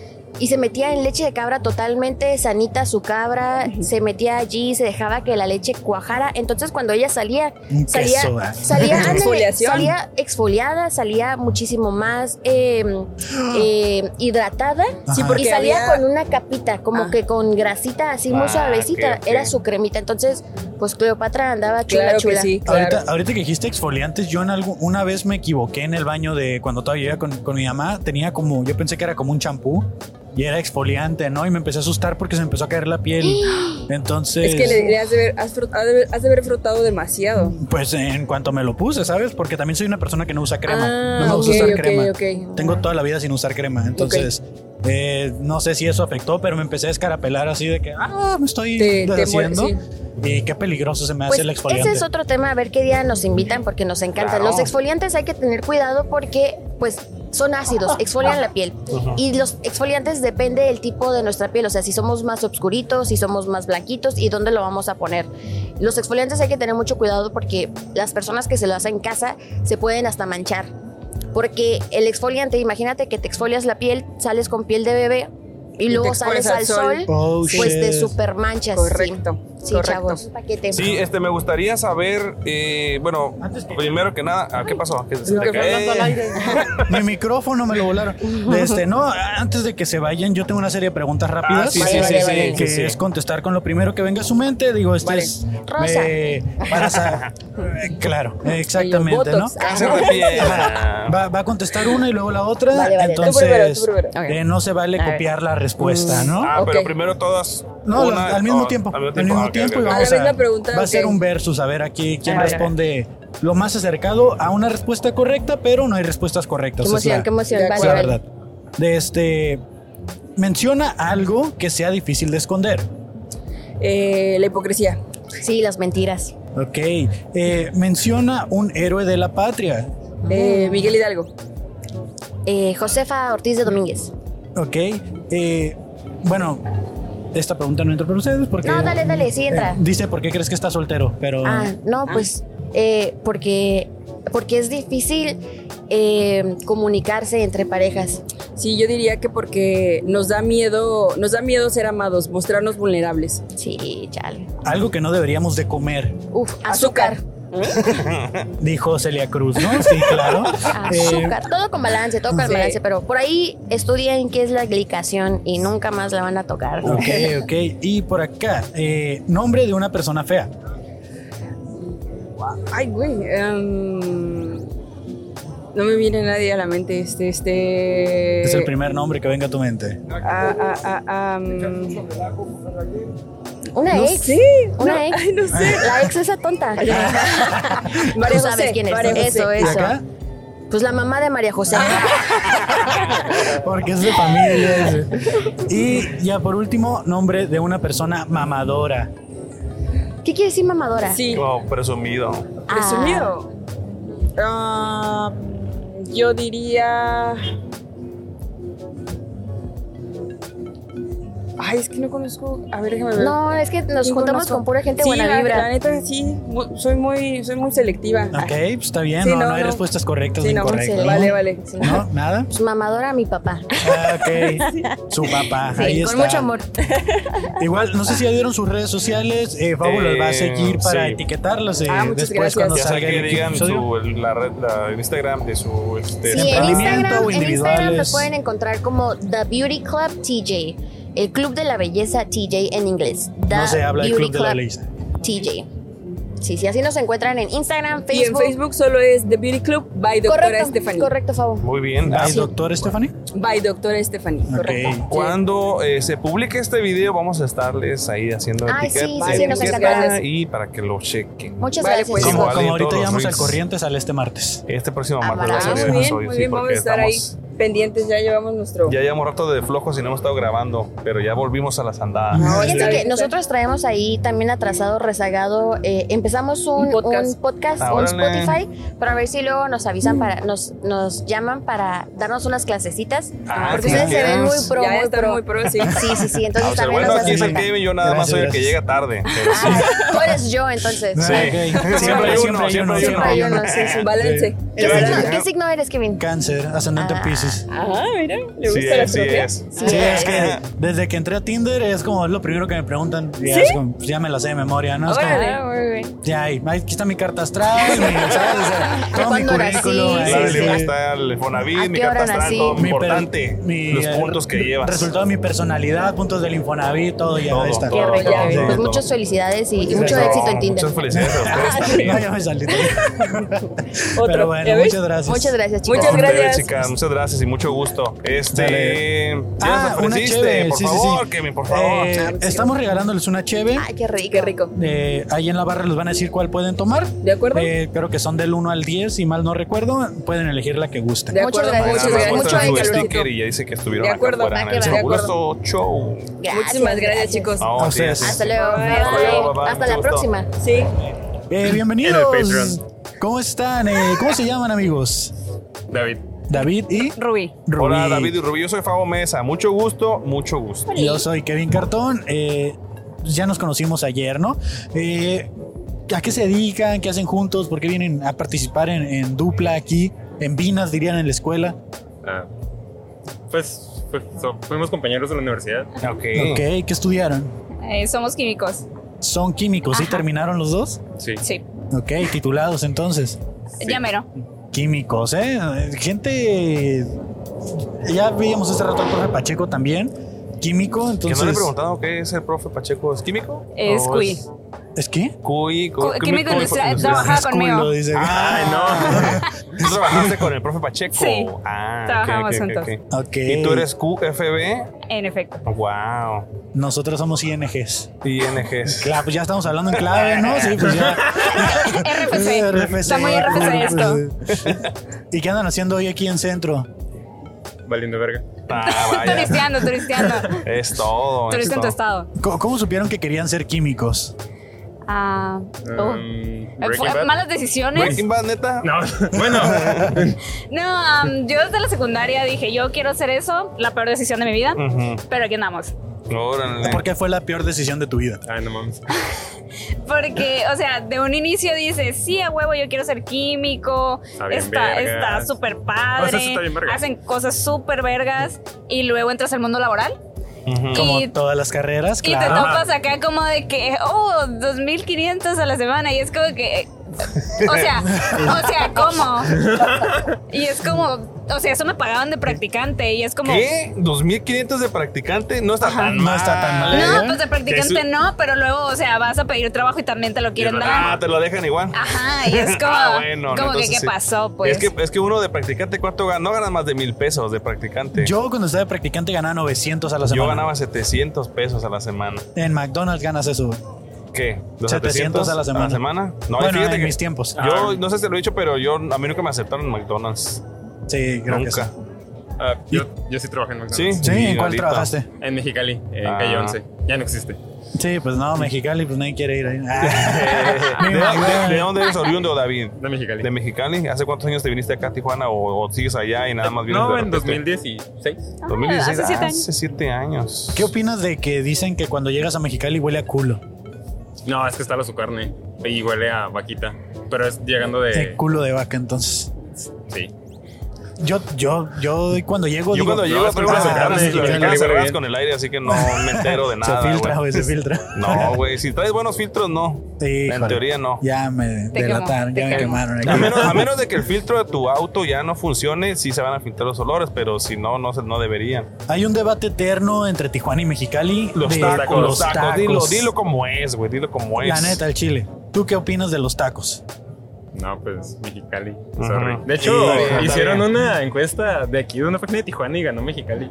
Speaker 4: y se metía en leche de cabra totalmente sanita su cabra, se metía allí, se dejaba que la leche cuajara. Entonces, cuando ella salía,
Speaker 1: Un
Speaker 4: salía,
Speaker 1: queso, ah.
Speaker 4: *laughs*
Speaker 1: *laughs*
Speaker 4: salía, ándale,
Speaker 5: Exfoliación.
Speaker 4: salía exfoliada, salía muchísimo más eh, eh, hidratada
Speaker 1: Sí,
Speaker 4: y
Speaker 1: porque
Speaker 4: salía
Speaker 5: había-
Speaker 4: con una capita, como
Speaker 5: Ah.
Speaker 4: que con grasita así
Speaker 2: Ah,
Speaker 4: muy suavecita,
Speaker 2: ok, ok.
Speaker 4: era su cremita. Entonces, pues Cleopatra andaba chula,
Speaker 5: Claro que
Speaker 4: chula.
Speaker 5: sí,
Speaker 1: Ahorita,
Speaker 5: claro.
Speaker 1: ahorita que dijiste exfoliantes, yo en algo, una vez me equivoqué en el baño de cuando todavía iba con, con mi mamá, tenía como, yo pensé que era como un champú, y era exfoliante, ¿no? Y me empecé a asustar porque se me empezó a caer la
Speaker 6: *gasps*
Speaker 1: piel. Entonces,
Speaker 6: Es que le, le has, de ver, has, frot- has de ver- has de haber frotado demasiado.
Speaker 1: pues en cuanto me lo puse, ¿sabes? Porque también soy una persona que no usa crema. no me
Speaker 6: Ah,
Speaker 1: gusta
Speaker 6: ok,
Speaker 1: usar
Speaker 6: ok,
Speaker 1: crema.
Speaker 6: ok.
Speaker 1: Tengo toda la vida sin usar crema. Entonces, eh, no sé si eso afectó, pero me empecé a escarapelar así de que, ah, me estoy
Speaker 6: Te- te muer-
Speaker 1: deshaciendo.
Speaker 6: sí.
Speaker 1: Y qué peligroso se me
Speaker 4: Pues
Speaker 1: hace el exfoliante.
Speaker 4: ese es otro tema, a ver qué día nos invitan porque nos encantan.
Speaker 2: Claro.
Speaker 4: Los exfoliantes hay que tener cuidado porque pues son ácidos, exfolian la piel. Y los exfoliantes depende del tipo de nuestra piel, o sea, si somos más obscuritos, si somos más blanquitos y dónde lo vamos a poner. Los exfoliantes hay que tener mucho cuidado porque las personas que se lo hacen en casa se pueden hasta manchar. Porque el exfoliante, imagínate que te exfolias la piel, sales con piel de bebé y,
Speaker 6: Y te
Speaker 4: luego
Speaker 6: expones
Speaker 4: sales
Speaker 6: al
Speaker 4: al sol,
Speaker 6: sol.
Speaker 1: Oh,
Speaker 4: pues
Speaker 1: shit.
Speaker 4: te super manchas. sí.
Speaker 6: Correcto,
Speaker 4: Sí,
Speaker 6: correcto.
Speaker 4: chavos, un paquete.
Speaker 2: Sí, este, me gustaría saber, eh, bueno,
Speaker 1: Antes que-
Speaker 2: primero que nada, ah, ¿qué pasó? ¿Qué se te
Speaker 6: Digo que
Speaker 2: cae?
Speaker 6: Fernando al aire.
Speaker 1: Mi micrófono me lo volaron. Este, no, antes de que se vayan, yo tengo una serie de preguntas rápidas.
Speaker 2: Ah, sí,
Speaker 4: Vale,
Speaker 2: sí,
Speaker 4: vale,
Speaker 2: sí,
Speaker 4: vale.
Speaker 2: sí,
Speaker 1: que
Speaker 2: sí,
Speaker 1: es
Speaker 2: sí.
Speaker 1: contestar con lo primero que venga a su mente. Digo, este
Speaker 6: Vale.
Speaker 1: es.
Speaker 4: Rosa.
Speaker 1: eh, para sa- eh, claro, exactamente, ¿no?
Speaker 6: Botox. Ah,
Speaker 2: Cáncer de piel.
Speaker 1: Ajá. *laughs* Va, va a contestar una y luego la otra.
Speaker 4: Vale, vale. Tú
Speaker 6: Tú primero, tú
Speaker 1: Entonces,
Speaker 6: primero.
Speaker 4: Ok.
Speaker 1: eh, no se vale
Speaker 4: A ver.
Speaker 1: copiar la respuesta, ¿no?
Speaker 2: Ah, pero
Speaker 6: Ok.
Speaker 2: primero todas.
Speaker 1: No,
Speaker 2: una-
Speaker 1: al mismo
Speaker 2: o-
Speaker 1: tiempo.
Speaker 2: Al mismo
Speaker 1: Al
Speaker 2: tiempo,
Speaker 1: mismo
Speaker 2: Ah, ok,
Speaker 1: tiempo
Speaker 2: ok,
Speaker 1: y
Speaker 2: ok.
Speaker 6: A la
Speaker 1: vamos
Speaker 6: misma pregunta,
Speaker 1: Va a
Speaker 6: ok.
Speaker 1: ser un versus, a ver aquí quién
Speaker 7: A ver, a ver.
Speaker 1: responde lo más acercado a una respuesta correcta, pero no hay respuestas correctas.
Speaker 4: Qué
Speaker 1: es
Speaker 4: emoción,
Speaker 1: la-
Speaker 4: qué emoción.
Speaker 6: Ya,
Speaker 1: es
Speaker 4: Vale,
Speaker 1: la
Speaker 4: vale.
Speaker 1: verdad. De este menciona algo que sea difícil de esconder.
Speaker 6: Eh, la hipocresía.
Speaker 4: Sí, las mentiras.
Speaker 1: Ok. Eh, menciona un héroe de la patria.
Speaker 6: Eh, Miguel Hidalgo.
Speaker 4: Eh, Josefa Ortiz de Domínguez.
Speaker 1: Ok. Eh, bueno, esta pregunta no entra para ustedes porque.
Speaker 4: No, dale, dale, sí entra.
Speaker 1: Eh, dice por qué crees que está soltero, pero.
Speaker 4: Ah, no, pues eh, porque, porque es difícil eh, comunicarse entre parejas.
Speaker 6: Sí, yo diría que porque nos da miedo, nos da miedo ser amados, mostrarnos vulnerables.
Speaker 4: Sí, chale.
Speaker 1: Algo que no deberíamos de comer,
Speaker 4: Uf, azúcar.
Speaker 1: dijo Celia Cruz, ¿no? Sí,
Speaker 4: *laughs*
Speaker 1: claro. Eh,
Speaker 4: Ah, Azúcar. Todo con balance, todo con
Speaker 6: Sí.
Speaker 4: balance. Pero por ahí estudien qué es la glicación y nunca más la van a tocar.
Speaker 1: Ok, ok. Y por acá, eh, nombre de una persona fea.
Speaker 6: Ay, güey. em, no me viene nadie a la mente este, este.
Speaker 1: Es el primer nombre que venga a tu mente.
Speaker 6: Ah, ah, ah, ah, mm,
Speaker 4: Una
Speaker 6: no
Speaker 4: ex.
Speaker 6: sé.
Speaker 4: Una
Speaker 6: *laughs* no,
Speaker 4: ex.
Speaker 6: ay, no sé.
Speaker 4: La ex esa tonta.
Speaker 6: María
Speaker 4: *laughs* Tú sabes
Speaker 6: José,
Speaker 4: quién es.
Speaker 6: María José.
Speaker 4: Eso,
Speaker 1: ¿Y
Speaker 4: eso.
Speaker 1: acá?
Speaker 4: Pues la mamá de María José.
Speaker 6: Ah.
Speaker 1: Porque es de familia. ese. Y ya por último, nombre de una persona mamadora.
Speaker 4: ¿Qué quiere decir mamadora?
Speaker 6: Sí.
Speaker 2: Como presumido.
Speaker 4: Ah.
Speaker 6: Presumido. Ah, yo diría. Ay, es que no conozco. A ver, déjame ver.
Speaker 4: Ah. No, es que nos
Speaker 6: ¿Quién
Speaker 4: juntamos
Speaker 6: conozco?
Speaker 4: con pura gente
Speaker 6: Sí,
Speaker 4: buena
Speaker 6: la- La,
Speaker 4: vibra.
Speaker 6: neta, sí. mu- Soy muy, soy muy selectiva.
Speaker 1: Ok, pues está bien,
Speaker 6: Sí,
Speaker 1: no,
Speaker 6: no,
Speaker 1: no hay
Speaker 6: no.
Speaker 1: respuestas correctas
Speaker 6: Sí,
Speaker 1: ni
Speaker 6: no,
Speaker 1: incorrectas.
Speaker 4: sí,
Speaker 1: ¿no?
Speaker 6: Vale, vale.
Speaker 1: ¿No? ¿Nada?
Speaker 4: Pues mamadora mi papá.
Speaker 1: Ah, ok. Su papá,
Speaker 4: Sí,
Speaker 1: ahí
Speaker 4: con
Speaker 1: está.
Speaker 4: mucho amor.
Speaker 1: Igual, no sé si ya dieron sus redes sociales. Eh, Fabo las va a
Speaker 2: Eh,
Speaker 1: seguir para
Speaker 2: sí.
Speaker 1: etiquetarlas eh,
Speaker 6: Ah, muchas
Speaker 1: después
Speaker 6: gracias.
Speaker 1: cuando
Speaker 6: No
Speaker 2: ya sé
Speaker 1: salga
Speaker 2: que
Speaker 1: el
Speaker 2: digan
Speaker 1: episodio.
Speaker 2: su, el- la red, la, el Instagram de su. Este,
Speaker 4: Sí, en
Speaker 1: emprendimiento o
Speaker 4: Instagram, en Instagram
Speaker 1: individuales.
Speaker 4: nos pueden encontrar como The Beauty Club TJ. El Club de la Belleza TJ en inglés. The
Speaker 1: No se habla del
Speaker 4: Beauty
Speaker 1: club de la belleza.
Speaker 4: TJ. Sí, sí, así nos encuentran en Instagram,
Speaker 6: Y en
Speaker 4: Facebook.
Speaker 6: Facebook solo es The Beauty Club by Doctora
Speaker 4: correcto,
Speaker 6: Stephanie.
Speaker 4: correcto, Fabo.
Speaker 2: Muy bien. Ah,
Speaker 1: Ay, doctor Stephanie?
Speaker 6: By Doctora Stephanie, correcto.
Speaker 2: Cuando eh, se publique este video, vamos a estarles ahí haciendo
Speaker 4: Ay,
Speaker 2: etiqueta,
Speaker 4: sí,
Speaker 6: sí, nos encantaría.
Speaker 2: y para que lo chequen.
Speaker 4: Muchas
Speaker 6: Vale,
Speaker 4: gracias.
Speaker 6: pues,
Speaker 2: Sí,
Speaker 1: Como,
Speaker 2: igual
Speaker 1: como
Speaker 2: en
Speaker 1: ahorita
Speaker 2: todos los
Speaker 1: llegamos al
Speaker 2: reels.
Speaker 1: corriente, sale este martes.
Speaker 2: Este próximo
Speaker 4: Ah,
Speaker 2: martes va a
Speaker 6: Ah,
Speaker 4: bravo.
Speaker 2: salir el
Speaker 6: muy bien,
Speaker 2: episodio,
Speaker 6: muy
Speaker 2: sí,
Speaker 6: bien. Vamos
Speaker 2: porque
Speaker 6: a estar ahí
Speaker 2: estamos-
Speaker 6: pendientes. Ya llevamos nuestro.
Speaker 2: Ya llevamos rato de flojos y no hemos estado grabando, pero ya volvimos a las andadas.
Speaker 1: No,
Speaker 6: está
Speaker 4: Fíjense
Speaker 6: bien,
Speaker 4: que
Speaker 6: está
Speaker 4: nosotros traemos ahí también atrasado, rezagado. eh, empezamos un,
Speaker 6: Un
Speaker 4: un
Speaker 6: podcast.
Speaker 4: podcast, un,
Speaker 2: Ah, órale.
Speaker 4: Spotify, para ver si luego nos avisan, para nos, nos llaman para darnos unas clasecitas.
Speaker 2: Ah,
Speaker 4: porque
Speaker 2: sí,
Speaker 4: ustedes se ven muy
Speaker 2: gracias.
Speaker 4: pro,
Speaker 6: ya
Speaker 4: muy
Speaker 6: están
Speaker 4: pro.
Speaker 6: muy pro, sí.
Speaker 4: *laughs* Sí, sí, sí.
Speaker 2: Ah,
Speaker 4: Entonces
Speaker 2: o sea,
Speaker 4: también
Speaker 2: bueno,
Speaker 4: nos
Speaker 2: aquí es
Speaker 4: hacen
Speaker 2: el
Speaker 4: falta.
Speaker 2: Kevin, yo nada más
Speaker 1: Gracias,
Speaker 2: soy el que
Speaker 1: gracias.
Speaker 2: llega tarde. pero sí.
Speaker 4: Ah, tú eres yo, entonces.
Speaker 1: Sí.
Speaker 2: *laughs* Siempre hay uno, siempre hay
Speaker 4: Siempre
Speaker 2: uno.
Speaker 4: hay uno, sí, sí.
Speaker 6: Balance.
Speaker 4: ¿Qué,
Speaker 2: Yo-
Speaker 4: signo,
Speaker 2: yo-
Speaker 4: qué signo eres, Kevin?
Speaker 1: Cáncer, ascendente
Speaker 4: Ah.
Speaker 1: Pisces.
Speaker 6: Ah, mira, le gusta
Speaker 2: Sí,
Speaker 6: la
Speaker 2: es, sí
Speaker 6: astrología.
Speaker 2: es. Ah,
Speaker 4: Sí, eh,
Speaker 1: Sí, es
Speaker 4: eres.
Speaker 1: que desde que entré a Tinder es como es lo primero que me preguntan. Ya, es como, pues, ya me la sé de memoria, ¿no? Es como,
Speaker 6: Órale.
Speaker 4: Ah, muy bien.
Speaker 1: ya, ahí, ahí, aquí está mi carta astral,
Speaker 4: *laughs*
Speaker 1: mi, ¿sabes? O sea, todo mi
Speaker 4: ¿Cuándo nací?
Speaker 1: currículum. ahí,
Speaker 2: La del
Speaker 4: sí,
Speaker 2: libro
Speaker 4: sí.
Speaker 2: está el Fonavit,
Speaker 4: ¿A
Speaker 2: mi
Speaker 4: qué hora
Speaker 2: carta astral,
Speaker 4: nací?
Speaker 2: todo
Speaker 1: Mi per-
Speaker 2: importante.
Speaker 1: mi,
Speaker 2: los
Speaker 1: eh,
Speaker 2: puntos que llevas.
Speaker 1: Resultado de mi personalidad, puntos del Infonavit, todo ya
Speaker 2: Todo,
Speaker 1: está.
Speaker 2: todo,
Speaker 4: Qué bello,
Speaker 2: todo,
Speaker 4: Kevin.
Speaker 2: todo,
Speaker 4: Pues
Speaker 2: todo.
Speaker 4: muchas felicidades y, y mucho
Speaker 2: No,
Speaker 4: éxito en Tinder.
Speaker 2: Muchas felicidades a ustedes
Speaker 1: *laughs* No,
Speaker 4: *laughs*
Speaker 2: también.
Speaker 1: ya me salí.
Speaker 6: Otro.
Speaker 1: Pero
Speaker 6: ¿Ya
Speaker 1: bueno,
Speaker 6: ves?
Speaker 1: muchas gracias.
Speaker 4: Muchas gracias, chicos.
Speaker 6: Muchas
Speaker 2: Hombre,
Speaker 6: gracias.
Speaker 2: chicas, muchas gracias. gracias y mucho gusto. Este.
Speaker 1: Dale.
Speaker 2: Ya nos
Speaker 1: Ah, una
Speaker 2: ofreciste,
Speaker 1: cheve,
Speaker 2: por
Speaker 1: sí, sí,
Speaker 2: favor,
Speaker 1: sí.
Speaker 2: Kevin, por favor.
Speaker 1: Eh,
Speaker 5: claro que sí.
Speaker 1: estamos regalándoles una cheve.
Speaker 4: Ay, qué rico.
Speaker 5: Qué rico.
Speaker 1: Eh, ahí en la barra les van a decir cuál pueden tomar.
Speaker 5: ¿De acuerdo?
Speaker 1: Eh, creo que son del 1 al 10, si mal no recuerdo. Pueden elegir la que gusten.
Speaker 5: De
Speaker 4: Muchas
Speaker 5: acuerdo,
Speaker 4: gracias,
Speaker 5: muchas
Speaker 4: muchas
Speaker 5: gracias.
Speaker 4: gracias.
Speaker 5: Mucho
Speaker 2: Mucho
Speaker 4: de
Speaker 2: su
Speaker 4: calor.
Speaker 2: sticker y ya dice que estuvieron
Speaker 5: De
Speaker 2: acá
Speaker 5: acuerdo,
Speaker 2: afuera
Speaker 4: va
Speaker 2: en
Speaker 4: que
Speaker 2: el
Speaker 4: va, de
Speaker 5: acuerdo.
Speaker 2: Sabugoso Show.
Speaker 4: Gracias,
Speaker 5: Muchísimas gracias, chicos.
Speaker 2: Ah,
Speaker 1: A
Speaker 2: así
Speaker 1: ustedes.
Speaker 2: es.
Speaker 4: Hasta luego.
Speaker 5: Bye.
Speaker 4: Bye.
Speaker 5: Hasta
Speaker 2: luego, bye, bye.
Speaker 4: Hasta la
Speaker 2: Gusto.
Speaker 4: próxima.
Speaker 5: Sí.
Speaker 1: Eh,
Speaker 8: En el
Speaker 1: bienvenidos.
Speaker 8: Patreon.
Speaker 1: ¿Cómo están? Eh, ¿Cómo se llaman, amigos?
Speaker 8: David.
Speaker 1: David y
Speaker 5: Rubí.
Speaker 1: Rubí.
Speaker 2: Hola David y Rubí, yo soy Fabo Mesa. Mucho gusto, mucho gusto.
Speaker 1: Yo soy Kevin Cartón. eh, ya nos conocimos ayer, ¿no? Eh, ¿A qué se dedican? ¿Qué hacen juntos? ¿Por qué vienen a participar en, en dupla aquí? En Vinas, dirían en la escuela.
Speaker 8: Ah, pues, pues, so- fuimos compañeros de la universidad.
Speaker 1: Ok,
Speaker 2: Ok.
Speaker 1: ¿qué estudiaron?
Speaker 6: Eh, somos químicos.
Speaker 1: Son químicos, ¿sí
Speaker 6: Ajá.
Speaker 1: terminaron los dos?
Speaker 8: Sí.
Speaker 6: Sí.
Speaker 1: Ok, titulados entonces.
Speaker 8: Sí.
Speaker 6: Ya mero.
Speaker 1: Químicos, ¿eh? Gente. Ya veíamos hace rato al profe Pacheco también. Químico,
Speaker 2: Que
Speaker 1: entonces.
Speaker 2: no le he preguntado qué es el profe Pacheco, ¿es químico?
Speaker 6: Es
Speaker 2: ¿O
Speaker 6: cuy.
Speaker 1: ¿Es qué?
Speaker 2: Cuy, cu-
Speaker 6: Cu- químico industrial, trabaja
Speaker 1: Es
Speaker 6: conmigo.
Speaker 1: culo, dice.
Speaker 2: *laughs* Ay, no. Tú trabajaste con el profe Pacheco.
Speaker 6: Sí.
Speaker 2: Ah, ok, ok,
Speaker 6: Trabajamos
Speaker 2: ok,
Speaker 6: juntos.
Speaker 2: ok.
Speaker 1: Ok.
Speaker 2: Y tú eres QFB.
Speaker 6: En efecto.
Speaker 2: Wow.
Speaker 1: Nosotros somos INGs.
Speaker 2: INGs.
Speaker 1: Claro, pues ya estamos hablando en clave, ¿no? Sí, pues
Speaker 6: *laughs*
Speaker 1: ya.
Speaker 6: RFC. Está muy RFC esto.
Speaker 1: ¿Y qué andan haciendo hoy aquí en centro?
Speaker 8: Valiendo verga.
Speaker 2: Ah,
Speaker 6: *laughs*
Speaker 2: vaya.
Speaker 6: Turisteando,
Speaker 8: *laughs*
Speaker 6: turisteando.
Speaker 2: Es todo. es
Speaker 6: Turista en tu
Speaker 2: todo.
Speaker 6: estado.
Speaker 1: ¿Cómo, cómo supieron que querían ser químicos?
Speaker 6: Ah, oh.
Speaker 8: Um,
Speaker 6: Eh,
Speaker 8: Breaking
Speaker 6: fue-
Speaker 8: Bad.
Speaker 6: malas decisiones.
Speaker 2: Breaking Bad, neta.
Speaker 6: *laughs*
Speaker 8: No, bueno.
Speaker 6: No, am, yo desde la secundaria dije, yo quiero hacer eso, la peor decisión de mi vida,
Speaker 2: Ujú.
Speaker 6: pero aquí andamos.
Speaker 2: Órale.
Speaker 1: ¿Por qué fue la peor decisión de tu vida?
Speaker 8: Ay, no mames.
Speaker 6: Porque, o sea, de un inicio dices, sí, a huevo, yo quiero ser químico,
Speaker 8: Está bien
Speaker 6: está
Speaker 8: vergas.
Speaker 6: está súper
Speaker 8: O sea, eso
Speaker 6: padre,
Speaker 8: está bien verga.
Speaker 6: hacen cosas súper vergas, y luego entras al mundo laboral
Speaker 2: Ujú.
Speaker 6: y
Speaker 1: Como todas las carreras,
Speaker 6: Y te
Speaker 1: claro.
Speaker 6: topas acá como de que, oh, 2500 a la semana. Y es como que. eh, O sea, o sea, ¿cómo? Y es como, o sea, eso me pagaban de practicante. Y es como.
Speaker 2: ¿Qué? ¿2500 de practicante? No está tan mal.
Speaker 1: No está tan mal.
Speaker 6: No, pues de practicante
Speaker 8: Es-
Speaker 6: no, pero luego, o sea, vas a pedir trabajo y también te lo quieren
Speaker 2: Ah,
Speaker 6: dar.
Speaker 2: te lo dejan igual.
Speaker 6: Ajá, y es
Speaker 2: *laughs*
Speaker 6: como,
Speaker 2: Ah, bueno,
Speaker 6: como que,
Speaker 2: entonces
Speaker 6: ¿qué
Speaker 2: sí.
Speaker 6: pasó? Pues.
Speaker 2: Es que, es que uno de practicante, ¿cuánto gana? No ganas más de mil pesos de practicante.
Speaker 1: Yo cuando estaba de practicante ganaba 900 a la semana.
Speaker 2: Yo ganaba 700 pesos a la semana.
Speaker 1: En McDonald's ganas eso.
Speaker 2: ¿Qué?
Speaker 1: 700 a la semana.
Speaker 2: No, y
Speaker 1: bueno,
Speaker 2: fíjate
Speaker 1: en
Speaker 2: que
Speaker 1: mis tiempos.
Speaker 2: Yo no sé si te lo he dicho, pero yo a mí nunca me aceptaron en McDonald's.
Speaker 1: sí, creo que sí.
Speaker 2: *laughs* nunca.
Speaker 8: Ah, yo, yo sí trabajé en McDonald's.
Speaker 1: Sí,
Speaker 2: Y
Speaker 1: ¿en cuál
Speaker 2: ahorita-
Speaker 1: trabajaste?
Speaker 8: En Mexicali, en
Speaker 2: Ah.
Speaker 8: calle 11. Ya no existe.
Speaker 1: Sí, pues no, Mexicali, pues nadie quiere ir ahí. Ah,
Speaker 2: *laughs* Eh, ¿De, dónde- de dónde eres oriundo, David?
Speaker 8: De Mexicali.
Speaker 2: ¿De Mexicali? ¿Hace cuántos años te viniste acá a Tijuana o, o sigues allá y nada más vienes
Speaker 8: no,
Speaker 2: de
Speaker 8: en
Speaker 2: repente?
Speaker 8: 2016.
Speaker 6: Ah,
Speaker 2: 2016,
Speaker 6: hace siete años.
Speaker 2: hace 7 años.
Speaker 1: ¿Qué opinas de que dicen que cuando llegas a Mexicali huele a culo?
Speaker 8: No, es que está la su carne. Y huele a vaquita. Pero es llegando de.
Speaker 1: El culo de vaca, entonces.
Speaker 8: Sí.
Speaker 1: Yo, yo, yo cuando llego.
Speaker 2: Yo
Speaker 1: digo,
Speaker 2: cuando llego
Speaker 8: es
Speaker 2: a
Speaker 8: que
Speaker 2: preguntar
Speaker 1: no se
Speaker 2: cerradas,
Speaker 1: carne,
Speaker 2: sí,
Speaker 1: lo
Speaker 2: las
Speaker 1: que
Speaker 2: ventanas
Speaker 8: le iba
Speaker 2: cerradas
Speaker 8: bien.
Speaker 2: con el aire, así que no me entero de
Speaker 1: *laughs* Se
Speaker 2: nada.
Speaker 1: filtra,
Speaker 2: güey.
Speaker 1: güey, se
Speaker 2: *laughs*
Speaker 1: filtra.
Speaker 2: No, güey. Si traes buenos filtros, no. En
Speaker 1: Híjole.
Speaker 2: teoría, no.
Speaker 1: Ya me
Speaker 6: Te
Speaker 1: delataron,
Speaker 6: quemó, te
Speaker 1: ya me
Speaker 6: quemó.
Speaker 1: quemaron. aquí.
Speaker 2: A menos, a menos de que el filtro de tu auto ya no funcione, sí se van a filtrar los olores, pero si no, no, se- no deberían.
Speaker 1: Hay un debate eterno entre Tijuana y Mexicali.
Speaker 2: Los
Speaker 1: de-
Speaker 2: tacos, los tacos. Dilo,
Speaker 1: tacos.
Speaker 2: dilo como es, güey. Dilo como es.
Speaker 1: La neta, el chile. ¿Tú qué opinas de los tacos?
Speaker 8: No, pues Mexicali.
Speaker 2: Ajá.
Speaker 8: sorry. De hecho,
Speaker 2: Sí, está bien.
Speaker 8: hicieron una encuesta de aquí de una página de Tijuana y ganó Mexicali.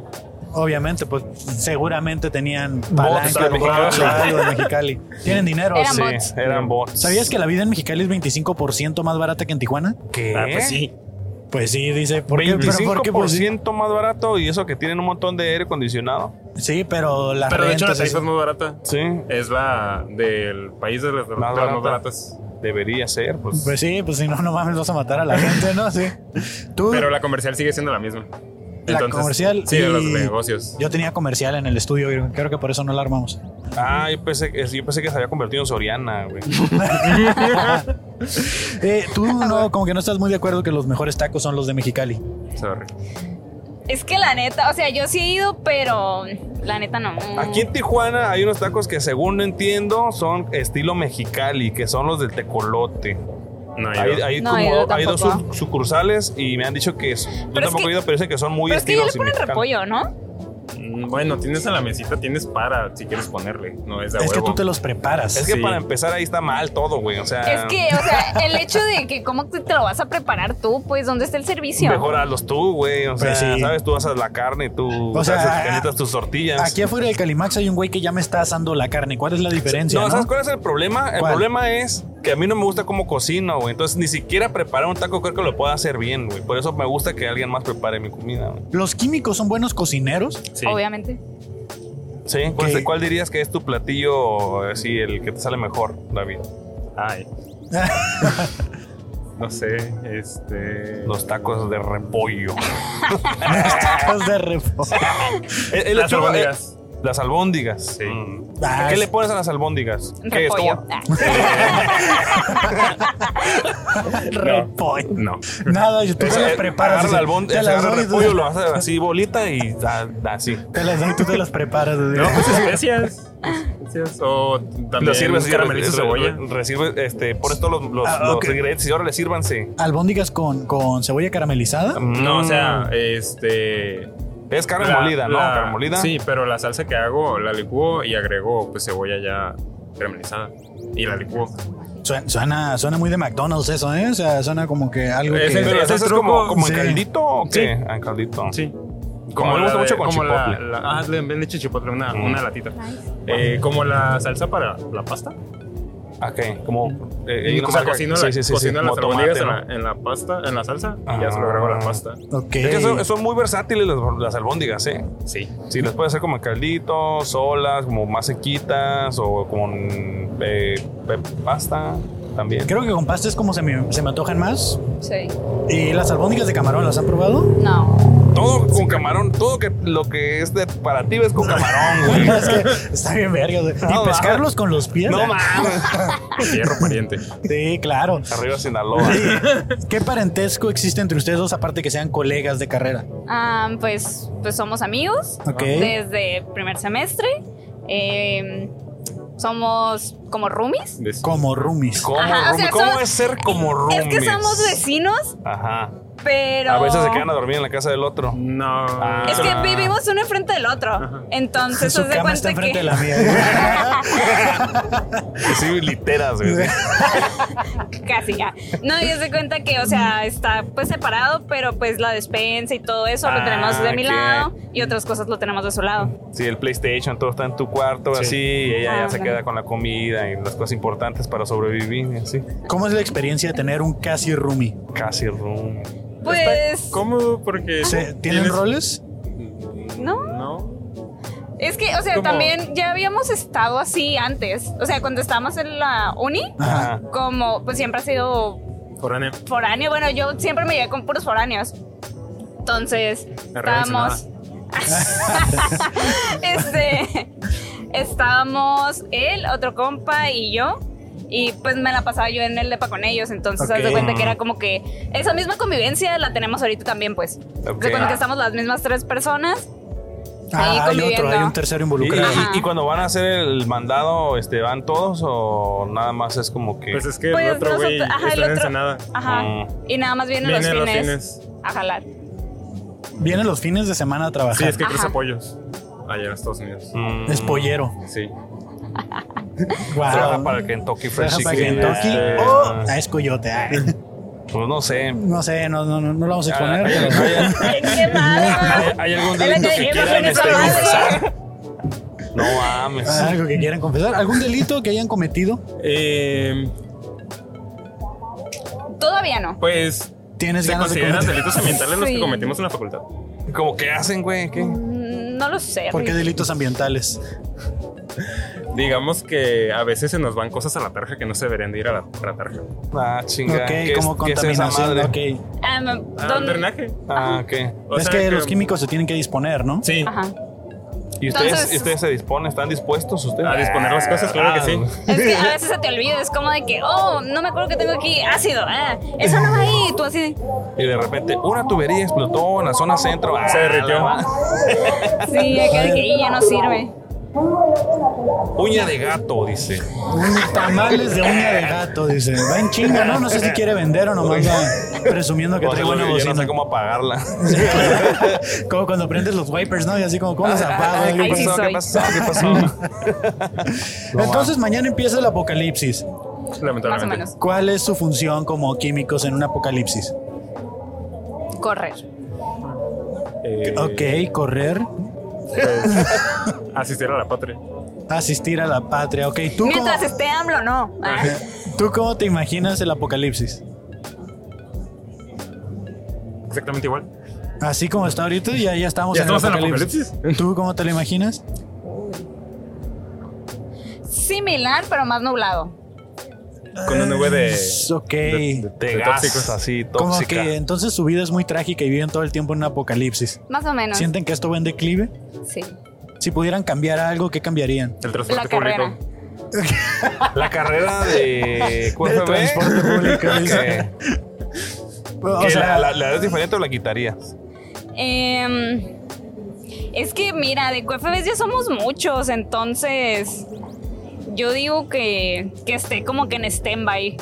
Speaker 1: Obviamente, pues seguramente tenían palanca
Speaker 2: de
Speaker 1: o
Speaker 2: Mexicali.
Speaker 1: bots o algo de Mexicali. Tienen dinero.
Speaker 6: Eran
Speaker 1: sí.
Speaker 2: Sí,
Speaker 6: bots.
Speaker 2: eran bots.
Speaker 1: ¿Sabías que la vida en Mexicali es 25% más barata que en Tijuana?
Speaker 2: ¿Qué?
Speaker 8: Ah, pues sí.
Speaker 1: Pues sí, dice. ¿Por qué? Pero ¿por qué? Pues, sí.
Speaker 2: 25% más barato y eso que tienen un montón de aire acondicionado.
Speaker 1: Sí, pero
Speaker 2: Ah,
Speaker 1: la
Speaker 8: Pero de hecho, la
Speaker 1: renta.
Speaker 8: tarifa es muy barata.
Speaker 2: Sí.
Speaker 8: Es la del país de las
Speaker 2: Más
Speaker 8: más,
Speaker 2: barata.
Speaker 8: más baratas.
Speaker 2: Debería ser, pues.
Speaker 1: Pues sí, pues si no, no mames, vas a matar a la gente, ¿no? Sí. Tú,
Speaker 8: Pero la comercial sigue siendo la misma.
Speaker 1: La comercial
Speaker 8: Sí, de los
Speaker 1: y-
Speaker 8: negocios.
Speaker 1: yo tenía comercial en el estudio, creo- creo que por eso no la armamos.
Speaker 2: Ah, yo pensé, que- yo pensé que se había convertido en Soriana,
Speaker 6: *laughs*
Speaker 2: güey.
Speaker 1: Eh, tú no, como que no estás muy de acuerdo que los mejores tacos son los de Mexicali.
Speaker 8: Sorry.
Speaker 6: Es que la neta, o sea, yo sí he ido, pero la neta no.
Speaker 2: Aquí en Tijuana hay unos tacos que, según entiendo, son estilo mexicali, que son los del tecolote.
Speaker 8: No, yo-
Speaker 2: Hay, hay
Speaker 6: No,
Speaker 2: como-
Speaker 6: he ido
Speaker 2: hay dos
Speaker 6: tampoco.
Speaker 2: suc- sucursales y me han dicho que es, yo
Speaker 6: Pero es
Speaker 2: tampoco
Speaker 6: que-
Speaker 2: he ido, pero dicen que son muy
Speaker 6: Pero es que ya
Speaker 2: estilos
Speaker 6: le ponen
Speaker 2: mexicanos.
Speaker 6: repollo, ¿no?
Speaker 8: Mm, Bueno, tienes a la mesita, tienes para si quieres ponerle. No es de a
Speaker 1: Es que
Speaker 8: huevo.
Speaker 1: tú te los preparas.
Speaker 2: Es que
Speaker 8: Sí.
Speaker 2: para empezar ahí está mal todo, güey. O sea,
Speaker 6: Es que, o sea, el hecho de que cómo te te lo vas a preparar tú, pues, ¿dónde está el servicio?
Speaker 2: mejor hazlos tú, güey. O sea,
Speaker 1: Pues sí.
Speaker 2: sabes, tú haces la carne, tú
Speaker 1: O sea,
Speaker 2: haces calientas tus tortillas.
Speaker 1: Aquí afuera del Calimax hay un güey que ya me está asando la carne. ¿Cuál es la diferencia?
Speaker 2: No,
Speaker 1: no?
Speaker 2: ¿sabes cuál es el problema? El
Speaker 1: ¿Cuál?
Speaker 2: problema es que a mí no me gusta cómo cocino, güey. Entonces ni siquiera preparar un taco creo que lo pueda hacer bien, güey. Por eso me gusta que alguien más prepare mi comida, güey.
Speaker 1: Los químicos son buenos
Speaker 2: *laughs*
Speaker 1: cocineros. *laughs*
Speaker 8: Sí.
Speaker 6: Obviamente.
Speaker 2: Sí, ¿Cuál,
Speaker 1: ¿Qué?
Speaker 2: cuál dirías que es tu platillo así, el que te sale mejor, David?
Speaker 1: *laughs*
Speaker 8: Ay. no sé, este.
Speaker 2: Los tacos
Speaker 1: *laughs*
Speaker 2: de repollo.
Speaker 1: Estás de refo.
Speaker 2: El- el
Speaker 8: Las
Speaker 2: lechuga-
Speaker 8: albóndigas.
Speaker 2: eh, Las albóndigas.
Speaker 8: Sí.
Speaker 2: Mm.
Speaker 1: Ah,
Speaker 2: ¿Qué
Speaker 1: es-
Speaker 2: le pones a las albóndigas? ¿Qué es?
Speaker 6: Repollo.
Speaker 2: ¿Cómo?
Speaker 6: Ah.
Speaker 1: Repollo.
Speaker 8: No.
Speaker 1: Nada, tú
Speaker 2: Es-
Speaker 1: te las
Speaker 2: eh,
Speaker 1: preparas.
Speaker 2: agarra
Speaker 1: así,
Speaker 2: el albón-
Speaker 1: te
Speaker 2: se
Speaker 1: las
Speaker 2: agarra el
Speaker 1: doy,
Speaker 2: repollo, lo haces así bolita y da- da así.
Speaker 1: *laughs* Te las doy, tú te las preparas. así.
Speaker 8: No, pues especias. especias. O también
Speaker 2: Lo sirves así,
Speaker 8: caramelizo
Speaker 2: re-
Speaker 8: cebolla.
Speaker 2: re- resirve, este, pones todos los, los,
Speaker 1: Ah,
Speaker 2: los
Speaker 1: ok.
Speaker 2: ingredientes y ahora le sírvanse.
Speaker 1: Albóndigas con, con cebolla caramelizada.
Speaker 8: No, o
Speaker 1: Mm.
Speaker 8: sea, este.
Speaker 2: Es carne
Speaker 8: la-
Speaker 2: molida, ¿no?
Speaker 8: la-
Speaker 2: carne molida.
Speaker 8: Sí, pero la salsa que hago la licuo y agrego pues cebolla ya caramelizada. Y la licuo.
Speaker 1: Suena, suena, suena muy de McDonald's eso, ¿eh? O sea, suena como que algo
Speaker 8: Es
Speaker 1: que...
Speaker 8: el-
Speaker 2: Pero
Speaker 8: ese
Speaker 2: ¿eso es
Speaker 8: truco-
Speaker 2: como, como
Speaker 1: sí.
Speaker 2: en caldito o
Speaker 8: Sí.
Speaker 2: qué? Ah, En caldito.
Speaker 8: Sí.
Speaker 2: Como le gusta
Speaker 8: la
Speaker 2: mucho
Speaker 8: de-
Speaker 2: con
Speaker 8: como la-
Speaker 2: chipotle.
Speaker 8: la- ah, le han hecho chipotle, una,
Speaker 2: Mm.
Speaker 8: una latita. Eh, como la salsa para la pasta.
Speaker 2: Ok, como... eh, hay
Speaker 8: Y
Speaker 2: una
Speaker 8: Ah, o sea,
Speaker 2: marca-
Speaker 8: cocino,
Speaker 2: sí,
Speaker 8: la,
Speaker 2: sí, sí,
Speaker 8: cocino
Speaker 2: sí,
Speaker 8: las
Speaker 2: como tomate,
Speaker 8: albóndigas en,
Speaker 2: ¿no? Ah.
Speaker 8: la, en la pasta, en la salsa, y ya se lo agrego a la pasta.
Speaker 1: Ok.
Speaker 2: Es que son, son muy versátiles las, las albóndigas, ¿eh?
Speaker 8: Sí.
Speaker 2: Sí, las puedes hacer como en caldito, solas, como más sequitas o con eh, pe- pasta también.
Speaker 1: Creo que con pasta es como se me, se me antojan más.
Speaker 5: Sí.
Speaker 1: ¿Y las albóndigas de camarón las han probado?
Speaker 6: No.
Speaker 2: Todo con camarón, todo que, lo que es de, para ti es
Speaker 8: *laughs*
Speaker 2: con camarón,
Speaker 1: *laughs*
Speaker 2: güey.
Speaker 1: Es que
Speaker 2: *laughs*
Speaker 1: está bien verga. güey.
Speaker 2: No,
Speaker 1: y pescarlos con los pies. ¿eh?
Speaker 2: No mames. *laughs*
Speaker 8: Hierro pariente.
Speaker 1: Sí, claro.
Speaker 2: Arriba
Speaker 8: *laughs*
Speaker 2: Sinaloa.
Speaker 1: ¿Qué parentesco existe entre ustedes dos aparte que sean colegas de carrera?
Speaker 6: Ah, pues, pues somos amigos
Speaker 1: Ok.
Speaker 2: Ah.
Speaker 6: desde primer semestre. Eh, somos como roomies.
Speaker 8: De-
Speaker 1: Como roomies.
Speaker 2: ¿Cómo,
Speaker 6: Ajá, o
Speaker 2: roomie?
Speaker 6: sea,
Speaker 2: ¿Cómo
Speaker 6: somos-
Speaker 2: es ser como roomies?
Speaker 6: Es que somos vecinos,
Speaker 2: Ajá.
Speaker 6: pero...
Speaker 2: A veces se quedan a dormir en la casa del
Speaker 6: *laughs*
Speaker 2: otro.
Speaker 8: No.
Speaker 2: Ah.
Speaker 6: Es que
Speaker 2: Ah.
Speaker 6: vivimos uno enfrente del otro. Entonces,
Speaker 1: Su
Speaker 6: haz de
Speaker 1: cama está
Speaker 6: cuenta
Speaker 1: enfrente
Speaker 6: que...
Speaker 1: de la mía.
Speaker 2: Que sí, literas, *laughs*
Speaker 6: *laughs*
Speaker 2: güey.
Speaker 6: *laughs* Casi ya. No, y haz de cuenta que, o sea, está pues separado, pero pues la despensa y todo eso lo
Speaker 2: Ah,
Speaker 6: tenemos de mi
Speaker 2: ok.
Speaker 6: lado y otras cosas lo tenemos de su lado.
Speaker 2: Sí, el PlayStation, todo está en tu cuarto, así. Y ella ya
Speaker 6: Ah,
Speaker 2: se
Speaker 6: bueno.
Speaker 2: queda con la comida y las cosas importantes para sobrevivir, y así.
Speaker 1: *laughs* ¿Cómo es la experiencia de tener un casi roomie?
Speaker 2: Casi room.
Speaker 6: Pues,
Speaker 8: Cómodo porque. Mm,
Speaker 1: ¿Se- ¿Tienen roles?
Speaker 6: No.
Speaker 8: No.
Speaker 6: es que, o sea,
Speaker 8: ¿Cómo?
Speaker 6: también ya habíamos estado así antes. O sea, cuando estábamos en la uni,
Speaker 2: Ajá.
Speaker 6: como pues siempre ha sido
Speaker 8: Foráneo.
Speaker 6: foráneo. Bueno, yo siempre me llevé con puros foráneos. Entonces,
Speaker 8: Arriba
Speaker 6: estábamos. este. *laughs* Estábamos él, otro compa y yo. Y pues me la pasaba yo en el depa con ellos. Entonces, haz
Speaker 1: Ok.
Speaker 6: de cuenta que era como que esa misma convivencia la tenemos ahorita también, pues.
Speaker 2: Ok.
Speaker 6: De cuando que estamos las mismas tres personas. Ahí
Speaker 1: Ah, hay otro,
Speaker 6: conviviendo.
Speaker 1: hay un tercero
Speaker 2: Y,
Speaker 1: involucrado.
Speaker 2: y-
Speaker 6: Ajá.
Speaker 2: y cuando van a hacer el mandado, este, ¿van todos o nada más es como que...
Speaker 8: Pues es que
Speaker 6: Pues
Speaker 8: el otro güey
Speaker 6: nosotros- ajá,
Speaker 8: está
Speaker 6: el
Speaker 8: en
Speaker 6: otro-
Speaker 8: Ensenada.
Speaker 6: Ajá.
Speaker 2: Mm.
Speaker 6: Y nada más vienen,
Speaker 8: Viene
Speaker 6: los
Speaker 8: los
Speaker 6: fines.
Speaker 8: fines.
Speaker 6: A jalar.
Speaker 1: Vienen los fines de semana a trabajar.
Speaker 8: Sí, es que
Speaker 6: Ajá.
Speaker 8: cruza pollos. Allá en Estados Unidos.
Speaker 2: Mm.
Speaker 1: Es pollero.
Speaker 8: Sí.
Speaker 2: Trabaja
Speaker 1: Wow.
Speaker 2: para el Kentucky Fried
Speaker 1: Trabaja para
Speaker 2: Chicken.
Speaker 1: Kentucky
Speaker 2: Eh,
Speaker 1: o ah, es coyote. ah.
Speaker 2: Pues no sé.
Speaker 1: No sé, no, no, no, no lo
Speaker 2: Ah,
Speaker 1: vamos a exponer.
Speaker 2: ¿Hay,
Speaker 1: pero-
Speaker 6: *laughs*
Speaker 1: *laughs*
Speaker 6: Ay, qué
Speaker 2: hay-
Speaker 6: malo.
Speaker 2: hay algún
Speaker 6: Es la
Speaker 2: delito
Speaker 6: que
Speaker 2: que
Speaker 6: dijimos
Speaker 2: quieran
Speaker 6: en esa
Speaker 2: este,
Speaker 6: base.
Speaker 2: confesar? No mames.
Speaker 1: Algo que quieran confesar. ¿Algún delito que hayan cometido?
Speaker 8: Eh,
Speaker 6: Todavía no.
Speaker 8: pues.
Speaker 1: ¿Tienes
Speaker 8: ¿Se
Speaker 1: ganas de
Speaker 8: consideran
Speaker 1: cometer?
Speaker 8: delitos ambientales los
Speaker 6: Sí.
Speaker 8: que cometimos en la facultad?
Speaker 2: ¿Cómo que hacen, güey? ¿Qué?
Speaker 6: Mm, No lo sé.
Speaker 1: *laughs* ¿Por qué delitos ambientales?
Speaker 8: Digamos que a veces se nos van cosas a la tarja que no se deberían de ir a la, a la tarja.
Speaker 2: Ah, chinga.
Speaker 1: Ok,
Speaker 2: ¿Qué es-
Speaker 1: como
Speaker 2: qué es esa
Speaker 1: contaminación.
Speaker 2: madre?
Speaker 1: ok.
Speaker 6: Um,
Speaker 8: Ah,
Speaker 6: ¿dónde-
Speaker 8: drenaje.
Speaker 2: Ah, ok.
Speaker 8: O
Speaker 1: es
Speaker 8: sea
Speaker 1: que, los químicos se tienen que disponer, ¿no?
Speaker 8: Sí.
Speaker 6: Ajá.
Speaker 2: ¿Y ustedes,
Speaker 6: Entonces-
Speaker 2: y ustedes se disponen? ¿Están dispuestos ustedes?
Speaker 8: A disponer las cosas, claro que sí.
Speaker 6: Es que a veces se te olvida, es como de que, oh, no me acuerdo que tengo aquí ácido, ah, eso no va ahí, y tú así de,
Speaker 2: Ah, Y de repente, una tubería explotó en la zona centro. Ah,
Speaker 8: Se derritió.
Speaker 2: la ma-
Speaker 6: sí, acá de que "Y ya no sirve.
Speaker 2: Uña de gato,
Speaker 1: *laughs*
Speaker 2: dice.
Speaker 1: Un Tamales de uña de gato, dice. Va en chinga, ¿no? No sé si quiere vender o nomás va. presumiendo que
Speaker 2: O sea,
Speaker 1: traigo una
Speaker 2: yo no sé
Speaker 1: bocina.
Speaker 2: cómo apagarla.
Speaker 1: *laughs* Como cuando prendes los wipers, ¿no? Y así como, ¿cómo los apago?
Speaker 6: ay,
Speaker 2: Ah, ¿Qué
Speaker 6: Ah, sí
Speaker 2: pasó? ¿Qué
Speaker 6: soy.
Speaker 2: pasó?
Speaker 1: *laughs*
Speaker 2: ¿Qué pasó?
Speaker 1: Entonces mañana empieza el apocalipsis.
Speaker 8: Lamentablemente.
Speaker 6: Más o menos.
Speaker 1: ¿Cuál es su función como químicos en un apocalipsis?
Speaker 6: Correr.
Speaker 8: Eh,
Speaker 1: Ok, correr,
Speaker 8: pues, asistir a la patria.
Speaker 1: asistir a la patria. Ok, ¿tú cómo,
Speaker 6: Mientras esté AMLO, no. Ah.
Speaker 1: ¿tú cómo te imaginas el apocalipsis?
Speaker 8: Exactamente igual.
Speaker 1: Así como está ahorita, ya, ya estamos,
Speaker 8: ¿Ya
Speaker 1: el
Speaker 8: estamos en el apocalipsis?
Speaker 1: ¿Tú cómo te lo imaginas?
Speaker 6: Similar, pero más nublado.
Speaker 8: Con un nube de.
Speaker 1: Es Pues, ok.
Speaker 8: Eh, de-
Speaker 2: De
Speaker 8: de
Speaker 2: gas,
Speaker 8: tóxicos.
Speaker 2: así,
Speaker 1: como
Speaker 2: tóxica.
Speaker 1: que entonces su vida es muy trágica y viven todo el tiempo en un apocalipsis.
Speaker 6: Más o menos.
Speaker 1: ¿Sienten que esto va en declive?
Speaker 6: Sí.
Speaker 1: Si pudieran cambiar algo, ¿qué cambiarían?
Speaker 8: El
Speaker 6: La
Speaker 8: transporte
Speaker 6: carrera.
Speaker 8: público.
Speaker 2: La
Speaker 1: *laughs*
Speaker 2: carrera de
Speaker 1: Del
Speaker 2: QFB.
Speaker 8: ¿Eh?
Speaker 1: transporte
Speaker 2: *laughs*
Speaker 8: *laughs*
Speaker 1: público, dice.
Speaker 2: que-
Speaker 1: O
Speaker 2: que
Speaker 1: sea,
Speaker 2: la, la, la harías diferente o la quitarías.
Speaker 6: Em, es que, mira, de QFBs ya somos muchos, entonces yo digo que, que esté como que en stand-by.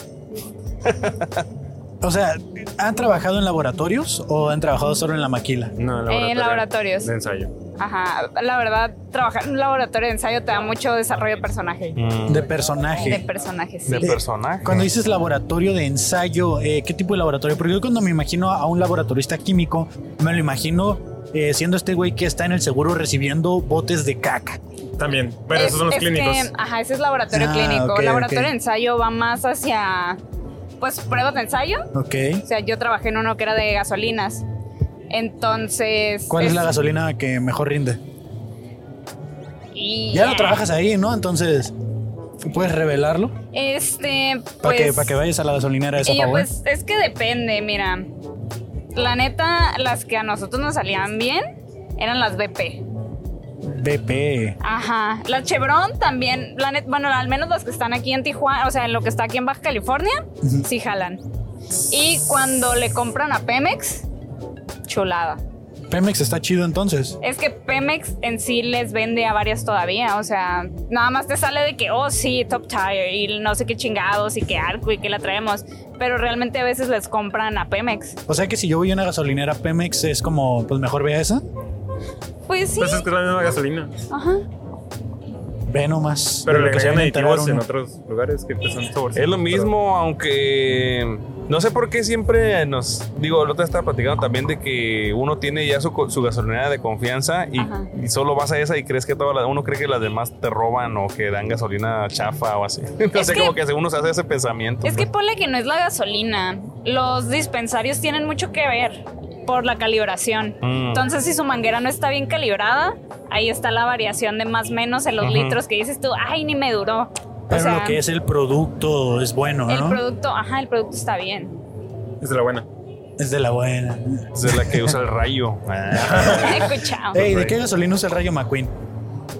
Speaker 1: o sea, ¿han trabajado en laboratorios o han trabajado solo en la maquila?
Speaker 8: No, en
Speaker 6: En laboratorios.
Speaker 8: De ensayo.
Speaker 6: Ajá, la verdad, trabajar en un laboratorio de ensayo te da mucho desarrollo de personaje.
Speaker 1: De
Speaker 6: De
Speaker 1: personaje.
Speaker 6: personajes,
Speaker 2: Mm, De
Speaker 6: sí.
Speaker 2: personaje.
Speaker 1: Cuando dices laboratorio de ensayo, eh, ¿qué tipo de laboratorio? Porque yo cuando me imagino a un laboratorista químico, me lo imagino eh, siendo este güey que está en el seguro recibiendo botes de caca.
Speaker 8: También. Pero esos son los
Speaker 6: Es- es
Speaker 8: clínicos.
Speaker 6: que, ajá, ese es laboratorio
Speaker 1: Ah,
Speaker 6: clínico.
Speaker 1: ok,
Speaker 6: laboratorio
Speaker 1: ok.
Speaker 6: de ensayo va más hacia, pues, pruebas de ensayo.
Speaker 1: Ok.
Speaker 6: O sea, yo trabajé en uno que era de gasolinas. Entonces.
Speaker 1: ¿Cuál es la gasolina que mejor rinde?
Speaker 6: y-
Speaker 1: Ya no trabajas ahí, ¿no? Entonces, ¿puedes revelarlo?
Speaker 6: Este,
Speaker 1: Para
Speaker 6: pues.
Speaker 1: que, para que vayas a la gasolinera esa,
Speaker 6: y yo,
Speaker 1: favor.
Speaker 6: pues, es que depende, mira. La neta, las que a nosotros nos salían bien eran las BP.
Speaker 1: BP.
Speaker 6: Ajá. Las Chevron también, la net- bueno, al menos las que están aquí en Tijuana, o sea, en lo que está aquí en Baja California, sí jalan. Y cuando le compran a Pemex, chulada.
Speaker 1: Pemex está chido entonces.
Speaker 6: Es que Pemex en sí les vende a varias todavía, o sea, nada más te sale de que, oh sí, Top Tire y no sé qué chingados y qué arco y qué la traemos, pero realmente a veces les compran a Pemex.
Speaker 1: O sea que si yo voy a una gasolinera Pemex es como, pues mejor vea esa.
Speaker 6: Pues sí,
Speaker 8: Pues es que es la misma gasolina.
Speaker 6: ajá.
Speaker 1: Ve nomás.
Speaker 8: Pero
Speaker 1: de lo
Speaker 8: le
Speaker 1: que se viene
Speaker 8: agregan
Speaker 1: a enterar
Speaker 8: aditivos en
Speaker 1: uno.
Speaker 8: otros lugares que pues, son sabores.
Speaker 2: Es lo mismo, aunque no sé por qué siempre nos digo, el otro estaba platicando también de que uno tiene ya su, co- su gasolinera de confianza y,
Speaker 6: Ajá.
Speaker 2: y solo vas a esa y crees que todas las- uno cree que las demás te roban o que dan gasolina chafa o así. *laughs* No
Speaker 6: Es
Speaker 2: sé,
Speaker 6: que-
Speaker 2: como que uno se hace ese pensamiento.
Speaker 6: Es que
Speaker 2: pues.
Speaker 6: ponle que no es la gasolina, los dispensarios tienen mucho que ver por la calibración.
Speaker 2: Mm.
Speaker 6: Entonces, si su manguera no está bien calibrada, ahí está la variación de más menos en los
Speaker 2: Ujú.
Speaker 6: litros que dices tú, ay, ni me duró. O
Speaker 1: Pero
Speaker 6: sea,
Speaker 1: lo que es el producto es bueno,
Speaker 6: el
Speaker 1: ¿no?
Speaker 6: producto, ajá, el producto está bien.
Speaker 1: *laughs*
Speaker 8: Es de la buena.
Speaker 1: es de la buena.
Speaker 2: Es la que usa el
Speaker 8: *laughs*
Speaker 2: rayo. Ah,
Speaker 6: Escuchado.
Speaker 1: Ey, ¿de qué gasolina usa el rayo McQueen?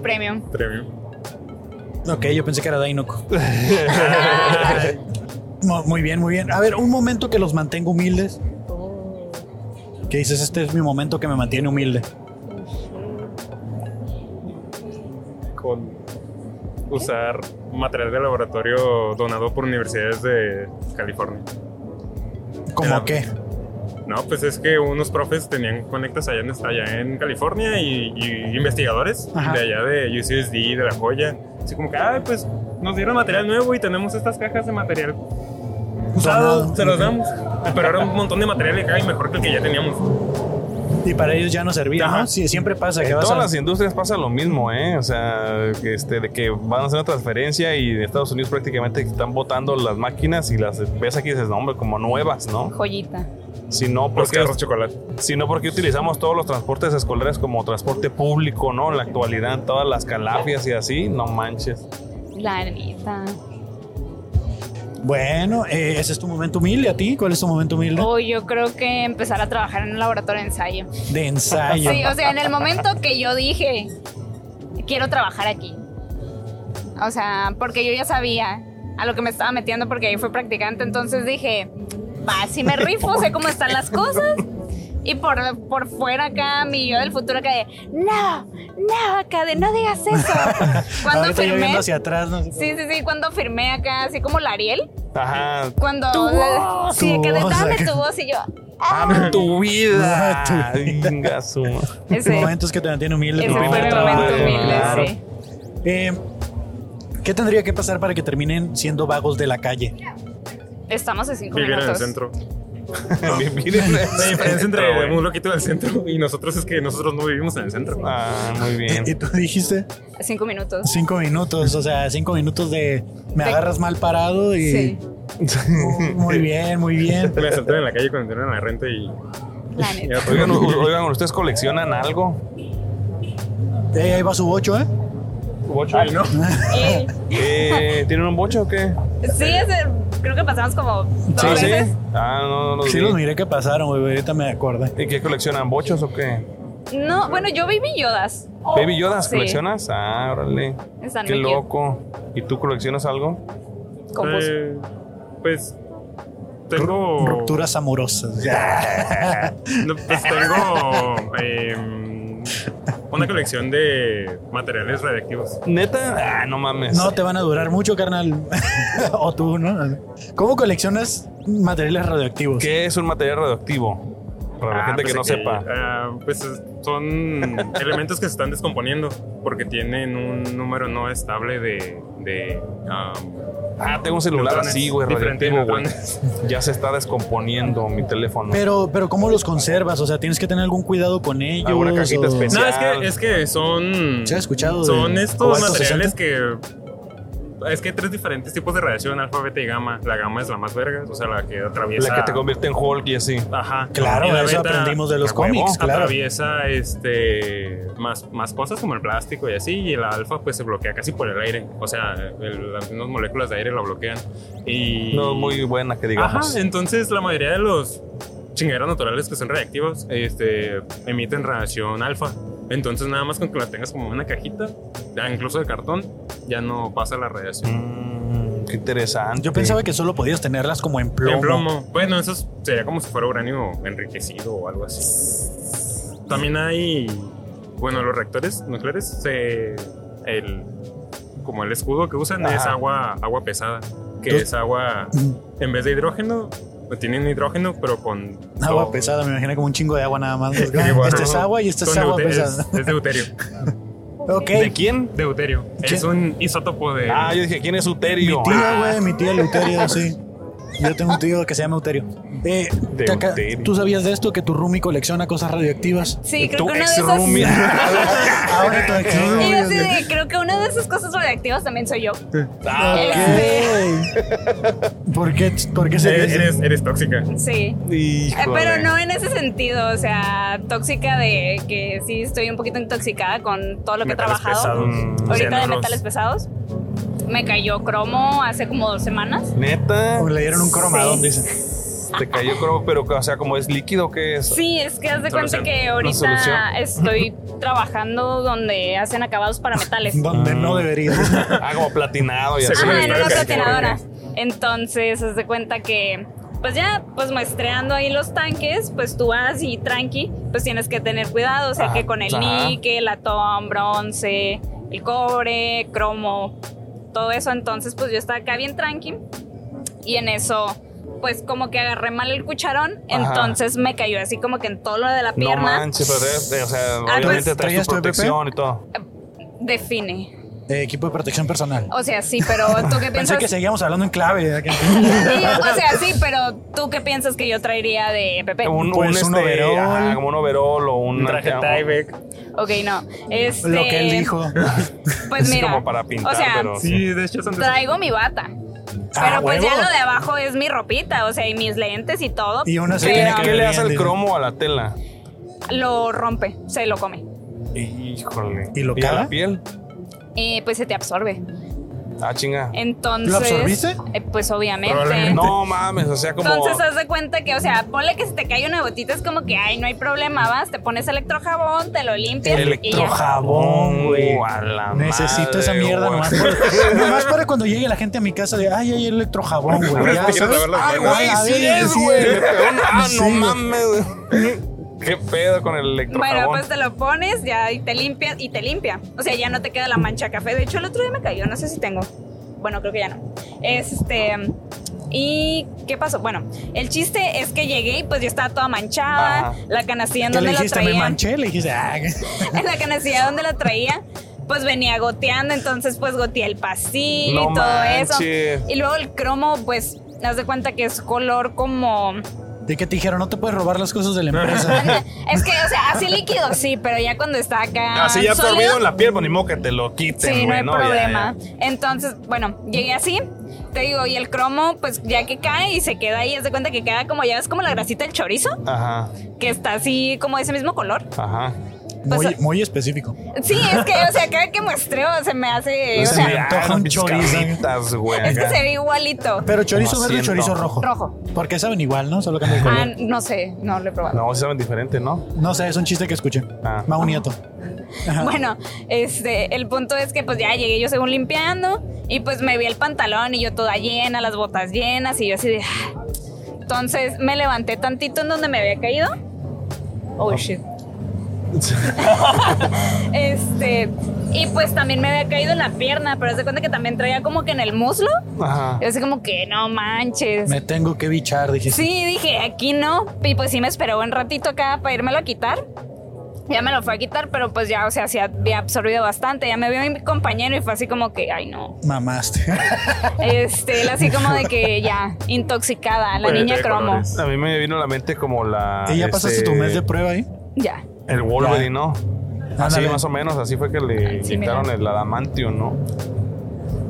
Speaker 6: Premium.
Speaker 8: Premium.
Speaker 1: Ok, yo pensé que era
Speaker 8: *laughs*
Speaker 1: Dainoco. Mu- muy bien, muy bien. A ver, un momento que los mantengo humildes.
Speaker 6: Oh.
Speaker 1: ¿Qué dices? Este es mi momento que me mantiene humilde.
Speaker 8: Con usar material de laboratorio donado por universidades de California.
Speaker 1: ¿Cómo
Speaker 8: Ya.
Speaker 1: qué?
Speaker 8: No, pues es que unos profes tenían conectas allá en, allá en California y, y investigadores
Speaker 1: Ajá.
Speaker 8: de allá de UCSD, de La Joya. Así como que, ay, pues nos dieron material nuevo y tenemos estas cajas de material usado,
Speaker 1: Pues Donado.
Speaker 8: Pues se los damos. Pero era un montón de material de caja y mejor que el que ya teníamos.
Speaker 1: Y para ellos ya no servía,
Speaker 8: Ajá.
Speaker 1: ¿no? Sí, siempre pasa que
Speaker 2: En
Speaker 1: vas
Speaker 2: todas
Speaker 1: a...
Speaker 2: las industrias pasa lo mismo, ¿eh? O sea, que, este, de que van a hacer una transferencia y en Estados Unidos prácticamente están botando las máquinas y las ves aquí y dices, no, hombre, como nuevas, ¿no?
Speaker 6: Joyita.
Speaker 2: Si no,
Speaker 8: Los
Speaker 2: porque,
Speaker 8: carros chocolate.
Speaker 2: si no porque utilizamos todos los transportes escolares como transporte público, ¿no? En la actualidad, todas las calafias y así, no manches.
Speaker 6: La neta.
Speaker 1: Bueno, eh, ese es tu momento humilde a ti. ¿Cuál es tu momento humilde?
Speaker 6: O yo creo que empezar a trabajar en un laboratorio de ensayo.
Speaker 1: De ensayo. *laughs*
Speaker 6: Sí, oh. o sea, en el momento que yo dije, quiero trabajar aquí. O sea, porque yo ya sabía a lo que me estaba metiendo porque ahí fui practicante, entonces dije, va, si me rifo, sé cómo están las cosas. Y por, por fuera acá, mi yo del futuro acá de, no, no, acá de, no digas eso. cuando
Speaker 1: Ahorita yo
Speaker 6: firmé,
Speaker 1: viendo hacia atrás, no sé.
Speaker 6: sí, sí, sí, cuando firmé acá, así como la Ariel,
Speaker 2: Ajá.
Speaker 6: cuando,
Speaker 1: voz,
Speaker 6: sí,
Speaker 1: tu
Speaker 6: que de,
Speaker 1: voz
Speaker 6: dame
Speaker 1: acá".
Speaker 6: tu voz y yo,
Speaker 2: Dame Ah, tu vida.
Speaker 1: Tu
Speaker 2: *laughs* Venga, su madre.
Speaker 6: ese,
Speaker 1: Momentos que te mantienen humilde.
Speaker 6: ese
Speaker 1: tu
Speaker 6: fue mi
Speaker 1: primer
Speaker 6: momento
Speaker 1: trabajo.
Speaker 6: humilde,
Speaker 2: claro.
Speaker 6: sí.
Speaker 1: Eh, ¿Qué tendría que pasar para que terminen siendo vagos de la calle?
Speaker 6: Estamos a cinco
Speaker 8: Vivir en el
Speaker 2: *laughs*
Speaker 6: minutos.
Speaker 8: centro.
Speaker 2: Vivir en el
Speaker 8: La diferencia
Speaker 2: centro,
Speaker 8: entre
Speaker 2: güey.
Speaker 8: un loquito del centro y nosotros es que nosotros no vivimos en el centro.
Speaker 2: Ah, muy bien.
Speaker 1: Y tú dijiste
Speaker 6: Cinco minutos.
Speaker 1: cinco minutos, o sea, cinco minutos de me agarras mal parado y
Speaker 6: Sí,
Speaker 1: *laughs* muy bien, muy bien.
Speaker 8: Me asaltaron en la calle cuando tenían la renta y.
Speaker 6: la
Speaker 8: y
Speaker 6: neta.
Speaker 8: ya fue.
Speaker 2: Oigan, o- oigan, ¿ustedes coleccionan algo?
Speaker 1: Eh, ahí va su bocho, ¿eh?
Speaker 2: ¿Bocho?
Speaker 1: *laughs*
Speaker 8: Ay, no.
Speaker 6: Y-
Speaker 2: Eh, ¿Tienen un bocho o qué?
Speaker 6: Sí, ese- creo que pasamos como dos
Speaker 2: ¿Ah, sí?
Speaker 6: veces.
Speaker 2: Ah, no, no los
Speaker 1: Sí,
Speaker 2: vi.
Speaker 1: los miré que pasaron, güey, ahorita me acuerdo.
Speaker 2: ¿Y qué coleccionan? ¿Bochos o qué?
Speaker 6: No, bueno, yo Baby Yodas.
Speaker 2: ¿Baby Yodas
Speaker 6: Sí.
Speaker 2: coleccionas? Ah, órale.
Speaker 6: Están
Speaker 2: Qué
Speaker 6: muy cute.
Speaker 2: loco. ¿Y tú coleccionas algo?
Speaker 6: Compus.
Speaker 8: Eh, pues. Tengo.
Speaker 1: Rupturas amorosas.
Speaker 8: No, pues tengo. em, una colección de materiales radiactivos.
Speaker 2: ¿Neta? Ah, no mames.
Speaker 1: No te van a durar mucho, carnal. *laughs* o tú, ¿no? ¿Cómo coleccionas materiales radioactivos?
Speaker 2: ¿Qué es un material radioactivo? Para la
Speaker 8: Pues Ah,
Speaker 2: gente
Speaker 8: pues,
Speaker 2: que no
Speaker 8: eh,
Speaker 2: sepa.
Speaker 8: ah, pues es- son elementos que se están descomponiendo porque tienen un número no estable de. de, ah,
Speaker 2: Ah, tengo un celular
Speaker 8: neutrones,
Speaker 2: así, güey,
Speaker 8: diferentes
Speaker 2: radioactivo, güey.
Speaker 8: neutrones.
Speaker 2: *laughs* Ya se está descomponiendo mi teléfono.
Speaker 1: Pero, pero ¿cómo los conservas? O sea, tienes que tener algún cuidado con ellos.
Speaker 2: Alguna cajita
Speaker 1: o-
Speaker 2: especial.
Speaker 8: No, es que, es que son.
Speaker 1: ¿Se ha escuchado de
Speaker 8: Son estos
Speaker 1: cobalto
Speaker 8: materiales que. Es que hay tres diferentes tipos de radiación, alfa, beta y gamma. La gamma es la más verga, o sea, la que atraviesa.
Speaker 2: La que te convierte en Hulk y así.
Speaker 8: Ajá.
Speaker 1: Claro,
Speaker 8: Y la
Speaker 1: eso
Speaker 8: beta
Speaker 1: aprendimos de los
Speaker 2: a huevo,
Speaker 1: cómics, claro.
Speaker 8: Atraviesa este, más, más cosas como el plástico y así, y el alfa pues se bloquea casi por el aire. O sea, el- las mismas moléculas de aire lo bloquean. Y...
Speaker 2: No es muy buena que digamos.
Speaker 8: Ajá, entonces la mayoría de los chingaderos naturales que son reactivos este, emiten radiación alfa. Entonces nada más con que la tengas como en una cajita, ya incluso de cartón, ya no pasa la radiación.
Speaker 2: Mm, qué interesante.
Speaker 1: Yo pensaba que solo podías tenerlas como en plomo.
Speaker 8: En plomo. Bueno, eso es- sería como si fuera uranio enriquecido o algo así. También hay, bueno, los reactores nucleares, se, el, como el escudo que usan
Speaker 2: Ajá.
Speaker 8: es agua, agua pesada, que
Speaker 1: Entonces-
Speaker 8: es agua,
Speaker 1: Mm,
Speaker 8: en vez de hidrógeno, pues, tienen hidrógeno, pero con...
Speaker 1: Agua
Speaker 8: con-
Speaker 1: pesada, me imagino como un chingo de agua nada más.
Speaker 8: Sí, bueno,
Speaker 1: Esta es agua y esta es
Speaker 8: con
Speaker 1: agua
Speaker 8: deute-
Speaker 1: pesada.
Speaker 8: Es, es deuterio.
Speaker 1: Ok.
Speaker 2: ¿De quién?
Speaker 8: Deuterio.
Speaker 1: ¿Qué?
Speaker 8: Es un isótopo de.
Speaker 2: Ah, yo dije, ¿quién es Uterio?
Speaker 1: Mi
Speaker 2: Ah,
Speaker 1: tía, güey, mi tía Eleuterio, sí. Yo tengo un tío que se llama Euterio. Eh,
Speaker 2: De
Speaker 1: te acá-
Speaker 2: Euterio.
Speaker 1: ¿Tú sabías de esto? Que tu Rumi colecciona cosas radioactivas.
Speaker 6: Sí, creo
Speaker 2: tu
Speaker 6: que una de
Speaker 2: ex
Speaker 6: esas.
Speaker 2: roomie.
Speaker 6: *laughs*
Speaker 1: Ahora tu ex
Speaker 6: Y
Speaker 1: Rumi,
Speaker 6: yo así
Speaker 1: güey.
Speaker 6: de, creo que una de esas cosas radioactivas también soy yo.
Speaker 2: Ah,
Speaker 6: Eh,
Speaker 1: Ok. ¿Por qué, ¿Por qué se
Speaker 8: eres,
Speaker 1: dice?
Speaker 8: eres, eres tóxica.
Speaker 6: Sí. Eh,
Speaker 2: Híjole.
Speaker 6: Pero no en ese sentido, o sea, tóxica de que sí estoy un poquito intoxicada con todo lo que he
Speaker 8: Metales
Speaker 6: trabajado.
Speaker 8: pesados.
Speaker 2: Mm.
Speaker 6: Ahorita de
Speaker 8: cianuros.
Speaker 6: metales pesados. Me cayó cromo hace como dos semanas.
Speaker 2: Neta,
Speaker 1: O Le dieron un cromadón, dice.
Speaker 2: te cayó creo, pero o sea, como es líquido que es.
Speaker 6: Sí, es que haz de
Speaker 8: Solución.
Speaker 6: cuenta que
Speaker 2: solución.
Speaker 6: ahorita estoy trabajando donde hacen acabados
Speaker 2: *laughs*
Speaker 6: para metales.
Speaker 1: Donde
Speaker 2: Mm.
Speaker 1: no debería.
Speaker 2: Ah, como platinado y así.
Speaker 8: Según
Speaker 6: Ajá,
Speaker 8: el
Speaker 6: en
Speaker 8: estado
Speaker 6: una
Speaker 8: de
Speaker 6: platinadora.
Speaker 8: California.
Speaker 6: Entonces, haz de cuenta que, pues ya, pues muestreando ahí los tanques, pues tú vas y tranqui, pues tienes que tener cuidado, o sea,
Speaker 2: Ajá,
Speaker 6: que con el
Speaker 2: Ah, ajá.
Speaker 6: níquel, latón, bronce, el cobre, cromo, todo eso. Entonces, pues yo estaba acá bien tranqui y en eso. Pues como que agarré mal el cucharón,
Speaker 2: Ajá.
Speaker 6: entonces me cayó así como que en todo lo de la
Speaker 2: No
Speaker 6: pierna.
Speaker 2: manches, pero traes- eh, o sea,
Speaker 6: pues,
Speaker 2: obviamente traes
Speaker 1: ¿traías
Speaker 2: tu
Speaker 1: tu EPP?
Speaker 2: protección y todo.
Speaker 6: Define.
Speaker 1: Eh, equipo de protección personal.
Speaker 6: O sea, sí, pero
Speaker 1: *laughs*
Speaker 6: ¿tú qué
Speaker 1: Pensé
Speaker 6: piensas?
Speaker 1: que seguíamos hablando en clave.
Speaker 6: *laughs* Sí, o sea, sí, pero ¿tú qué piensas que yo traería de EPP?
Speaker 2: Un, este,
Speaker 1: Pues un overol.
Speaker 2: ajá, como un overol o un,
Speaker 8: Un traje Tyvek.
Speaker 6: Ok, no. Este,
Speaker 1: Lo que él
Speaker 2: *laughs* Ah,
Speaker 1: dijo.
Speaker 6: Pues
Speaker 2: Así
Speaker 6: mira.
Speaker 2: como para pintar,
Speaker 6: o sea,
Speaker 2: pero-
Speaker 8: Sí, de hecho son de
Speaker 6: traigo mi bata.
Speaker 1: Ah,
Speaker 6: Pero pues
Speaker 1: huevo.
Speaker 6: ya lo de abajo es mi ropita, o sea, y mis lentes y todo.
Speaker 1: Y una se
Speaker 2: ¿Qué,
Speaker 1: tiene
Speaker 6: pero
Speaker 1: que
Speaker 2: qué le hace
Speaker 1: bien,
Speaker 2: el
Speaker 1: dice.
Speaker 2: cromo a la tela?
Speaker 6: Lo rompe, se lo come.
Speaker 2: Híjole.
Speaker 1: ¿Y lo
Speaker 2: a
Speaker 1: cala?
Speaker 2: la piel?
Speaker 6: Eh, pues se te absorbe.
Speaker 2: Ah, chinga.
Speaker 6: Entonces.
Speaker 1: ¿Lo absorbiste?
Speaker 6: eh, pues obviamente.
Speaker 8: Probablemente.
Speaker 2: No mames, o sea, como.
Speaker 6: Entonces haz de cuenta que, o sea, ponle que se te cae una gotita, es como que, ay, no hay problema, vas, te pones electrojabón, te lo limpias y ya.
Speaker 1: Electrojabón, Mm, güey.
Speaker 2: Uh, a la
Speaker 1: Necesito esa
Speaker 2: madre,
Speaker 1: mierda
Speaker 2: güey.
Speaker 1: nomás,
Speaker 2: *laughs*
Speaker 1: por- nomás para cuando llegue la gente a mi casa de ay, ay, electrojabón, güey. ya,
Speaker 8: Quiero
Speaker 1: ¿sabes?
Speaker 8: saber las
Speaker 1: Ay,
Speaker 8: buenas.
Speaker 1: güey,
Speaker 2: Ay,
Speaker 1: sí
Speaker 2: Ah, sí es,
Speaker 1: sí
Speaker 2: güey.
Speaker 1: es.
Speaker 2: Le pegó un- Ah,
Speaker 1: Sí,
Speaker 2: no
Speaker 1: güey.
Speaker 2: mames, güey. *laughs* ¿Qué pedo con el
Speaker 6: Bueno,
Speaker 2: electrocabón?
Speaker 6: pues te lo pones ya y te limpias y te limpia. O sea, ya no te queda la mancha café. De hecho, el otro día me cayó, no sé si tengo. Bueno, creo que ya no. Este. ¿Y qué pasó? Bueno, el chiste es que llegué y pues yo estaba toda manchada.
Speaker 2: Ajá.
Speaker 6: La canastilla en
Speaker 1: ¿Qué le
Speaker 6: donde la
Speaker 1: dijiste? Me
Speaker 6: traía.
Speaker 1: manché, le dijiste, ah, *laughs*
Speaker 6: En *laughs* la canastilla donde la traía, pues venía goteando. Entonces, pues goteé el pasillo
Speaker 2: no
Speaker 6: y todo eso.
Speaker 2: manches.
Speaker 6: Y luego el cromo, pues, haz de cuenta que es color como. *laughs*
Speaker 1: de que te dijeron, no te puedes robar las cosas de la empresa.
Speaker 6: Es que, o sea, así líquido sí, pero ya cuando está acá.
Speaker 2: Así ya
Speaker 6: sólido,
Speaker 2: dormido en la piel, pues ni modo que te lo quiten,
Speaker 6: Ah,
Speaker 2: güey,
Speaker 6: Sí, no hay
Speaker 2: Ya, ya.
Speaker 6: problema. Entonces, bueno, llegué así. Te digo, y el cromo, pues ya que cae y se queda ahí, haz de cuenta que queda como, ya ves como la grasita del chorizo,
Speaker 2: Ajá,
Speaker 6: que está así como de ese mismo color.
Speaker 2: ajá.
Speaker 1: Muy,
Speaker 6: Pues-
Speaker 1: muy específico.
Speaker 6: Sí, es que, o sea, cada que muestreo se me hace.
Speaker 1: No
Speaker 6: o
Speaker 1: se
Speaker 6: sea,
Speaker 1: me antoja
Speaker 2: Ah,
Speaker 1: un
Speaker 2: mis
Speaker 1: chorizo. Este
Speaker 2: carnitas, güey.
Speaker 6: es que
Speaker 2: acá.
Speaker 6: se ve igualito.
Speaker 1: Pero chorizo
Speaker 2: Como
Speaker 1: verde o
Speaker 2: asiento.
Speaker 1: chorizo rojo.
Speaker 6: Rojo.
Speaker 1: Porque saben igual, ¿no? Solo cambia el color.
Speaker 6: Ah, no sé, no lo he probado.
Speaker 2: No, se saben diferente, ¿no? *laughs*
Speaker 1: No sé, es un chiste que escuché.
Speaker 2: Ah.
Speaker 1: Mau Nieto. Ajá.
Speaker 6: Bueno, este, el punto es que pues ya llegué yo según limpiando y pues me vi el pantalón y yo toda llena, las botas llenas y yo así de... "Ah". Entonces me levanté tantito en donde me había caído. Oh, shit. Este, y pues también me había caído en la pierna, pero se cuenta que también traía como que en el muslo.
Speaker 2: Ajá.
Speaker 6: Yo así como que no manches.
Speaker 1: Me tengo que bichar, dijiste.
Speaker 6: Pues Sí, dije, aquí no. Y pues sí me esperó un ratito acá para írmelo a quitar. Ya me lo fue a quitar, pero pues ya, o sea, sí había absorbido bastante. Ya me vio mi compañero y fue así como que, ay no.
Speaker 2: *laughs*
Speaker 1: Mamaste.
Speaker 6: Este, él así como de que ya, intoxicada, la
Speaker 8: Pues,
Speaker 6: niña
Speaker 8: de
Speaker 6: cromo.
Speaker 8: colores.
Speaker 2: A mí me vino a la mente como la.
Speaker 1: ¿Y ya
Speaker 2: este,
Speaker 1: pasaste tu mes de prueba ahí?
Speaker 6: Ya.
Speaker 2: El Wolverine, ¿no? Así
Speaker 1: Ándale.
Speaker 2: Ah, más o menos, así fue que le
Speaker 6: Ay, sí, mira.
Speaker 2: quitaron el adamantium, ¿no?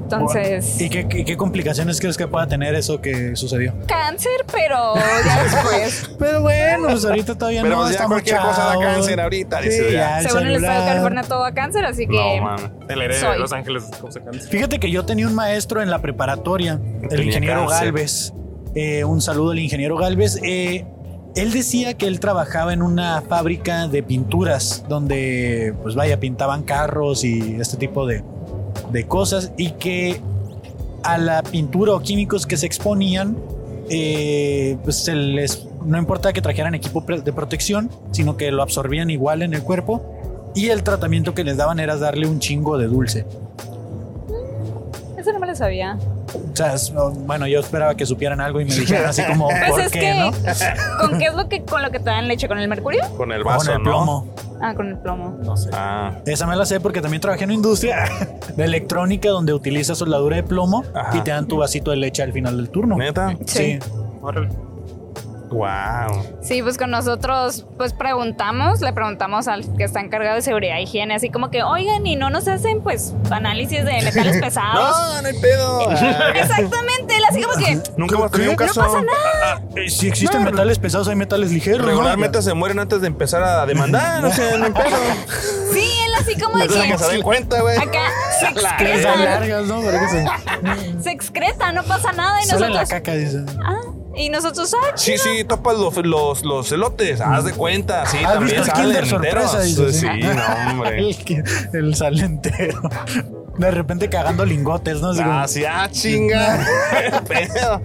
Speaker 6: Entonces,
Speaker 1: ¿Y qué, qué- qué complicaciones crees que pueda tener eso que sucedió?
Speaker 6: cáncer, pero
Speaker 1: *laughs*
Speaker 6: ya después.
Speaker 1: Pero bueno, pues ahorita todavía
Speaker 2: Pero
Speaker 1: no
Speaker 2: pues ya
Speaker 1: estamos
Speaker 2: cualquier cosa da
Speaker 1: chavos.
Speaker 2: cáncer ahorita,
Speaker 1: Sí,
Speaker 2: dice, ya.
Speaker 1: ya, el
Speaker 6: según el estado de
Speaker 1: celular.
Speaker 6: California todo a cáncer, así que
Speaker 2: No, man.
Speaker 8: El aire de
Speaker 6: Soy.
Speaker 8: Los Ángeles, ¿cómo se canta?
Speaker 1: Fíjate que yo tenía un maestro en la preparatoria, el
Speaker 2: Tenía
Speaker 1: ingeniero
Speaker 2: cáncer.
Speaker 1: Galvez. Eh, un saludo al ingeniero Galvez. Eh, él decía que él trabajaba en una fábrica de pinturas donde, pues vaya, pintaban carros y este tipo de, de cosas y que a la pintura o químicos que se exponían, eh, pues se les, no importa que trajeran equipo pre- de protección, sino que lo absorbían igual en el cuerpo y el tratamiento que les daban era darle un chingo de dulce.
Speaker 6: eso no me lo sabía.
Speaker 1: O sea, es- no, bueno, yo esperaba que supieran algo y me dijeran así como,
Speaker 6: *laughs* Pues
Speaker 1: ¿por
Speaker 6: es
Speaker 1: qué,
Speaker 6: que,
Speaker 1: no?
Speaker 6: ¿con qué es lo que con lo que te dan leche? ¿Con el mercurio?
Speaker 2: Con el
Speaker 1: Con
Speaker 2: vaso,
Speaker 1: el
Speaker 2: ¿no?
Speaker 1: plomo.
Speaker 6: Ah, con el plomo.
Speaker 1: No sé.
Speaker 2: Ah,
Speaker 1: Esa me la sé porque también trabajé en una industria *laughs* de electrónica donde utilizas soldadura de plomo
Speaker 2: Ajá.
Speaker 1: y te dan tu vasito de leche al final del turno.
Speaker 2: ¿neta?
Speaker 1: Sí.
Speaker 8: Órale. Ah,
Speaker 2: Wow.
Speaker 6: Sí, pues con nosotros, pues preguntamos, le preguntamos al que está encargado de seguridad e higiene, así como que, oigan, y no nos hacen, pues, análisis de *laughs* metales pesados.
Speaker 2: No, no hay pedo.
Speaker 6: *laughs*
Speaker 2: Ah,
Speaker 6: Exactamente, él así como que,
Speaker 2: Nunca hemos tenido un caso.
Speaker 8: ah,
Speaker 1: Eh, si existen metales pesados, hay metales ligeros. ¿no?
Speaker 2: Regularmente se mueren antes de empezar a demandar. O sea, no hay pedo.
Speaker 6: sí, él así como de
Speaker 2: No
Speaker 6: que,
Speaker 2: que se den cuenta, güey.
Speaker 6: acá se
Speaker 1: Que les dan
Speaker 6: excreta,
Speaker 1: largas, ¿no? Porque se-
Speaker 6: se excreta, no pasa nada, y
Speaker 1: sale la
Speaker 6: nosotros,
Speaker 1: caca, dice.
Speaker 6: ah, y nosotros, ah,
Speaker 2: Sí, sí, topas los, los, los elotes, haz de cuenta, sí,
Speaker 1: ¿Has visto
Speaker 2: también
Speaker 1: el
Speaker 2: salen
Speaker 1: Kinder Sorpresa?
Speaker 2: enteros. Pues
Speaker 1: Dices,
Speaker 2: sí,
Speaker 1: ¿eh? *laughs*
Speaker 2: no, hombre.
Speaker 1: El, que- el sale entero. De repente cagando lingotes, ¿no? Así como-
Speaker 2: Ah, sí, ah,
Speaker 1: *laughs*
Speaker 2: chinga. *laughs* Pedo.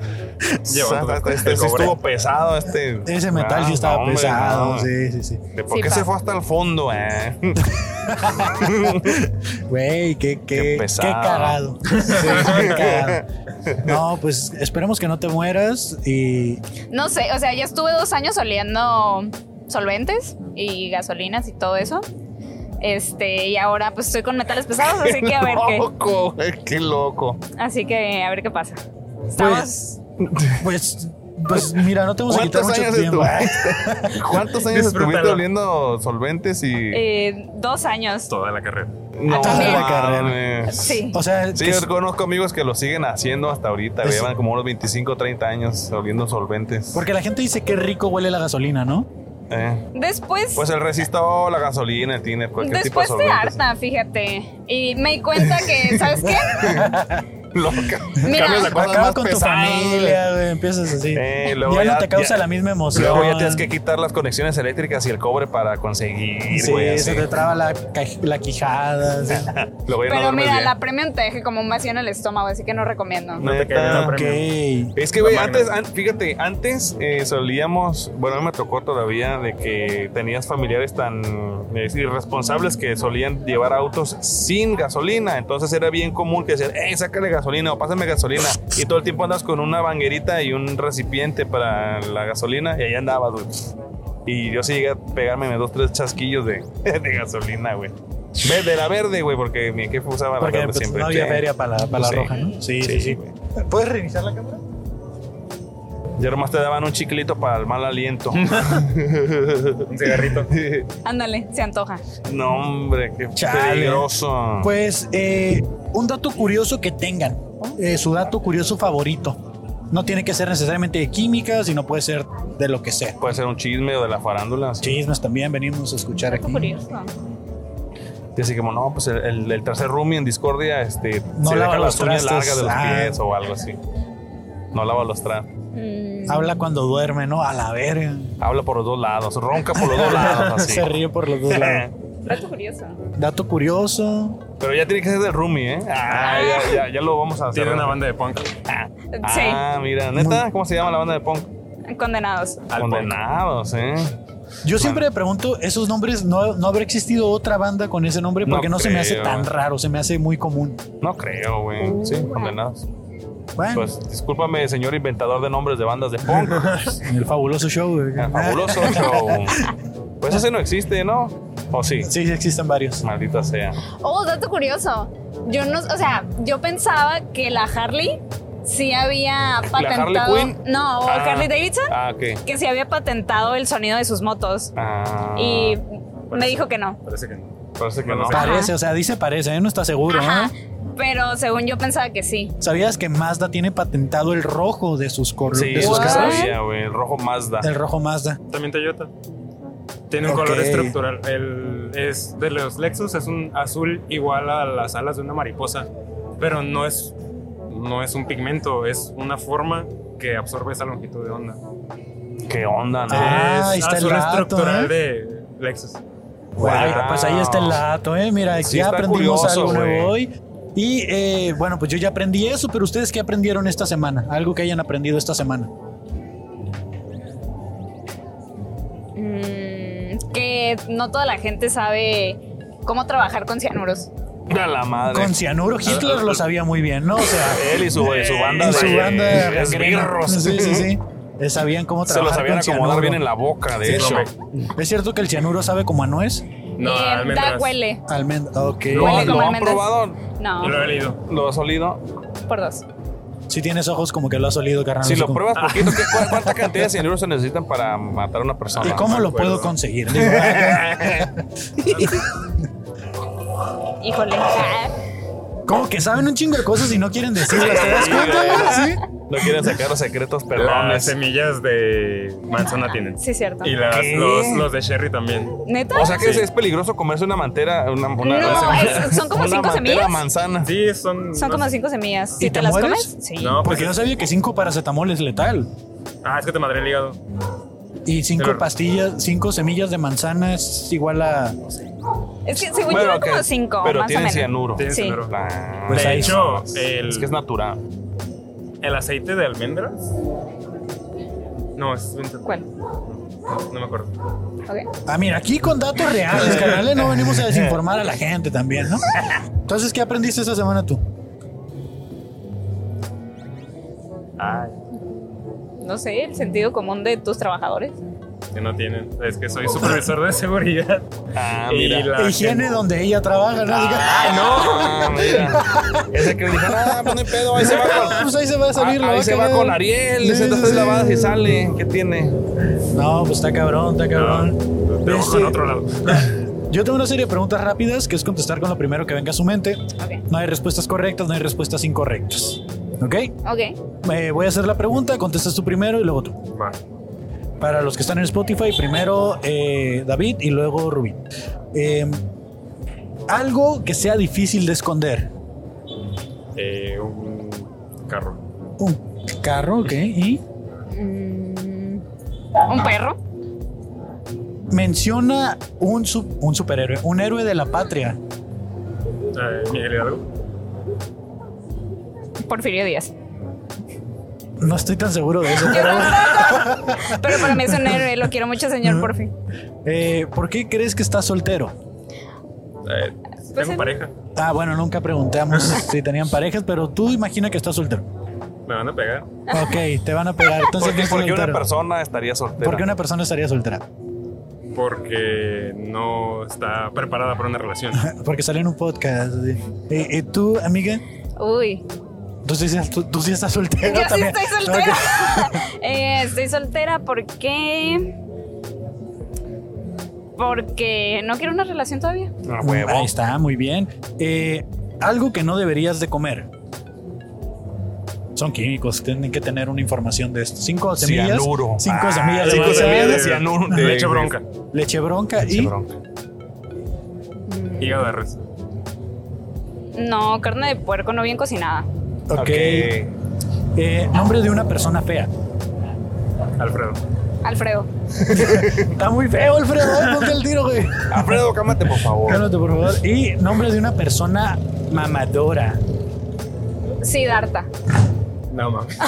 Speaker 8: Lleva todo
Speaker 2: Este,
Speaker 8: el
Speaker 2: este sí
Speaker 8: cobre.
Speaker 2: estuvo pesado, este.
Speaker 1: ese metal
Speaker 2: Ah,
Speaker 1: sí estaba
Speaker 2: no, hombre,
Speaker 1: pesado.
Speaker 2: no.
Speaker 1: Sí, sí, sí.
Speaker 2: ¿De ¿Por
Speaker 6: Sí,
Speaker 2: qué
Speaker 6: pa.
Speaker 2: se fue hasta el fondo, eh?
Speaker 1: Güey, qué, qué,
Speaker 2: Qué
Speaker 1: qué,
Speaker 2: pesado. *laughs*
Speaker 1: cagado. Sí, qué cagado. No, pues esperemos que no te mueras y
Speaker 6: no sé, o sea, ya estuve dos años oliendo solventes y gasolinas y todo eso. Este, y ahora pues estoy con metales pesados, así que a *laughs* ver qué.
Speaker 2: loco, güey, qué loco.
Speaker 6: Así que a ver qué pasa. Estamos.
Speaker 1: pues, pues mira, no te vamos a quitar
Speaker 2: ¿Cuántos
Speaker 1: mucho
Speaker 2: años,
Speaker 1: tiempo.
Speaker 2: estuviste? *laughs* ¿Cuántos años estuviste
Speaker 8: Disfrútalo.
Speaker 2: oliendo solventes y
Speaker 6: eh, dos años.
Speaker 8: Toda la carrera.
Speaker 2: no
Speaker 1: toda la carrera.
Speaker 2: mames.
Speaker 6: Sí.
Speaker 1: *laughs* O sea,
Speaker 2: Sí,
Speaker 1: que-
Speaker 2: yo conozco amigos que lo siguen haciendo hasta ahorita. güey.
Speaker 1: Es-
Speaker 2: Llevan como unos 25, 30 años oliendo solventes.
Speaker 1: porque la gente dice que rico huele la gasolina, ¿no?
Speaker 2: Eh,
Speaker 6: Después.
Speaker 2: Pues el resistor, la gasolina, el tiner, cualquier tipo de
Speaker 6: Después te
Speaker 2: solventes.
Speaker 6: harta, fíjate. Y me di cuenta que, ¿sabes qué?
Speaker 2: *laughs* loca.
Speaker 6: Mira.
Speaker 2: Cambias la
Speaker 6: Te
Speaker 1: Vas
Speaker 2: cosa
Speaker 1: más
Speaker 2: más
Speaker 1: con
Speaker 2: pesada,
Speaker 1: tu familia, güey, empiezas así.
Speaker 2: Eh, luego
Speaker 1: ya,
Speaker 2: ya-
Speaker 1: no te causa
Speaker 2: ya-
Speaker 1: la misma emoción.
Speaker 2: Luego ya tienes que quitar las conexiones eléctricas y el cobre para conseguir,
Speaker 1: Sí,
Speaker 2: güey.
Speaker 1: se
Speaker 2: así.
Speaker 1: te traba la, ca- la quijada. así.
Speaker 2: Luego ya no
Speaker 6: Pero
Speaker 2: duermes
Speaker 6: mira,
Speaker 2: bien.
Speaker 6: la premium te deja como un vacío en el estómago, así que no recomiendo.
Speaker 8: No te
Speaker 2: Neta.
Speaker 8: quedes la premium.
Speaker 1: ok.
Speaker 2: Es que, güey,
Speaker 8: La
Speaker 2: antes,
Speaker 8: magna.
Speaker 2: an- fíjate, antes eh, solíamos, bueno, a mí me tocó todavía de que tenías familiares tan eh, irresponsables que solían llevar autos sin gasolina. Entonces era bien común que decían, hey, sácale gasolina o pásame gasolina. Y todo el tiempo andas con una banguerita y un recipiente para la gasolina y ahí andabas, güey. Y yo sí llegué a pegarme dos, tres chasquillos de, *laughs* de gasolina, güey. Ve- De la verde, güey, porque mi equipo usaba la
Speaker 1: Porque
Speaker 2: verde
Speaker 1: pues,
Speaker 2: siempre.
Speaker 1: no había
Speaker 2: Sí.
Speaker 1: feria para la, para la
Speaker 2: Sí.
Speaker 1: roja, ¿no? Sí,
Speaker 2: Sí,
Speaker 1: sí, sí.
Speaker 2: güey.
Speaker 1: ¿Puedes reiniciar la cámara?
Speaker 2: Ya nomás te daban un chiclito para el mal aliento. *laughs*
Speaker 8: Un cigarrito.
Speaker 6: Ándale, se antoja.
Speaker 2: No, hombre, qué
Speaker 1: Chale.
Speaker 2: peligroso.
Speaker 1: Pues eh, un dato curioso que tengan, eh, su dato curioso favorito. No tiene que ser necesariamente de química, sino puede ser de lo que sea.
Speaker 2: Puede ser un chisme o de la farándula. así.
Speaker 1: Chismes también venimos a escuchar aquí.
Speaker 6: Curioso.
Speaker 2: Dice que, bueno, no, pues el, el- el tercer roomie en Discordia este,
Speaker 1: No
Speaker 2: se
Speaker 1: lava
Speaker 2: deja
Speaker 1: los
Speaker 2: las uñas
Speaker 1: trastes.
Speaker 2: largas de los
Speaker 1: Ah.
Speaker 2: pies o algo así. No lava los trastes.
Speaker 6: Mm.
Speaker 2: Ah.
Speaker 1: Habla cuando duerme, ¿no? A la verga.
Speaker 2: Habla por los dos lados, ronca por los
Speaker 1: *laughs*
Speaker 2: dos lados. Así.
Speaker 1: Se ríe por los dos lados.
Speaker 6: Dato curioso.
Speaker 1: Dato curioso.
Speaker 2: *laughs* Pero ya tiene que ser del roomie, ¿eh? Ah, ya, ya, ya lo vamos a hacer.
Speaker 8: Tiene una banda de punk.
Speaker 6: Sí,
Speaker 2: Ah, mira, neta, ¿cómo se llama la banda de punk?
Speaker 6: condenados.
Speaker 8: Al punk.
Speaker 2: Condenados, ¿eh?
Speaker 1: Yo siempre me pregunto, esos nombres, no, no habrá existido otra banda con ese nombre?
Speaker 2: No
Speaker 1: Porque no, se me hace
Speaker 2: creo.
Speaker 1: tan raro, se me hace muy común.
Speaker 2: No creo, güey. Sí, condenados.
Speaker 1: Bueno,
Speaker 2: Pues discúlpame, señor inventador de nombres de bandas
Speaker 1: *laughs*
Speaker 2: de punk.
Speaker 1: el fabuloso show. güey.
Speaker 2: El
Speaker 1: *laughs*
Speaker 2: fabuloso show. Pues ese no existe, ¿no? ¿O sí?
Speaker 1: Sí, sí existen varios.
Speaker 2: Maldita sea.
Speaker 6: Oh, dato curioso. Yo no, o sea, yo pensaba que la Harley sí había patentado.
Speaker 2: Harley Quinn?
Speaker 6: no, o
Speaker 2: Ah.
Speaker 6: Harley Davidson,
Speaker 2: Ah, ok.
Speaker 6: que sí había patentado el sonido de sus motos.
Speaker 2: Ah,
Speaker 6: y me dijo que no.
Speaker 8: Parece que no.
Speaker 2: parece que no.
Speaker 8: Ajá.
Speaker 1: Parece, o sea, dice parece, ¿eh? no está seguro,
Speaker 6: Ajá.
Speaker 1: ¿no?
Speaker 6: Pero según yo pensaba que sí.
Speaker 1: ¿Sabías que Mazda tiene patentado el rojo de sus, cor-
Speaker 2: Sí,
Speaker 1: de
Speaker 2: eso
Speaker 1: sus
Speaker 2: sí
Speaker 1: carros?
Speaker 2: sabía, güey. El rojo Mazda.
Speaker 1: El rojo Mazda.
Speaker 8: También Toyota. Tiene
Speaker 1: Ok.
Speaker 8: un color estructural. El, es de los Lexus, es un azul igual a las alas de una mariposa. Pero no es, no es un pigmento, es una forma que absorbe esa longitud de onda.
Speaker 2: ¿Qué onda, no?
Speaker 1: Ah, ahí
Speaker 8: es
Speaker 1: está el
Speaker 8: azul
Speaker 1: dato,
Speaker 8: estructural
Speaker 1: ¿eh?
Speaker 8: de Lexus.
Speaker 1: Guay, pues ahí está el dato, ¿eh? Mira,
Speaker 2: Sí
Speaker 1: ya
Speaker 2: está
Speaker 1: aprendimos
Speaker 2: curioso,
Speaker 1: algo nuevo
Speaker 2: güey.
Speaker 1: hoy. Y eh, bueno, pues yo ya aprendí eso, pero ¿ustedes qué aprendieron esta semana? Algo que hayan aprendido esta semana.
Speaker 6: Mm, que no toda la gente sabe cómo trabajar con cianuros.
Speaker 2: A la madre.
Speaker 1: Con cianuro, Hitler lo sabía muy bien, ¿no? O sea,
Speaker 2: *laughs* Él y su, y su banda
Speaker 1: y
Speaker 2: de
Speaker 1: su banda
Speaker 2: de
Speaker 1: gangrena.
Speaker 2: esbirros.
Speaker 1: Sí, sí, sí. Eh, Sabían cómo
Speaker 2: Se lo
Speaker 1: trabajar
Speaker 2: sabían
Speaker 1: con
Speaker 2: acomodar
Speaker 1: cianuro.
Speaker 2: bien en la boca, de
Speaker 8: Sí,
Speaker 2: hecho.
Speaker 8: no,
Speaker 1: ¿Es cierto que el cianuro sabe como a nuez?
Speaker 8: No,
Speaker 6: Eh, da
Speaker 8: almendras.
Speaker 6: huele.
Speaker 1: Almendra, ok.
Speaker 2: ¿Lo,
Speaker 6: Huele
Speaker 2: lo
Speaker 6: como
Speaker 2: han
Speaker 6: almendras.
Speaker 2: probado?
Speaker 6: No,
Speaker 8: Yo lo he leído.
Speaker 2: ¿Lo has olido?
Speaker 6: por dos.
Speaker 1: Si tienes ojos como que lo has olido, carnal.
Speaker 2: Si
Speaker 1: no sé
Speaker 2: lo
Speaker 1: cómo-
Speaker 2: pruebas poquito, ¿qué- cu- ¿cuánta cantidad de cianuro se necesitan para matar a una persona?
Speaker 1: Ah. ¿Y cómo lo puedo
Speaker 8: acuerdo.
Speaker 1: conseguir? Digo, *laughs* ah,
Speaker 6: Híjole. Ah,
Speaker 1: como que saben un chingo de cosas y no quieren
Speaker 2: *laughs*
Speaker 1: decirlas. ¿Te das cuenta? güey? Sí.
Speaker 2: No quieren sacar los secretos
Speaker 8: Las
Speaker 2: perdones.
Speaker 8: semillas de manzana tienen.
Speaker 6: Sí, cierto.
Speaker 8: Y las,
Speaker 2: ¿Qué?
Speaker 8: los, los de Sherry también.
Speaker 6: ¿Neta?
Speaker 2: O sea que
Speaker 8: Sí.
Speaker 2: es peligroso comerse una mantera, una, una-
Speaker 6: No,
Speaker 2: una-
Speaker 6: es- son como
Speaker 2: una
Speaker 6: cinco
Speaker 2: mantera
Speaker 6: semillas.
Speaker 2: manzana.
Speaker 8: Sí, son.
Speaker 6: Son como
Speaker 8: no-
Speaker 6: cinco semillas.
Speaker 1: ¿Y
Speaker 6: Si
Speaker 1: te
Speaker 6: te, las
Speaker 1: mueres?
Speaker 6: comes, sí.
Speaker 2: pues
Speaker 8: No,
Speaker 1: Porque
Speaker 8: porque.
Speaker 1: yo sabía que cinco paracetamol es letal.
Speaker 8: Ah, es que te madre el hígado.
Speaker 1: Y cinco
Speaker 8: Pero-
Speaker 1: pastillas, cinco semillas de manzana es igual a.
Speaker 6: Es que según yo
Speaker 2: Bueno,
Speaker 6: eran
Speaker 2: ok,
Speaker 6: como cinco,
Speaker 2: pero
Speaker 6: más o
Speaker 2: tienen
Speaker 6: menos.
Speaker 2: cianuro.
Speaker 8: Tienes
Speaker 6: Sí.
Speaker 8: dinero.
Speaker 2: Ah,
Speaker 1: Pues
Speaker 8: de
Speaker 1: ahí
Speaker 8: hecho,
Speaker 2: nomás.
Speaker 8: el,
Speaker 2: es que es natural.
Speaker 8: el aceite de almendras. No, es un-
Speaker 6: ¿Cuál?
Speaker 8: No me acuerdo.
Speaker 6: Ok.
Speaker 1: Ah, mira, aquí con datos reales, carnales, no venimos a desinformar a la gente también, ¿no? Entonces, ¿qué aprendiste esta semana tú?
Speaker 6: No sé, el sentido común de tus trabajadores.
Speaker 8: Que no tienen. Es que soy supervisor de seguridad.
Speaker 2: Ah,
Speaker 8: Y
Speaker 2: mira.
Speaker 8: la
Speaker 1: Higiene
Speaker 8: gente-
Speaker 1: donde ella trabaja, ¿no? Así que-
Speaker 2: Ah, mira. Ese que dijo, ah, pues no hay
Speaker 1: *laughs*
Speaker 2: pedo, ahí se va con.
Speaker 1: Pues ahí se va a salir
Speaker 2: ah,
Speaker 1: la
Speaker 2: ahí se va
Speaker 1: vaca,
Speaker 2: con
Speaker 1: ¿no?
Speaker 2: Ariel,
Speaker 1: Sí,
Speaker 2: se
Speaker 1: sí,
Speaker 2: está tres
Speaker 1: sí.
Speaker 2: lavadas y sale. ¿Qué tiene?
Speaker 1: No, pues está cabrón, está cabrón.
Speaker 8: No, trabajo
Speaker 1: Este,
Speaker 8: en otro lado.
Speaker 1: Yo tengo una serie de preguntas rápidas que es contestar con lo primero que venga a su mente.
Speaker 6: Ok.
Speaker 1: No hay respuestas correctas, no hay respuestas incorrectas. ¿Ok?
Speaker 6: Ok.
Speaker 1: Eh, voy a hacer la pregunta, contestas tú primero y luego tú.
Speaker 8: Va.
Speaker 1: Para los que están en Spotify, primero eh, David y luego Rubí. Eh, algo que sea difícil de esconder.
Speaker 8: Eh, un carro.
Speaker 1: Un carro, ok. Y
Speaker 6: Mm, ¿Un perro?
Speaker 1: menciona un, su- un superhéroe, un héroe de la patria.
Speaker 8: Eh, Miguel Hidalgo.
Speaker 6: Porfirio Díaz.
Speaker 1: No estoy tan seguro de eso.
Speaker 6: *laughs* Yo
Speaker 1: pero-
Speaker 6: tampoco, Pero para mí es un héroe. Lo quiero mucho, señor Porfi.
Speaker 1: Eh, ¿Por qué crees que está soltero?
Speaker 8: Eh,
Speaker 6: Pues
Speaker 8: tengo
Speaker 6: el-
Speaker 8: pareja.
Speaker 1: Ah, bueno, nunca
Speaker 2: *laughs*
Speaker 1: preguntamos si tenían parejas, pero tú imagina que está soltero.
Speaker 8: Me van a pegar.
Speaker 1: Ok, te van a pegar. Entonces,
Speaker 2: ¿Por qué,
Speaker 1: ¿quién está
Speaker 2: por qué una
Speaker 1: soltero?
Speaker 2: persona estaría soltera?
Speaker 1: ¿Por qué una persona estaría soltera?
Speaker 8: Porque no está preparada para una relación.
Speaker 1: Porque sale en un podcast. así. Eh, eh, ¿Tú, amiga?
Speaker 6: Uy.
Speaker 1: ¿Tú sí, tú, tú sí estás soltera
Speaker 6: Yo sí
Speaker 1: también?
Speaker 6: estoy soltera. *laughs* Eh, estoy soltera porque. Porque no quiero una relación todavía.
Speaker 2: Ah,
Speaker 1: Ok.
Speaker 2: huevo.
Speaker 1: Ahí está, muy bien. Eh, algo que no deberías de comer. Son químicos, tienen que tener una información de esto. Cinco semillas.
Speaker 2: Cianuro.
Speaker 1: Cinco
Speaker 2: Ah,
Speaker 1: semillas.
Speaker 8: pues,
Speaker 2: cinco
Speaker 1: de
Speaker 2: semillas
Speaker 1: leche,
Speaker 2: de cianuro. de-
Speaker 8: Leche bronca.
Speaker 1: leche bronca
Speaker 2: leche
Speaker 1: y
Speaker 2: bronca.
Speaker 8: Hígado de res.
Speaker 6: No, carne de puerco no bien cocinada.
Speaker 1: Ok. Eh, nombre de una persona fea.
Speaker 8: Alfredo.
Speaker 6: Alfredo.
Speaker 1: Está muy feo, Alfredo. ay, Ponte el tiro, güey.
Speaker 2: Ok. Alfredo, cámate, por favor.
Speaker 1: Cálmate, por favor. Y nombre de una persona mamadora.
Speaker 6: Sidarta.
Speaker 8: No mames. *laughs*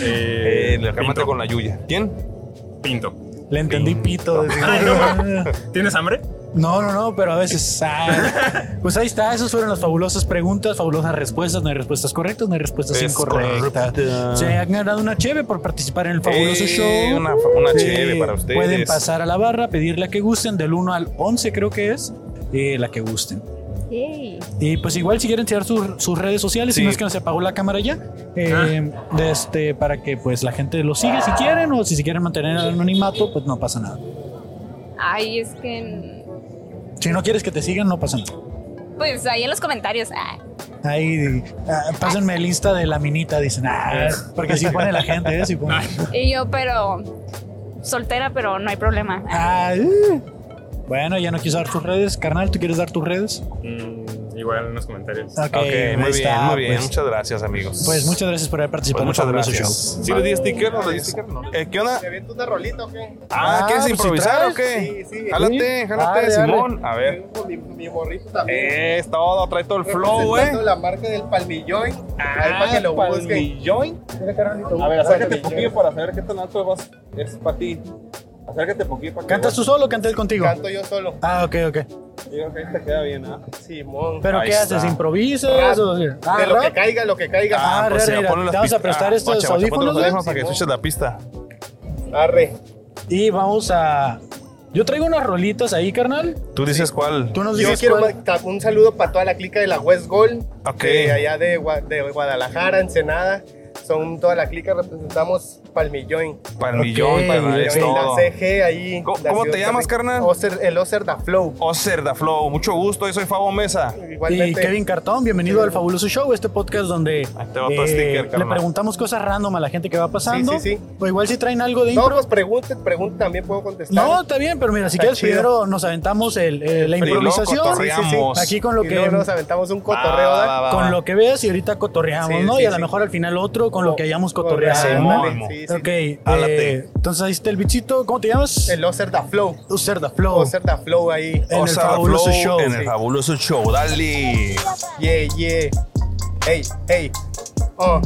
Speaker 8: eh,
Speaker 2: Eh, le cámate
Speaker 8: pinto.
Speaker 2: con la Yuya. ¿Quién?
Speaker 8: Pinto.
Speaker 1: Le entendí pito. decía.
Speaker 8: ¿Tienes hambre?
Speaker 1: No, no, no, pero a veces. ah, pues ahí está, esas fueron las fabulosas preguntas, fabulosas respuestas. No hay respuestas correctas, no hay respuestas
Speaker 2: Es
Speaker 1: incorrectas.
Speaker 2: correcta.
Speaker 1: Se han ganado una cheve por participar en el fabuloso
Speaker 2: Eh,
Speaker 1: show.
Speaker 2: Una, una
Speaker 1: Sí,
Speaker 2: chévere para ustedes.
Speaker 1: Pueden pasar a la barra, pedir la que gusten, del 1 al 11, creo que es. eh, la que gusten. Y pues igual si quieren tirar sus- sus redes sociales, si
Speaker 2: Sí. Ah.
Speaker 1: no es que no se apagó la cámara ya, eh, de este, para que pues la gente lo siga si quieren o si se quieren mantener el anonimato, pues no pasa nada.
Speaker 6: Ay, es que.
Speaker 1: Si no quieres que te sigan, no pasa nada.
Speaker 6: Pues ahí en los comentarios. ah,
Speaker 1: Ahí, ah, pásenme el Insta de la minita, dicen, ah, porque si pone la gente, ¿eh? Si pone.
Speaker 6: Y yo, pero. Soltera, pero no hay problema.
Speaker 1: Ah, eh. Bueno, ya no quiso dar tus redes. Carnal, ¿tú quieres dar tus redes?
Speaker 8: Mm, igual en los comentarios.
Speaker 1: Ok,
Speaker 2: Ok, muy
Speaker 1: ahí
Speaker 2: bien,
Speaker 1: está,
Speaker 2: muy bien.
Speaker 1: Pues,
Speaker 2: muchas gracias, amigos.
Speaker 1: pues muchas gracias por haber
Speaker 2: Pues
Speaker 1: participado
Speaker 2: muchas
Speaker 1: en el fabuloso show.
Speaker 2: gracias. ¿Sí le di sticker no le di sticker? No. Eh, ¿Qué onda?
Speaker 9: aviento una rolita o qué?
Speaker 2: Ah,
Speaker 1: Ah,
Speaker 2: ¿quieres
Speaker 1: pues, si
Speaker 2: improvisar
Speaker 1: traes.
Speaker 2: o qué?
Speaker 9: Sí, sí.
Speaker 2: Jálate, jálate,
Speaker 1: Dale, dale.
Speaker 2: Simón. A ver.
Speaker 9: Tengo Mi, mi borrito también.
Speaker 2: Eh, Es todo, trae todo el flow, eh. güey. Ah,
Speaker 9: Representando la marca del palmillón. Ahí para que lo busquen. Mira, Carolito,
Speaker 10: A ver, acércate
Speaker 9: el
Speaker 10: un poquillo para saber qué tan alto vas. Es para ti. Acércate un poquillo para que
Speaker 1: ¿Cantas tú solo o canté contigo?
Speaker 9: Canto yo solo.
Speaker 1: Ah, ok, ok.
Speaker 10: Yo creo que ahí te queda bien, ¿ah?
Speaker 9: Simón.
Speaker 1: ¿Pero
Speaker 2: Ahí
Speaker 1: qué
Speaker 2: está.
Speaker 1: haces? ¿Improvisas?
Speaker 9: Rap.
Speaker 1: o- Ah,
Speaker 9: de lo que
Speaker 1: rap.
Speaker 9: caiga, lo que caiga.
Speaker 1: Ah,
Speaker 2: pues,
Speaker 1: re,
Speaker 2: se
Speaker 1: mira,
Speaker 2: ponen las
Speaker 1: te vamos a
Speaker 2: pistas.
Speaker 1: prestar
Speaker 2: Ah,
Speaker 1: estos
Speaker 2: guacha, guacha, ponte
Speaker 1: audífonos,
Speaker 2: los
Speaker 1: ¿no?
Speaker 2: audífonos para que
Speaker 9: Simón.
Speaker 2: escuches la pista.
Speaker 9: Arre.
Speaker 1: Y vamos a. Yo traigo unas rolitas ahí, carnal.
Speaker 2: Tú dices cuál.
Speaker 1: Tú nos
Speaker 9: Yo
Speaker 1: dices.
Speaker 9: quiero
Speaker 1: cuál-
Speaker 9: ma- un saludo para toda la clica de la West Gold.
Speaker 2: Ok.
Speaker 9: De allá de, Gua- de Guadalajara, Ensenada. Son toda la clica, representamos Palmillón.
Speaker 2: Para el millón, para
Speaker 1: ok.
Speaker 2: es
Speaker 9: Y
Speaker 2: todo.
Speaker 9: la CG ahí.
Speaker 2: ¿Cómo-
Speaker 9: la
Speaker 2: cómo
Speaker 9: ciudad
Speaker 2: te llamas,
Speaker 9: también.
Speaker 2: carnal?
Speaker 9: Ocer- el Ocer da Flow.
Speaker 2: Ocer da Flow, mucho gusto, yo soy Fabo Mesa.
Speaker 9: Igualmente.
Speaker 1: Y Kevin Cartón, bienvenido al Fabuloso Show, este podcast donde eh,
Speaker 2: Ahí te va tu sticker,
Speaker 1: le
Speaker 2: carnal.
Speaker 1: preguntamos cosas random a la gente que va pasando.
Speaker 9: Sí, sí, sí.
Speaker 1: O igual si traen algo de
Speaker 9: No,
Speaker 1: impro.
Speaker 9: pues pregunten, pregunten, también puedo
Speaker 2: pues,
Speaker 9: contestar.
Speaker 1: No, está bien, pero mira, si
Speaker 9: Está
Speaker 1: quieres
Speaker 9: chido.
Speaker 1: primero nos aventamos el, eh, la
Speaker 2: Y luego
Speaker 1: improvisación.
Speaker 2: cotorreamos.
Speaker 1: Aquí con lo
Speaker 9: Y
Speaker 1: que em,
Speaker 9: luego nos aventamos un cotorreo,
Speaker 2: Ah,
Speaker 9: ¿verdad?
Speaker 2: va, va, va.
Speaker 1: con lo que veas y ahorita cotorreamos,
Speaker 9: Sí,
Speaker 1: ¿no?
Speaker 9: sí,
Speaker 1: y a lo
Speaker 9: sí.
Speaker 1: mejor al final otro con lo que hayamos cotorreado.
Speaker 2: sí,
Speaker 1: ¿no?
Speaker 2: ándale.
Speaker 9: Sí, sí.
Speaker 1: Ok, eh,
Speaker 2: Álate.
Speaker 1: entonces ahí está el bichito. ¿Cómo te llamas?
Speaker 9: El Ocer da Flow.
Speaker 1: User da Flow.
Speaker 9: Ocer da Flow ahí.
Speaker 1: en el
Speaker 2: Ocer da
Speaker 1: fabuloso
Speaker 2: Flow,
Speaker 1: show,
Speaker 2: En
Speaker 1: sí.
Speaker 2: el fabuloso show, dale.
Speaker 9: Yeah, yeah. Hey, hey. Oh.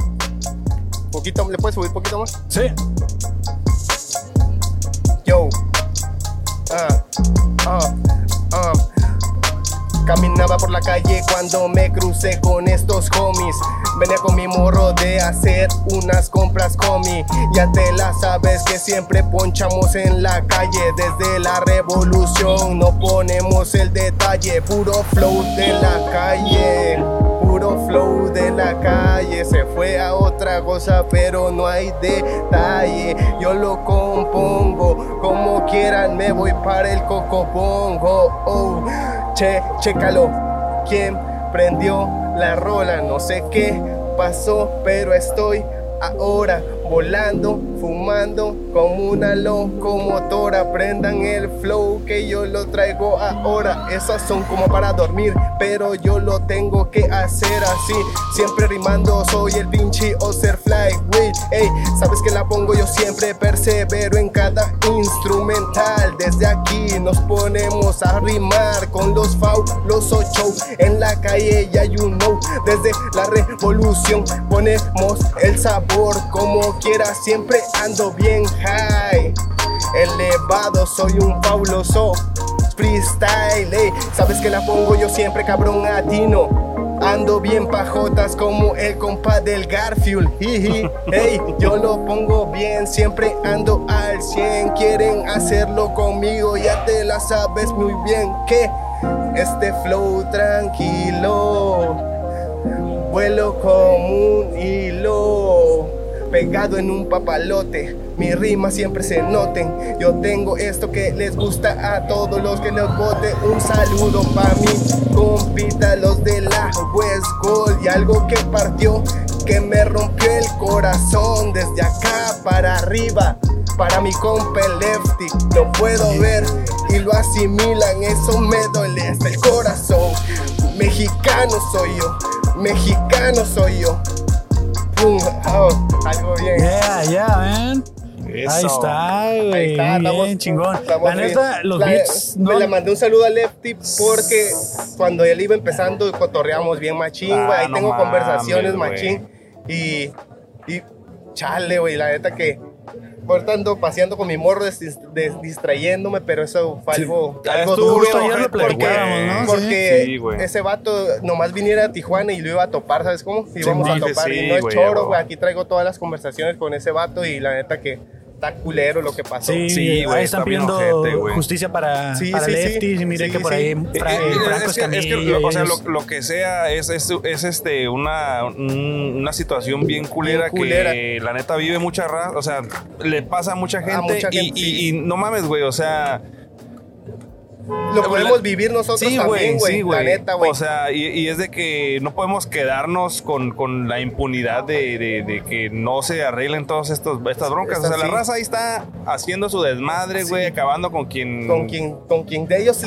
Speaker 9: Poquito, ¿le puedes subir poquito más?
Speaker 1: Sí.
Speaker 9: Yo. Ah, ah, ah. uh. Caminaba por la calle cuando me crucé con estos homies. Venía con mi morro de hacer unas compras, homie. Ya te la sabes que siempre ponchamos en la calle. Desde la revolución no ponemos el detalle. Puro flow de la calle. Puro flow de la calle. Se fue a otra cosa, pero no hay detalle. Yo lo compongo. Como quieran, me voy para el cocobongo. Oh, che, chécalo. ¿Quién prendió la rola? No sé qué pasó, pero estoy ahora volando, fumando como una locomotora. Prendan el flow que yo lo traigo ahora. Esas son como para dormir, pero yo lo tengo que hacer así. Siempre rimando, soy el pinche Oster Flyweight. Ey, sabes que la pongo yo siempre, persevero en cada instrumental. Desde aquí nos ponemos a rimar con los FAU, los ocho. En la calle ya you know, desde la revolución ponemos el sabor como quiera, siempre ando bien high. Elevado, soy un fabuloso freestyle, ey. Sabes que la pongo yo siempre, cabrón atino. Ando bien pajotas como el compa del Garfield. *laughs* jiji. Ey, yo lo pongo bien, siempre ando al 100. Quieren hacerlo conmigo, ya te la sabes muy bien que este flow tranquilo. Vuelo como un hilo pegado en un papalote. Mis rimas siempre se noten. Yo tengo esto que les gusta a todos los que les vote. Un saludo para mí, compita, los de la West Gold. Y algo que partió, que me rompió el corazón. Desde acá para arriba, para mi compa el Lefty. Lo puedo ver y lo asimilan. Eso me duele hasta el corazón. Mexicano soy yo, mexicano soy yo. Pum, oh, algo bien.
Speaker 1: Yeah, yeah, man. Ahí
Speaker 2: Eso.
Speaker 1: está, güey.
Speaker 9: Ahí está, andamos-
Speaker 1: bien, chingón.
Speaker 9: andamos
Speaker 1: la neta,
Speaker 9: bien.
Speaker 1: los
Speaker 9: La-
Speaker 1: beats,
Speaker 9: me
Speaker 1: ¿no?
Speaker 9: Le mandé un saludo a Lefty porque cuando él iba empezando cotorreamos bien machín,
Speaker 2: Ah,
Speaker 9: güey. Ahí
Speaker 2: no
Speaker 9: tengo
Speaker 2: mames,
Speaker 9: conversaciones
Speaker 2: güey.
Speaker 9: machín. Y, y chale, güey, la neta que... Ahorita ando paseando con mi morro, des- des- distrayéndome, pero eso fue algo,
Speaker 2: Ya
Speaker 9: algo
Speaker 2: Ah, estuvo,
Speaker 9: duro.
Speaker 2: justo ayer lo
Speaker 9: porque
Speaker 2: platicábamos,
Speaker 1: ¿no?
Speaker 9: porque
Speaker 2: Sí, güey.
Speaker 9: ese vato nomás viniera a Tijuana y lo iba a topar, ¿sabes cómo? Y vamos a
Speaker 2: sí,
Speaker 9: topar.
Speaker 2: sí,
Speaker 9: y no es
Speaker 2: güey,
Speaker 9: choro,
Speaker 2: güey.
Speaker 9: güey. Aquí traigo todas las conversaciones con ese vato y la neta que está culero lo que pasó.
Speaker 1: Sí,
Speaker 2: Sí, güey,
Speaker 1: ahí
Speaker 2: está
Speaker 1: están
Speaker 2: bien
Speaker 1: pidiendo
Speaker 2: ojete, güey.
Speaker 1: justicia para,
Speaker 9: Sí,
Speaker 1: para
Speaker 9: sí, sí.
Speaker 1: Lefty. Y miré
Speaker 9: Sí,
Speaker 1: que por
Speaker 9: sí.
Speaker 1: ahí
Speaker 2: Eh,
Speaker 1: Fra-
Speaker 2: eh,
Speaker 1: Franco
Speaker 2: es que, es que
Speaker 1: Escamilla
Speaker 2: lo- o sea,
Speaker 1: y
Speaker 2: lo,
Speaker 1: ellos.
Speaker 2: lo que sea es, es, es, este una, un- una situación bien culera,
Speaker 9: Bien culera.
Speaker 2: que la neta vive mucha raza, o sea, le pasa a mucha gente,
Speaker 9: mucha
Speaker 2: y,
Speaker 9: gente,
Speaker 2: y-
Speaker 9: sí.
Speaker 2: y no mames, güey, o sea,
Speaker 9: Lo
Speaker 2: La-
Speaker 9: podemos vivir nosotros
Speaker 2: sí, güey,
Speaker 9: también, güey.
Speaker 2: sí,
Speaker 9: la
Speaker 2: güey.
Speaker 9: neta, güey.
Speaker 2: O sea, y, y es de que no podemos quedarnos con, con la impunidad de, de- de que no se arreglen todas estas estas broncas,
Speaker 9: Esta
Speaker 2: o sea,
Speaker 9: sí.
Speaker 2: la raza ahí está haciendo su desmadre, güey, acabando con quien
Speaker 9: con quien, con quien de ellos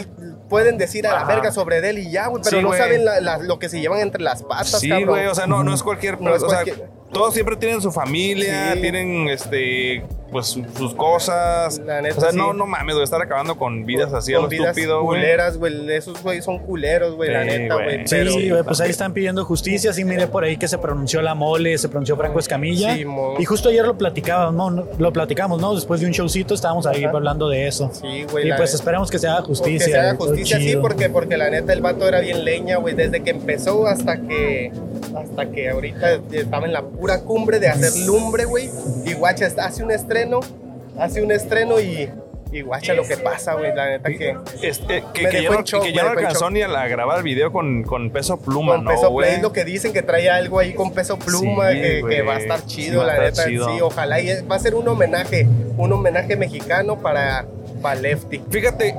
Speaker 9: pueden decir a la
Speaker 2: Ajá.
Speaker 9: verga sobre él y ya, güey. Pero
Speaker 2: Sí,
Speaker 9: no
Speaker 2: güey.
Speaker 9: saben la- la- lo que se llevan entre las patas,
Speaker 2: Sí,
Speaker 9: cabrón.
Speaker 2: güey, o sea, no, no es cualquier
Speaker 9: No es
Speaker 2: o sea,
Speaker 9: cualquier-
Speaker 2: todos siempre tienen su familia,
Speaker 9: Sí.
Speaker 2: tienen este pues su- sus cosas.
Speaker 9: La neta,
Speaker 2: o sea,
Speaker 9: sí.
Speaker 2: no no mames, güey, estar acabando con vidas así a
Speaker 9: Con
Speaker 2: lo
Speaker 9: vidas
Speaker 2: estúpido, güey.
Speaker 9: culeras, güey. Esos güey son culeros, güey, la
Speaker 2: Sí,
Speaker 9: neta,
Speaker 2: güey.
Speaker 9: güey. pero-
Speaker 1: Sí, güey, pues ahí están pidiendo justicia. Sí, miré por ahí que se pronunció la mole, se pronunció Franco Escamilla.
Speaker 9: Sí, mo.
Speaker 1: y justo ayer lo platicábamos, ¿no? Lo platicamos, ¿no? Después de un showcito estábamos ahí
Speaker 9: Ajá.
Speaker 1: hablando de eso.
Speaker 9: Sí, güey.
Speaker 1: y
Speaker 9: la
Speaker 1: pues
Speaker 9: neta.
Speaker 1: esperamos que se haga justicia.
Speaker 9: Que se haga
Speaker 1: güey, todo
Speaker 9: justicia, sí,
Speaker 1: chido.
Speaker 9: porque, porque la neta el vato era bien leña, güey, desde que empezó hasta que hasta que ahorita estaba en la pura cumbre de hacer lumbre, güey. Y guacha, está- hace un estreno, hace un estreno y, y guacha lo que pasa, güey, la neta que...
Speaker 2: Este, que,
Speaker 9: Me
Speaker 2: que ya
Speaker 9: dejó
Speaker 2: no,
Speaker 9: en shock,
Speaker 2: que ya no
Speaker 9: me dejó en
Speaker 2: alcanzó
Speaker 9: shock.
Speaker 2: ni a, la- a grabar el video con, con peso pluma,
Speaker 9: Con
Speaker 2: ¿no,
Speaker 9: peso
Speaker 2: güey?
Speaker 9: play, lo que dicen que trae algo ahí con peso pluma,
Speaker 2: Sí,
Speaker 9: que, que
Speaker 2: güey.
Speaker 9: va a estar
Speaker 2: Sí,
Speaker 9: chido,
Speaker 2: va a
Speaker 9: la
Speaker 2: estar
Speaker 9: neta,
Speaker 2: chido.
Speaker 9: sí, ojalá. Y es- va a ser un homenaje, un homenaje mexicano para, para Lefty.
Speaker 2: Fíjate,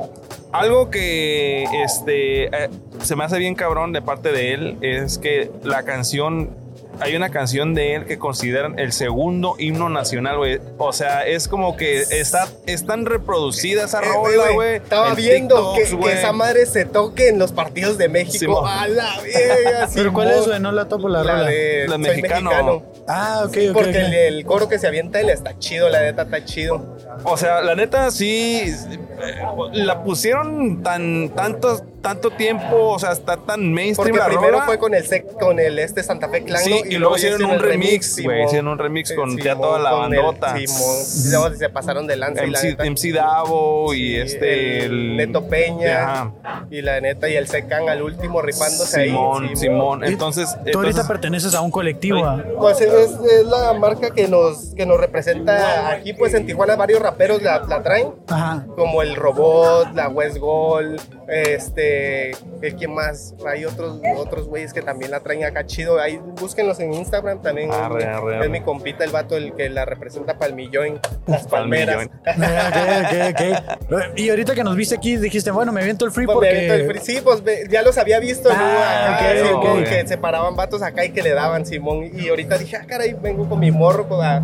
Speaker 2: algo que este eh, se me hace bien cabrón de parte de él es que la canción hay una canción de él que consideran el segundo himno nacional, güey. O sea, es como que está es tan reproducida esa
Speaker 9: Eh,
Speaker 2: rola,
Speaker 9: güey,
Speaker 2: güey.
Speaker 9: Estaba
Speaker 2: en
Speaker 9: viendo
Speaker 2: TikToks,
Speaker 9: que- que,
Speaker 2: güey.
Speaker 9: esa madre se toque en los partidos de México.
Speaker 2: Simón.
Speaker 9: a la verga,
Speaker 1: *laughs* Pero ¿cuál
Speaker 9: Simón.
Speaker 1: es, güey? No la topo la,
Speaker 9: La
Speaker 1: rola.
Speaker 9: de
Speaker 2: La
Speaker 9: Soy
Speaker 2: mexicano.
Speaker 1: Ah, ok, ok.
Speaker 9: Porque
Speaker 1: ok.
Speaker 9: El, el coro que se avienta él está chido, la neta está chido.
Speaker 2: O sea, la neta sí eh, la pusieron tan tanto tanto tiempo, o sea, está tan
Speaker 9: Porque
Speaker 2: mainstream la
Speaker 9: primero
Speaker 2: ¿Este rola.
Speaker 9: fue con el sec- con el este Santa Fe Clan
Speaker 2: Sí,
Speaker 9: ¿no?
Speaker 2: y luego hicieron un
Speaker 9: el
Speaker 2: remix, güey,
Speaker 9: Simón.
Speaker 2: hicieron un remix con
Speaker 9: Eh,
Speaker 2: ya toda la
Speaker 9: con el-
Speaker 2: bandota.
Speaker 9: Simón. Y luego se pasaron de lanza y la
Speaker 2: MC,
Speaker 9: neta.
Speaker 2: MC Davo y
Speaker 9: sí,
Speaker 2: este
Speaker 9: el
Speaker 2: el-
Speaker 9: Neto Peña.
Speaker 2: Ajá.
Speaker 9: Y la neta y el Secan al último rifándose
Speaker 2: Simón,
Speaker 9: ahí.
Speaker 2: Simón.
Speaker 1: Y
Speaker 2: Entonces,
Speaker 1: Tú ahorita
Speaker 2: entonces-
Speaker 1: perteneces a un colectivo. ah.
Speaker 9: Pues es, es- es la marca que nos, que nos representa aquí, pues en Tijuana varios raperos la, la traen,
Speaker 1: ah. Ajá.
Speaker 9: como el Robot, la West Gold, este, el que más, hay otros otros güeyes que también la traen acá chido, ahí búsquenlos en Instagram también,
Speaker 2: Arre,
Speaker 9: es, mi-
Speaker 2: arre,
Speaker 9: es
Speaker 2: arre.
Speaker 9: mi compita el vato el que la representa Palmillón, las palmeras.
Speaker 2: Palmillón.
Speaker 1: Ok, ok, ok. Y ahorita que nos viste aquí, dijiste, bueno, me viento el free
Speaker 9: Pues,
Speaker 1: porque.
Speaker 9: me aventó el free- sí, pues ve- ya los había visto ¿no?
Speaker 1: Ah,
Speaker 9: acá,
Speaker 1: ok,
Speaker 9: Simón,
Speaker 2: ok.
Speaker 9: que se paraban vatos acá y que le daban Simón. Y ahorita dije, ah, caray, vengo con mi morro con la-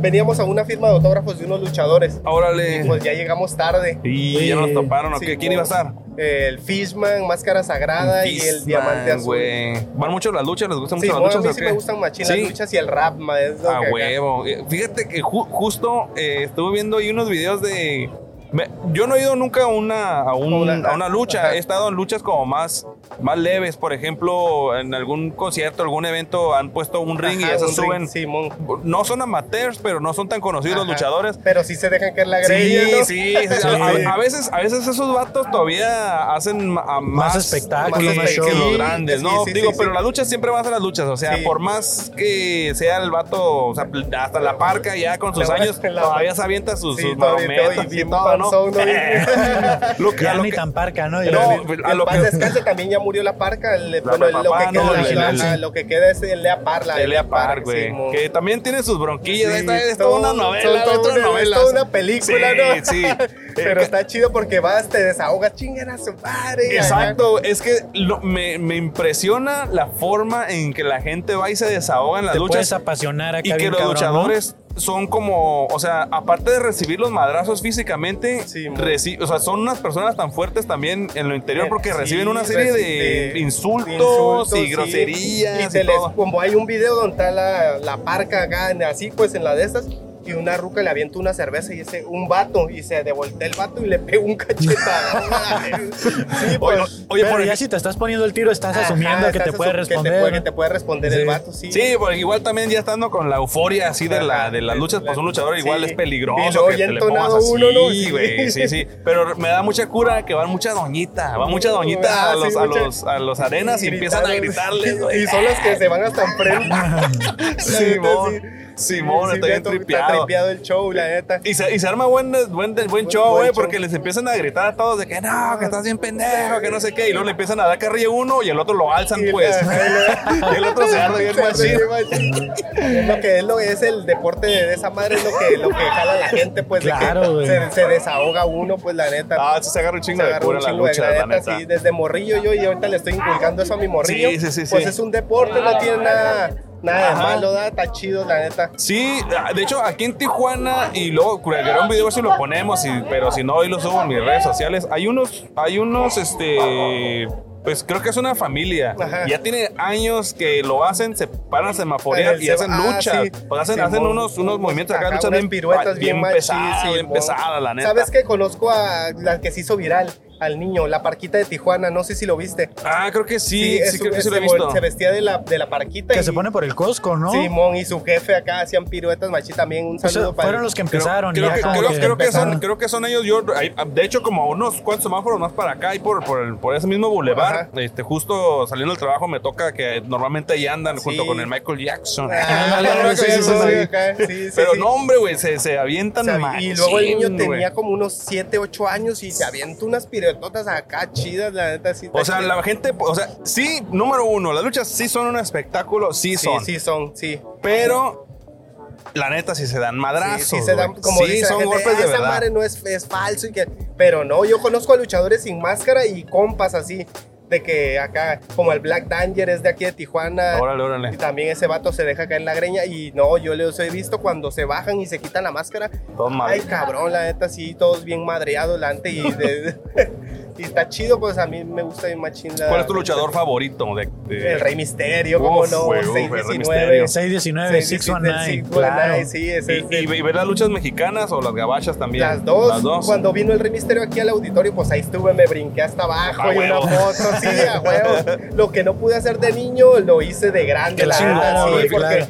Speaker 9: veníamos a una firma de autógrafos de unos luchadores.
Speaker 2: Órale.
Speaker 9: Y pues ya llegamos tarde.
Speaker 2: Y ya nos toparon, ¿o
Speaker 9: Sí,
Speaker 2: qué? ¿Quién iba a estar?
Speaker 9: El Fishman, Máscara Sagrada y el
Speaker 2: Fistman,
Speaker 9: Diamante Azul.
Speaker 2: güey. ¿Van mucho las luchas? ¿Les gustan
Speaker 9: Sí,
Speaker 2: mucho
Speaker 9: bueno,
Speaker 2: las
Speaker 9: a mí
Speaker 2: luchas? o
Speaker 9: sí
Speaker 2: qué?
Speaker 9: me gustan machín las
Speaker 2: Sí.
Speaker 9: luchas y el rap, ma, es lo
Speaker 2: A
Speaker 9: que acá.
Speaker 2: huevo. Eh, Fíjate que ju- justo eh, estuve viendo ahí unos videos de. me- Yo no he ido nunca a una, a un-
Speaker 9: Una-
Speaker 2: a una lucha.
Speaker 9: ajá.
Speaker 2: He estado en luchas como más, más leves. Por ejemplo, en algún concierto, algún evento han puesto un ring y
Speaker 9: Ajá,
Speaker 2: esas
Speaker 9: un ring,
Speaker 2: suben.
Speaker 9: Simón.
Speaker 2: No son amateurs, pero no son tan conocidos
Speaker 9: Ajá.
Speaker 2: los luchadores.
Speaker 9: Pero sí se dejan caer la
Speaker 2: Sí,
Speaker 9: greña,
Speaker 2: *laughs*
Speaker 9: ¿no?
Speaker 2: sí, sí.
Speaker 1: Sí.
Speaker 2: A, a veces, a veces esos vatos todavía hacen ma- a más,
Speaker 1: espectáculo,
Speaker 2: que,
Speaker 1: más show.
Speaker 2: que los
Speaker 9: Sí,
Speaker 2: grandes,
Speaker 9: sí,
Speaker 2: ¿no?
Speaker 9: sí,
Speaker 2: Digo,
Speaker 9: sí,
Speaker 2: pero
Speaker 9: sí.
Speaker 2: las luchas siempre van a ser las luchas. O sea,
Speaker 9: Sí.
Speaker 2: por más que sea el vato, o sea, hasta la parca ya con sus
Speaker 9: La-
Speaker 2: años,
Speaker 9: la-
Speaker 2: todavía se avienta sus,
Speaker 9: Sí,
Speaker 2: sus
Speaker 9: todavía
Speaker 2: marometas
Speaker 9: estoy
Speaker 2: y
Speaker 9: bien
Speaker 2: todo, ¿no?
Speaker 9: panzón, ¿no?
Speaker 2: *laughs*
Speaker 9: *laughs*
Speaker 2: Lo que-
Speaker 1: Ya
Speaker 2: a lo
Speaker 1: ni
Speaker 2: que-
Speaker 1: tan parca, ¿no? Ya
Speaker 2: No, pues,
Speaker 1: ni-
Speaker 2: a
Speaker 9: En
Speaker 2: lo
Speaker 9: paz
Speaker 2: que.
Speaker 9: descanse también ya murió la parca. el- bueno,
Speaker 2: de
Speaker 9: lo,
Speaker 2: papá,
Speaker 9: que queda,
Speaker 2: no, el-
Speaker 9: la-
Speaker 2: el-
Speaker 9: la- lo que queda es el Lea Par, la de
Speaker 2: Pelea
Speaker 9: Lea Par,
Speaker 2: par, güey.
Speaker 9: Simón.
Speaker 2: Que también tiene sus bronquillas.
Speaker 9: Sí,
Speaker 2: Esta es
Speaker 9: todo-
Speaker 2: toda una novela.
Speaker 9: todo- todo
Speaker 2: es toda
Speaker 9: una-
Speaker 2: una novela.
Speaker 9: es toda una película, ¿no?
Speaker 2: *laughs* Sí, Eh, sí.
Speaker 9: *laughs* Pero está chido porque vas, te desahogas, chingan a su padre.
Speaker 2: Exacto, es que lo- me, me impresiona la forma en que la gente va y se desahoga en las
Speaker 1: te puedes
Speaker 2: luchas
Speaker 1: apasionar acá
Speaker 2: y que
Speaker 1: bien
Speaker 2: los
Speaker 1: cabrón, ¿no?
Speaker 2: luchadores son como, o sea, aparte de recibir los madrazos físicamente,
Speaker 9: Sí, mo.
Speaker 2: reci- o sea, son unas personas tan fuertes también en lo interior porque
Speaker 9: Eh, Sí,
Speaker 2: reciben una serie
Speaker 9: reci-
Speaker 2: de,
Speaker 9: de
Speaker 2: insultos,
Speaker 9: sí.
Speaker 2: y groserías y,
Speaker 9: Y se les,
Speaker 2: todo.
Speaker 9: como hay un video donde está la, la parca acá, en- así pues en la de estas. Y una ruca le avienta una cerveza y ese, un vato, y se devoltea el vato y le pega
Speaker 2: *laughs*
Speaker 9: un cachetado. sí,
Speaker 2: Oye,
Speaker 9: pues.
Speaker 2: oye,
Speaker 1: Pero
Speaker 2: por
Speaker 1: ya
Speaker 2: ej-
Speaker 1: si te estás poniendo el tiro, estás asumiendo
Speaker 9: Ajá,
Speaker 1: que, te
Speaker 9: estás
Speaker 1: puede
Speaker 9: asu-
Speaker 1: responder,
Speaker 9: Que te puede,
Speaker 1: ¿no?
Speaker 9: que te puede responder
Speaker 1: Sí.
Speaker 9: el vato, sí.
Speaker 2: Sí, porque igual también ya estando con la euforia así de, la, de las luchas, pues un luchador igual
Speaker 9: Sí.
Speaker 2: es peligroso.
Speaker 9: Y luego
Speaker 2: que
Speaker 9: ya
Speaker 2: te le
Speaker 9: entonado
Speaker 2: pongas así,
Speaker 9: uno, ¿no?
Speaker 2: Sí, güey, sí, sí. Pero me da mucha cura que van mucha doñita, va mucha doñita
Speaker 9: Ah,
Speaker 2: a,
Speaker 9: sí,
Speaker 2: los, a,
Speaker 9: mucha-
Speaker 2: los, a los arenas y empiezan a gritarles, güey.
Speaker 9: Y son las que se van
Speaker 2: *laughs*
Speaker 9: hasta enfrente. La neta,
Speaker 2: Simón,
Speaker 9: sí.
Speaker 2: Simón,
Speaker 9: Sí,
Speaker 2: está
Speaker 9: sí,
Speaker 2: bien tripeado.
Speaker 9: el show, la neta.
Speaker 2: Y se, y se arma buen, buen, buen show,
Speaker 9: buen
Speaker 2: güey,
Speaker 9: show.
Speaker 2: porque les empiezan a gritar a todos de que no, que estás bien pendejo, que no sé qué. Y luego le empiezan a dar carrillo a uno y el otro lo alzan,
Speaker 9: Y
Speaker 2: pues.
Speaker 9: la-
Speaker 2: *laughs* y el otro se arma bien
Speaker 9: *laughs* Se arma
Speaker 2: machín.
Speaker 9: bien machín. Es lo que es, lo, es el deporte de esa madre, es lo que, lo que jala la gente, pues. de que
Speaker 1: Claro, güey.
Speaker 9: se, se desahoga uno, pues, la neta.
Speaker 2: Ah, sí se agarra un
Speaker 9: Se
Speaker 2: chingo de
Speaker 9: agarró
Speaker 2: cura
Speaker 9: un
Speaker 2: en la
Speaker 9: chingo de
Speaker 2: lucha, la
Speaker 9: graneta,
Speaker 2: neta.
Speaker 9: sí, desde morrillo yo y ahorita le estoy inculcando eso a mi morrillo.
Speaker 2: Sí, sí, sí,
Speaker 9: Pues
Speaker 2: sí.
Speaker 9: es un deporte, no tiene nada, nada de
Speaker 2: Ajá.
Speaker 9: malo, da, está chido, la neta.
Speaker 2: Sí, ah, de hecho aquí en Tijuana y luego curaría un video a ver si lo ponemos, y- pero si no hoy lo subo en mis redes sociales. Hay unos, hay unos, este, pues creo que es una familia.
Speaker 9: Ajá.
Speaker 2: Ya tiene años que lo hacen, se paran a semaforear
Speaker 9: Eh,
Speaker 2: y
Speaker 9: se-
Speaker 2: hacen
Speaker 9: ah,
Speaker 2: luchas.
Speaker 9: sí.
Speaker 2: Pues hacen,
Speaker 9: Sí,
Speaker 2: hacen
Speaker 9: mo-
Speaker 2: unos, unos movimientos acá,
Speaker 9: Ajá,
Speaker 2: luchas
Speaker 9: unas
Speaker 2: bien,
Speaker 9: piruetas bien
Speaker 2: bien pesadas,
Speaker 9: machis,
Speaker 2: bien
Speaker 9: mo.
Speaker 2: pesadas, la neta.
Speaker 9: ¿Sabes que Conozco a la que se hizo viral, al niño, la parquita de Tijuana, no sé si lo viste.
Speaker 2: Ah, creo que sí, sí,
Speaker 9: es-
Speaker 2: creo que sí lo he
Speaker 9: se
Speaker 2: visto.
Speaker 9: vol- Se vestía de la, de la parquita.
Speaker 1: Que
Speaker 9: y,
Speaker 1: se pone por el Costco, ¿no?
Speaker 9: Simón y su jefe acá hacían piruetas, machi, también un
Speaker 1: O sea,
Speaker 9: saludo para
Speaker 1: fueron los que empezaron.
Speaker 2: Creo,
Speaker 1: ya
Speaker 2: que,
Speaker 1: como
Speaker 2: creo- creo que son,
Speaker 1: empezaron.
Speaker 2: creo que son ellos. Yo, hay- de hecho, como unos cuantos semáforos más para acá y por, por, el- por ese mismo bulevar, este, justo saliendo del trabajo, me toca que normalmente ahí andan
Speaker 9: Sí.
Speaker 2: junto con el Michael Jackson.
Speaker 1: *laughs*
Speaker 9: Ah,
Speaker 2: Michael
Speaker 9: sí,
Speaker 2: Jackson,
Speaker 9: sí, sí,
Speaker 2: güey.
Speaker 9: acá, sí, sí,
Speaker 2: Pero
Speaker 9: sí.
Speaker 2: no, hombre, güey, se, se
Speaker 9: O
Speaker 2: avientan
Speaker 9: sea, y
Speaker 2: machín,
Speaker 9: luego el niño
Speaker 2: güey.
Speaker 9: tenía como unos 7, 8 años y se avienta unas piretotas acá chidas, la neta. Sí,
Speaker 2: O sea, la gente, o sea, sí, número uno, las luchas sí son un espectáculo, sí,
Speaker 9: sí,
Speaker 2: son.
Speaker 9: sí son, sí.
Speaker 2: Pero la neta sí se dan madrazos.
Speaker 9: sí, sí se dan,
Speaker 2: güey.
Speaker 9: como
Speaker 2: Sí,
Speaker 9: dice la
Speaker 2: son
Speaker 9: gente,
Speaker 2: golpes de
Speaker 9: "Ah, esa
Speaker 2: verdad.
Speaker 9: madre no es, es falso y que... Pero no, yo conozco a luchadores sin máscara y compas así, de que acá, como el Black Danger es de aquí de Tijuana.
Speaker 2: Órale, órale.
Speaker 9: Y también ese vato se deja caer en la greña y no, yo los he visto cuando se bajan y se quitan la máscara.
Speaker 2: Todo
Speaker 9: Ay,
Speaker 2: mal.
Speaker 9: cabrón, la neta, sí, todos bien madreados
Speaker 2: *laughs*
Speaker 9: delante y, de- y está chido, pues a mí me gusta bien machín la-
Speaker 2: ¿Cuál es tu luchador favorito? de- de-
Speaker 9: El Rey Misterio, cómo
Speaker 2: Uf,
Speaker 9: no,
Speaker 2: güey, uf, el Rey
Speaker 9: 619.
Speaker 2: Misterio.
Speaker 1: 619, 619,
Speaker 9: 619,
Speaker 1: claro.
Speaker 9: sí, ese es
Speaker 2: Y, y,
Speaker 9: el-
Speaker 2: y ver las luchas mexicanas o las gabachas también.
Speaker 9: Las dos, Cuando vino el Rey Misterio aquí al auditorio, pues ahí estuve, me brinqué hasta abajo
Speaker 2: A
Speaker 9: y una
Speaker 2: Ah, huevo.
Speaker 9: foto, sí,
Speaker 2: *laughs*
Speaker 9: a huevo. Lo que no pude hacer de niño, lo hice de grande,
Speaker 2: Qué
Speaker 9: la
Speaker 2: chingón,
Speaker 9: verdad, sí,
Speaker 2: güey,
Speaker 9: porque
Speaker 1: claro.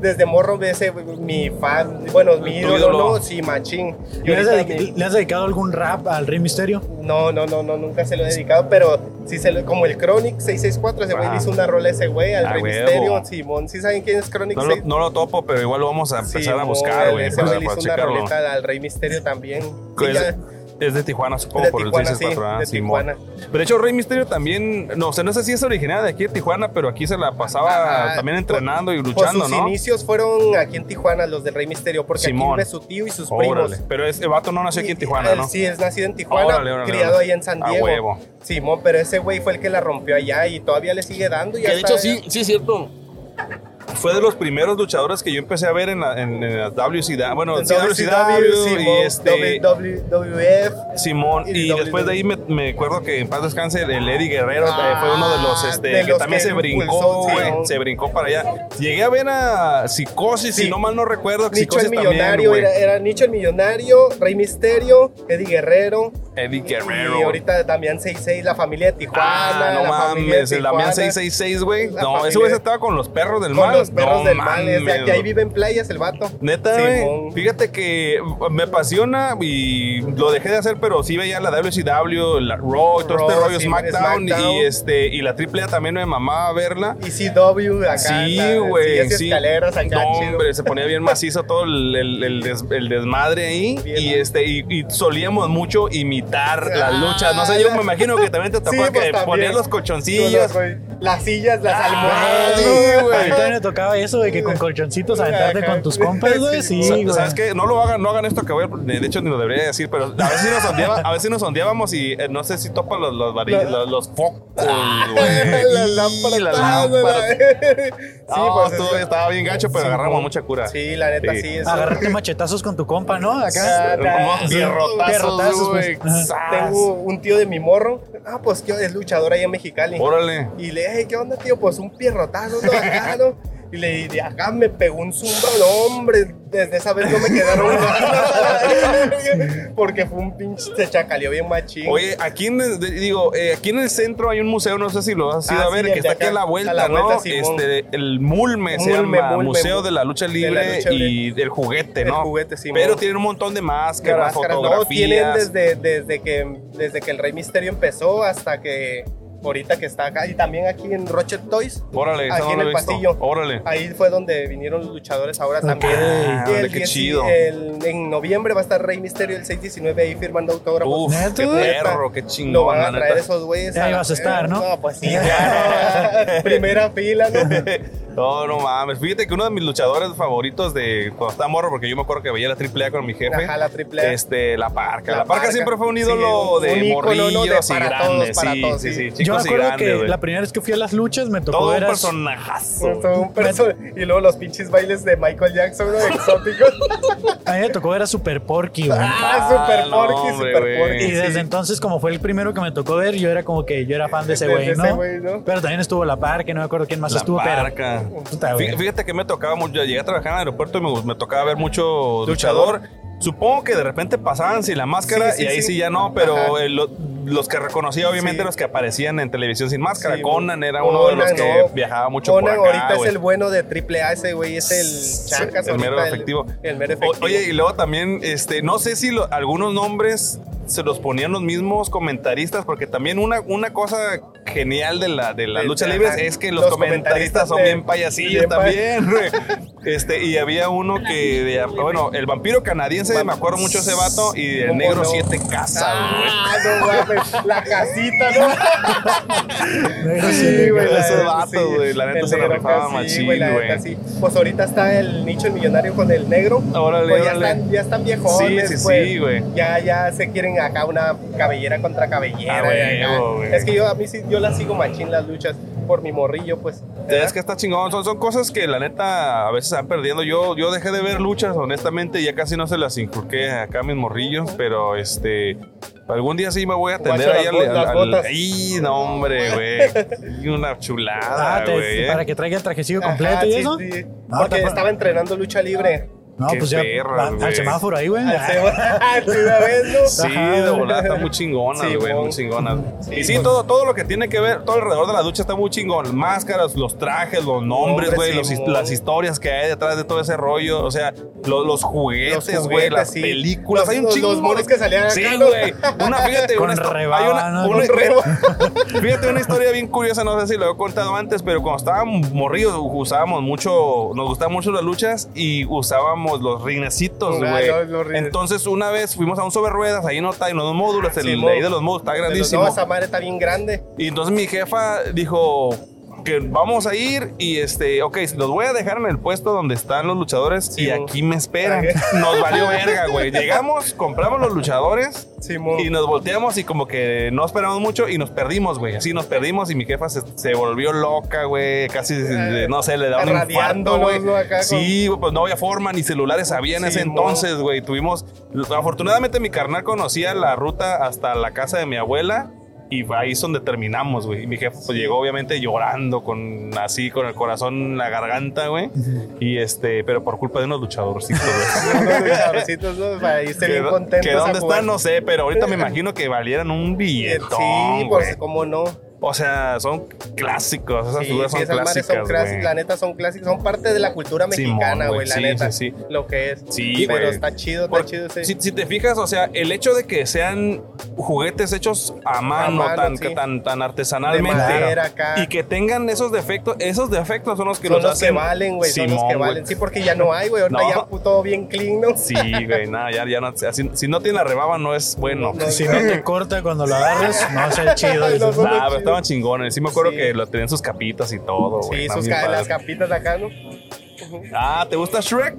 Speaker 9: desde morro de ese, mi fan, bueno, mi
Speaker 2: Tu
Speaker 9: ídolo,
Speaker 2: ídolo.
Speaker 9: no, sí, machín. Y
Speaker 1: ¿Le has,
Speaker 9: ahorita
Speaker 1: dedica-
Speaker 9: mi-
Speaker 1: le has dedicado algún rap al Rey Misterio?
Speaker 9: No, no, no, no, nunca se lo he dedicado, pero sí se lo, como el Chronic 664, ese güey
Speaker 2: Ajá.
Speaker 9: le hizo una rola a ese güey, al
Speaker 2: Ah. A
Speaker 9: Rey
Speaker 2: huevo.
Speaker 9: Misterio, Simón, ¿sí saben quién es Chronic
Speaker 2: No
Speaker 9: 664?
Speaker 2: lo, no lo topo, pero igual lo vamos a empezar a buscar, güey,
Speaker 9: Ese
Speaker 2: para,
Speaker 9: güey le
Speaker 2: para
Speaker 9: hizo una
Speaker 2: checarlo. Pues,
Speaker 9: roleta al Rey Misterio también.
Speaker 2: Que
Speaker 9: Y
Speaker 2: Es,
Speaker 9: ya-
Speaker 2: es de Tijuana, supongo,
Speaker 9: de
Speaker 2: por
Speaker 9: Tijuana,
Speaker 2: el
Speaker 9: sí,
Speaker 2: 664. ah,
Speaker 9: de
Speaker 2: Simón.
Speaker 9: Tijuana.
Speaker 2: Pero de hecho, Rey Misterio también, no, o sea, no sé si es original de aquí de Tijuana, pero aquí se la pasaba
Speaker 9: Ajá.
Speaker 2: también entrenando y
Speaker 9: Pues
Speaker 2: luchando,
Speaker 9: sus
Speaker 2: ¿no?
Speaker 9: inicios fueron aquí en Tijuana, los del Rey Misterio, porque
Speaker 2: Simón.
Speaker 9: aquí vive su tío y sus
Speaker 2: Órale.
Speaker 9: primos.
Speaker 2: Pero ese vato no nació aquí en
Speaker 9: Y-
Speaker 2: Tijuana,
Speaker 9: él
Speaker 2: ¿no?
Speaker 9: Sí, es nacido en Tijuana,
Speaker 2: Órale, órale,
Speaker 9: criado
Speaker 2: órale.
Speaker 9: ahí en San
Speaker 2: A
Speaker 9: Diego.
Speaker 2: huevo.
Speaker 9: Simón, pero ese güey fue el que la rompió allá y todavía le sigue dando. y
Speaker 2: Que de
Speaker 9: hasta-
Speaker 2: hecho, sí, sí es cierto. fue de los primeros luchadores que yo empecé a ver en la, en, en la WCW. Bueno, en WCW, y
Speaker 9: Simón,
Speaker 2: este.
Speaker 9: WWF.
Speaker 2: Simón,
Speaker 9: y
Speaker 2: y,
Speaker 9: WWE.
Speaker 2: después de ahí me, me acuerdo que en paz descanse el Eddie Guerrero
Speaker 9: Ah,
Speaker 2: eh, fue uno de los este,
Speaker 9: de
Speaker 2: que
Speaker 9: los
Speaker 2: también
Speaker 9: que
Speaker 2: se brincó,
Speaker 9: impulsó, sí.
Speaker 2: güey, se brincó para allá. Llegué a ver a Psicosis,
Speaker 9: Sí.
Speaker 2: si no mal no recuerdo, que
Speaker 9: Nicho el
Speaker 2: Psicosis también,
Speaker 9: millonario,
Speaker 2: güey.
Speaker 9: era, era Nicho el millonario, Rey Misterio, Eddie Guerrero.
Speaker 2: Eddie Guerrero.
Speaker 9: Y ahorita Damián 66, la familia de Tijuana.
Speaker 2: Ah, no
Speaker 9: la familia
Speaker 2: mames,
Speaker 9: de
Speaker 2: el Damián
Speaker 9: Tijuana,
Speaker 2: 666, güey.
Speaker 9: La
Speaker 2: No, ese
Speaker 9: familia-
Speaker 2: güey se estaba con los perros del
Speaker 9: Con
Speaker 2: mal.
Speaker 9: los perros
Speaker 2: No
Speaker 9: del mal. es de
Speaker 2: mames,
Speaker 9: aquí, ahí
Speaker 2: güey.
Speaker 9: vive en playas el vato.
Speaker 2: Neta, güey.
Speaker 9: Simón.
Speaker 2: Fíjate que me apasiona y lo dejé de hacer, pero sí veía la WCW, la Raw, y todo este
Speaker 9: Raw,
Speaker 2: rollo
Speaker 9: Simón,
Speaker 2: SmackDown,
Speaker 9: SmackDown.
Speaker 2: y este y la AAA también me mamaba verla.
Speaker 9: ECW acá.
Speaker 2: Sí,
Speaker 9: la-
Speaker 2: güey,
Speaker 9: sillas y
Speaker 2: sí.
Speaker 9: escaleras acá,
Speaker 2: No,
Speaker 9: chido.
Speaker 2: hombre, se ponía bien macizo todo el, el- el des- el desmadre ahí.
Speaker 9: Bien,
Speaker 2: y
Speaker 9: ¿no?
Speaker 2: este, y, y solíamos mucho imitar
Speaker 9: Ah,
Speaker 2: las luchas. No sé, yo me
Speaker 9: la-
Speaker 2: imagino que también te tocó
Speaker 9: Sí,
Speaker 2: que
Speaker 9: pues, también.
Speaker 2: ponías los
Speaker 9: Los-
Speaker 2: cochoncillos.
Speaker 9: güey, Las sillas, las
Speaker 2: Ah,
Speaker 9: almohadas.
Speaker 2: sí,
Speaker 1: A
Speaker 2: güey.
Speaker 1: mí también me tocaba eso de que con colchoncitos aventarte con tus compas, güey.
Speaker 9: Pues
Speaker 1: Sí,
Speaker 2: Sa-
Speaker 1: güey.
Speaker 2: ¿Sabes qué? No lo hagan, no hagan esto que voy a... De hecho, ni lo debería decir, pero a veces nos, ondeaba- a veces nos ondeábamos y eh, no sé si topan los, los varillas, los, los focos,
Speaker 9: *laughs*
Speaker 2: güey.
Speaker 9: *laughs* Las
Speaker 2: Y
Speaker 9: lámparas.
Speaker 2: la
Speaker 9: todas,
Speaker 2: lámpara.
Speaker 9: güey. *laughs* Sí,
Speaker 2: No,
Speaker 9: pues
Speaker 2: estuvo-
Speaker 9: es-
Speaker 2: estaba bien gancho, pero
Speaker 9: Sí,
Speaker 2: agarramos
Speaker 9: güey.
Speaker 2: mucha cura.
Speaker 9: Sí, la neta,
Speaker 2: Sí.
Speaker 9: sí. eso-
Speaker 1: Agarrarte machetazos con tu compa, ¿no? Acá.
Speaker 9: Ah,
Speaker 2: Como Pierrotazos,
Speaker 1: Pierrotazos,
Speaker 2: güey.
Speaker 1: pues. Ajá.
Speaker 2: Zas.
Speaker 9: Tengo un tío de mi morro. Ah, pues que es luchador ahí en Mexicali.
Speaker 2: Órale.
Speaker 9: Y le dije, ¿qué onda, tío? Pues un pierrotazo, ¿no? Acá, ¿no? Y le dije, acá me pegó un zumba, no, hombre, desde esa vez no
Speaker 2: *laughs*
Speaker 9: me quedaron ganas. Porque fue un pinche, se chacaleó bien machín.
Speaker 2: Oye, aquí en el, de- digo, eh, aquí en el centro hay un museo, no sé si lo has ido
Speaker 9: Ah,
Speaker 2: a
Speaker 9: sí,
Speaker 2: ver,
Speaker 9: el
Speaker 2: que
Speaker 9: de
Speaker 2: está
Speaker 9: acá,
Speaker 2: aquí a la vuelta,
Speaker 9: a la
Speaker 2: ¿no?
Speaker 9: vuelta, Simón.
Speaker 2: Este, el Mulme, se
Speaker 9: Mulme,
Speaker 2: llama,
Speaker 9: Mulme,
Speaker 2: Museo
Speaker 9: Mu-
Speaker 2: de la Lucha
Speaker 9: de la
Speaker 2: Libre
Speaker 9: Lucha
Speaker 2: y el juguete,
Speaker 9: El
Speaker 2: ¿no?
Speaker 9: juguete, Simón.
Speaker 2: Pero tienen un montón de
Speaker 9: Que
Speaker 2: máscaras,
Speaker 9: máscaras, no, tienen
Speaker 2: fotografías.
Speaker 9: desde, desde, que, desde que el Rey Misterio empezó hasta que ahorita que está acá. Y también aquí en Rocket Toys,
Speaker 2: Órale, esa
Speaker 9: aquí
Speaker 2: no
Speaker 9: en
Speaker 2: la he
Speaker 9: el
Speaker 2: visto.
Speaker 9: pasillo.
Speaker 2: Órale.
Speaker 9: Ahí fue donde vinieron los luchadores ahora también.
Speaker 2: Ah,
Speaker 9: Y el
Speaker 2: órale, qué
Speaker 9: 10
Speaker 2: chido.
Speaker 9: el- en noviembre va a estar Rey Misterio el 619 ahí firmando autógrafos.
Speaker 2: Uf,
Speaker 1: Neta,
Speaker 2: qué
Speaker 1: güey.
Speaker 2: perro, qué chingón,
Speaker 9: Lo van a
Speaker 2: la
Speaker 9: traer
Speaker 2: neta.
Speaker 9: esos güeyes.
Speaker 1: Ya
Speaker 9: la-
Speaker 1: ibas a estar, ¿no?
Speaker 9: No, pues
Speaker 1: *laughs*
Speaker 9: sí, ya. Primera fila, ¿no?
Speaker 2: *laughs*
Speaker 9: *laughs*
Speaker 2: No, no mames. Fíjate que uno de mis luchadores favoritos de cuando estaba morro, porque yo me acuerdo que veía la AAA con mi jefe.
Speaker 9: Ajá, la triple A.
Speaker 2: Este, la parca. La,
Speaker 9: La
Speaker 2: parca,
Speaker 9: Parca.
Speaker 2: siempre fue un
Speaker 9: Sí,
Speaker 2: ídolo
Speaker 9: un-
Speaker 2: de
Speaker 9: un ícono,
Speaker 2: morrillos
Speaker 9: ¿no? De
Speaker 2: y
Speaker 9: para
Speaker 2: grandes.
Speaker 9: todos, para
Speaker 2: sí,
Speaker 9: todos,
Speaker 2: sí,
Speaker 9: sí.
Speaker 2: sí,
Speaker 1: Yo me
Speaker 2: Chicos y
Speaker 1: acuerdo que
Speaker 2: grandes, güey.
Speaker 1: la primera vez que fui a las luchas me tocó
Speaker 2: Todo un
Speaker 1: ver a-
Speaker 2: personajazo.
Speaker 9: Son
Speaker 2: güey.
Speaker 9: un perso- y luego los pinches bailes de Michael Jackson, ¿no?
Speaker 1: *laughs*
Speaker 9: exóticos.
Speaker 1: A mí me tocó ver a Super Porky, güey.
Speaker 9: ah, super
Speaker 2: no,
Speaker 9: porky,
Speaker 2: hombre, güey.
Speaker 9: super porky.
Speaker 1: Y
Speaker 9: sí.
Speaker 1: desde entonces, como fue el primero que me tocó ver, yo era como que yo era fan de ese
Speaker 9: De- de
Speaker 1: güey,
Speaker 9: ese
Speaker 1: ¿no?
Speaker 9: güey, ¿no?
Speaker 1: Pero también estuvo La Parca, no me acuerdo quién más
Speaker 2: La
Speaker 1: estuvo, pero.
Speaker 2: parca.
Speaker 1: Puta,
Speaker 2: Fí-
Speaker 1: güey.
Speaker 2: Fíjate, que me tocaba mucho. Llegué a trabajar en el aeropuerto y me, me tocaba ver mucho luchador. Supongo que de repente pasaban sin la máscara
Speaker 9: Sí, sí,
Speaker 2: y ahí sí,
Speaker 9: sí.
Speaker 2: ya no, pero
Speaker 9: Ajá.
Speaker 2: eh, lo- los que reconocía, obviamente,
Speaker 9: Sí.
Speaker 2: los que aparecían en televisión sin máscara.
Speaker 9: Sí,
Speaker 2: Conan
Speaker 9: güey.
Speaker 2: era uno de los
Speaker 9: Conan,
Speaker 2: que
Speaker 9: no.
Speaker 2: viajaba mucho
Speaker 9: Conan
Speaker 2: por acá.
Speaker 9: ahorita
Speaker 2: güey.
Speaker 9: es el bueno de triple A, ese güey es el chancas.
Speaker 2: el mero
Speaker 9: ahorita,
Speaker 2: efectivo.
Speaker 9: El, mero
Speaker 2: O-
Speaker 9: efectivo.
Speaker 2: oye, y luego también, este, no sé si lo- algunos nombres se los ponían los mismos comentaristas, porque también una, una cosa genial de la, de la
Speaker 9: De-
Speaker 2: lucha
Speaker 9: de-
Speaker 2: libre
Speaker 9: ajá.
Speaker 2: es que los,
Speaker 9: Los
Speaker 2: comentaristas
Speaker 9: comentaristas
Speaker 2: son
Speaker 9: de-
Speaker 2: bien payasillos
Speaker 9: bien pa-
Speaker 2: también. güey.
Speaker 9: *laughs*
Speaker 2: este, y había uno que, de- bueno, el vampiro canadiense, me acuerdo mucho ese vato, y el
Speaker 9: ¿Cómo
Speaker 2: negro
Speaker 9: no?
Speaker 2: siete casas. güey.
Speaker 9: Ah, no mames, la casita,
Speaker 2: *laughs*
Speaker 9: ¿no? *laughs*
Speaker 1: Pero sí,
Speaker 2: güey,
Speaker 9: la
Speaker 2: esos
Speaker 9: neta,
Speaker 2: vatos, güey, la neta
Speaker 9: El
Speaker 2: se la
Speaker 9: negro
Speaker 2: rifaba
Speaker 9: acá,
Speaker 2: machín,
Speaker 9: la
Speaker 2: güey.
Speaker 9: neta, sí. Pues ahorita está el nicho el millonario con el negro.
Speaker 2: Órale,
Speaker 9: Pues ya
Speaker 2: órale.
Speaker 9: están, ya están viejones,
Speaker 2: Sí, sí,
Speaker 9: pues.
Speaker 2: sí, güey.
Speaker 9: Ya, ya se quieren acá una cabellera contra cabellera.
Speaker 2: Ah, güey,
Speaker 9: y acá.
Speaker 2: güey.
Speaker 9: Es que yo a mí sí, yo las sigo machín las luchas por mi morrillo, pues.
Speaker 2: Es que está chingón. Son, son cosas que la neta a veces están perdiendo. Yo, yo dejé de ver luchas, honestamente, ya casi no se las inculqué acá a mis morrillos, pero este. Algún día sí me voy a atender
Speaker 9: Guacho,
Speaker 2: ahí al.
Speaker 9: las bo- las
Speaker 2: al- al-
Speaker 9: botas.
Speaker 2: ¡Ih, no, hombre, güey! Y Una
Speaker 1: Ah,
Speaker 2: chulada,
Speaker 1: te-
Speaker 2: güey. eh.
Speaker 1: para que traiga el trajecillo
Speaker 9: Ajá,
Speaker 1: completo y
Speaker 9: sí,
Speaker 1: eso. Ah,
Speaker 9: sí.
Speaker 1: No,
Speaker 9: Porque
Speaker 1: tampoco-
Speaker 9: estaba entrenando lucha libre.
Speaker 1: No,
Speaker 2: Qué
Speaker 1: pues ya.
Speaker 2: perras,
Speaker 1: va-
Speaker 2: güey.
Speaker 1: al semáforo ahí, güey. Ah,
Speaker 9: Hace *laughs* una vez, ¿no?
Speaker 2: Sí,
Speaker 1: Ajá.
Speaker 2: de volada, está muy chingona,
Speaker 9: Sí,
Speaker 2: güey, muy
Speaker 9: mon.
Speaker 2: chingona.
Speaker 9: Sí,
Speaker 2: y sí,
Speaker 9: pues.
Speaker 2: todo, todo lo que tiene que ver, todo alrededor de la ducha está muy chingón. Máscaras, los trajes, los nombres,
Speaker 9: Nombres,
Speaker 2: güey,
Speaker 9: sí,
Speaker 2: los his-
Speaker 9: mon.
Speaker 2: las historias que hay detrás de todo ese rollo. O sea, lo- los juguetes, güey,
Speaker 9: Los juguetes,
Speaker 2: las
Speaker 9: sí.
Speaker 2: películas.
Speaker 9: Los-
Speaker 2: hay un
Speaker 9: los-
Speaker 2: chingo.
Speaker 9: los monos que salían acá,
Speaker 2: Sí,
Speaker 9: ¿no?
Speaker 2: güey. Una, fíjate,
Speaker 1: Con
Speaker 2: una, histo-
Speaker 1: rebaba,
Speaker 2: hay una-
Speaker 1: ¿no?
Speaker 2: una-
Speaker 1: Con
Speaker 2: *laughs* Fíjate una historia bien curiosa, no sé si lo he contado antes, pero cuando estábamos morridos usábamos mucho, nos gustaban mucho las luchas y usábamos los rinecitos,
Speaker 9: Ah,
Speaker 2: güey.
Speaker 9: los- los rines.
Speaker 2: Entonces una vez fuimos a un sobre ruedas, ahí no está, en los módulos, el
Speaker 9: Sí,
Speaker 2: de
Speaker 9: mo-
Speaker 2: ahí de los módulos está
Speaker 9: De los
Speaker 2: grandísimo.
Speaker 9: dos, esa madre está bien grande.
Speaker 2: Y entonces mi jefa dijo, porque vamos a ir y este, ok, los voy a dejar en el puesto donde están los luchadores y
Speaker 9: mo.
Speaker 2: aquí me
Speaker 9: *laughs*
Speaker 2: esperan. Nos valió verga, güey. Llegamos, compramos los luchadores
Speaker 9: Simón.
Speaker 2: y nos volteamos y como que no esperamos mucho y nos perdimos, güey. Así nos perdimos y mi jefa se, se volvió loca, güey. Casi,
Speaker 9: Eh,
Speaker 2: no sé, le da un infarto,
Speaker 9: irradiándolos,
Speaker 2: güey.
Speaker 9: ¿no? Acá con-
Speaker 2: Sí, pues no había forma, ni celulares había en ese
Speaker 9: Sí, mo.
Speaker 2: entonces, güey. Tuvimos... Afortunadamente mi carnal conocía la ruta hasta la casa de mi abuela. Y fue ahí es donde terminamos, güey. Y mi jefe pues, llegó obviamente llorando, con así, con el corazón en la garganta, güey. Y este, pero por culpa de unos luchadorcitos, güey.
Speaker 9: Unos luchadorcitos, ¿no? Para irse bien
Speaker 2: do-
Speaker 9: contentos.
Speaker 2: que
Speaker 9: a
Speaker 2: dónde
Speaker 9: jugar.
Speaker 2: están, no sé, pero ahorita me imagino que valieran un billetón,
Speaker 9: Sí,
Speaker 2: güey.
Speaker 9: pues cómo no.
Speaker 2: O sea, son clásicos, esas
Speaker 9: Sí,
Speaker 2: figuras
Speaker 9: sí,
Speaker 2: son
Speaker 9: esas madres
Speaker 2: clásicas,
Speaker 9: son clásicas,
Speaker 2: güey.
Speaker 9: la neta son clásicas, son parte de la cultura
Speaker 2: Simón,
Speaker 9: mexicana,
Speaker 2: güey,
Speaker 9: güey, la
Speaker 2: sí,
Speaker 9: neta.
Speaker 2: sí, sí.
Speaker 9: Lo que es.
Speaker 2: Sí,
Speaker 9: pero
Speaker 2: güey.
Speaker 9: está chido, está
Speaker 2: Por-
Speaker 9: chido ese.
Speaker 2: Si, si te fijas, o sea, el hecho de que sean juguetes hechos a mano,
Speaker 9: mano,
Speaker 2: tan,
Speaker 9: sí.
Speaker 2: tan, tan artesanalmente
Speaker 9: De madera acá.
Speaker 2: y que tengan esos defectos, esos defectos son los que
Speaker 9: son
Speaker 2: los,
Speaker 9: los que
Speaker 2: hacen
Speaker 9: valen, güey, son los
Speaker 2: Simón,
Speaker 9: que
Speaker 2: güey.
Speaker 9: valen. Sí, porque ya no hay, güey, ahorita
Speaker 2: No.
Speaker 9: ya todo bien clean, ¿no?
Speaker 2: Sí, güey, nada, ya, ya no. así- si no tiene la rebaba, no es bueno.
Speaker 9: No, no,
Speaker 2: Sí,
Speaker 1: Si no te corta cuando lo
Speaker 9: *laughs*
Speaker 1: agarres, no sea chido. dices,
Speaker 9: No, no,
Speaker 1: "Nah,
Speaker 2: Nah, pero
Speaker 9: chido.
Speaker 2: estaban chingones. Sí, me acuerdo
Speaker 9: Sí.
Speaker 2: que lo tenían sus capitas y todo, güey.
Speaker 9: Sí,
Speaker 2: Nah,
Speaker 9: sus
Speaker 2: bien
Speaker 9: ca- las
Speaker 2: padre.
Speaker 9: capitas acá, ¿no?
Speaker 2: Ah, ¿te gusta Shrek?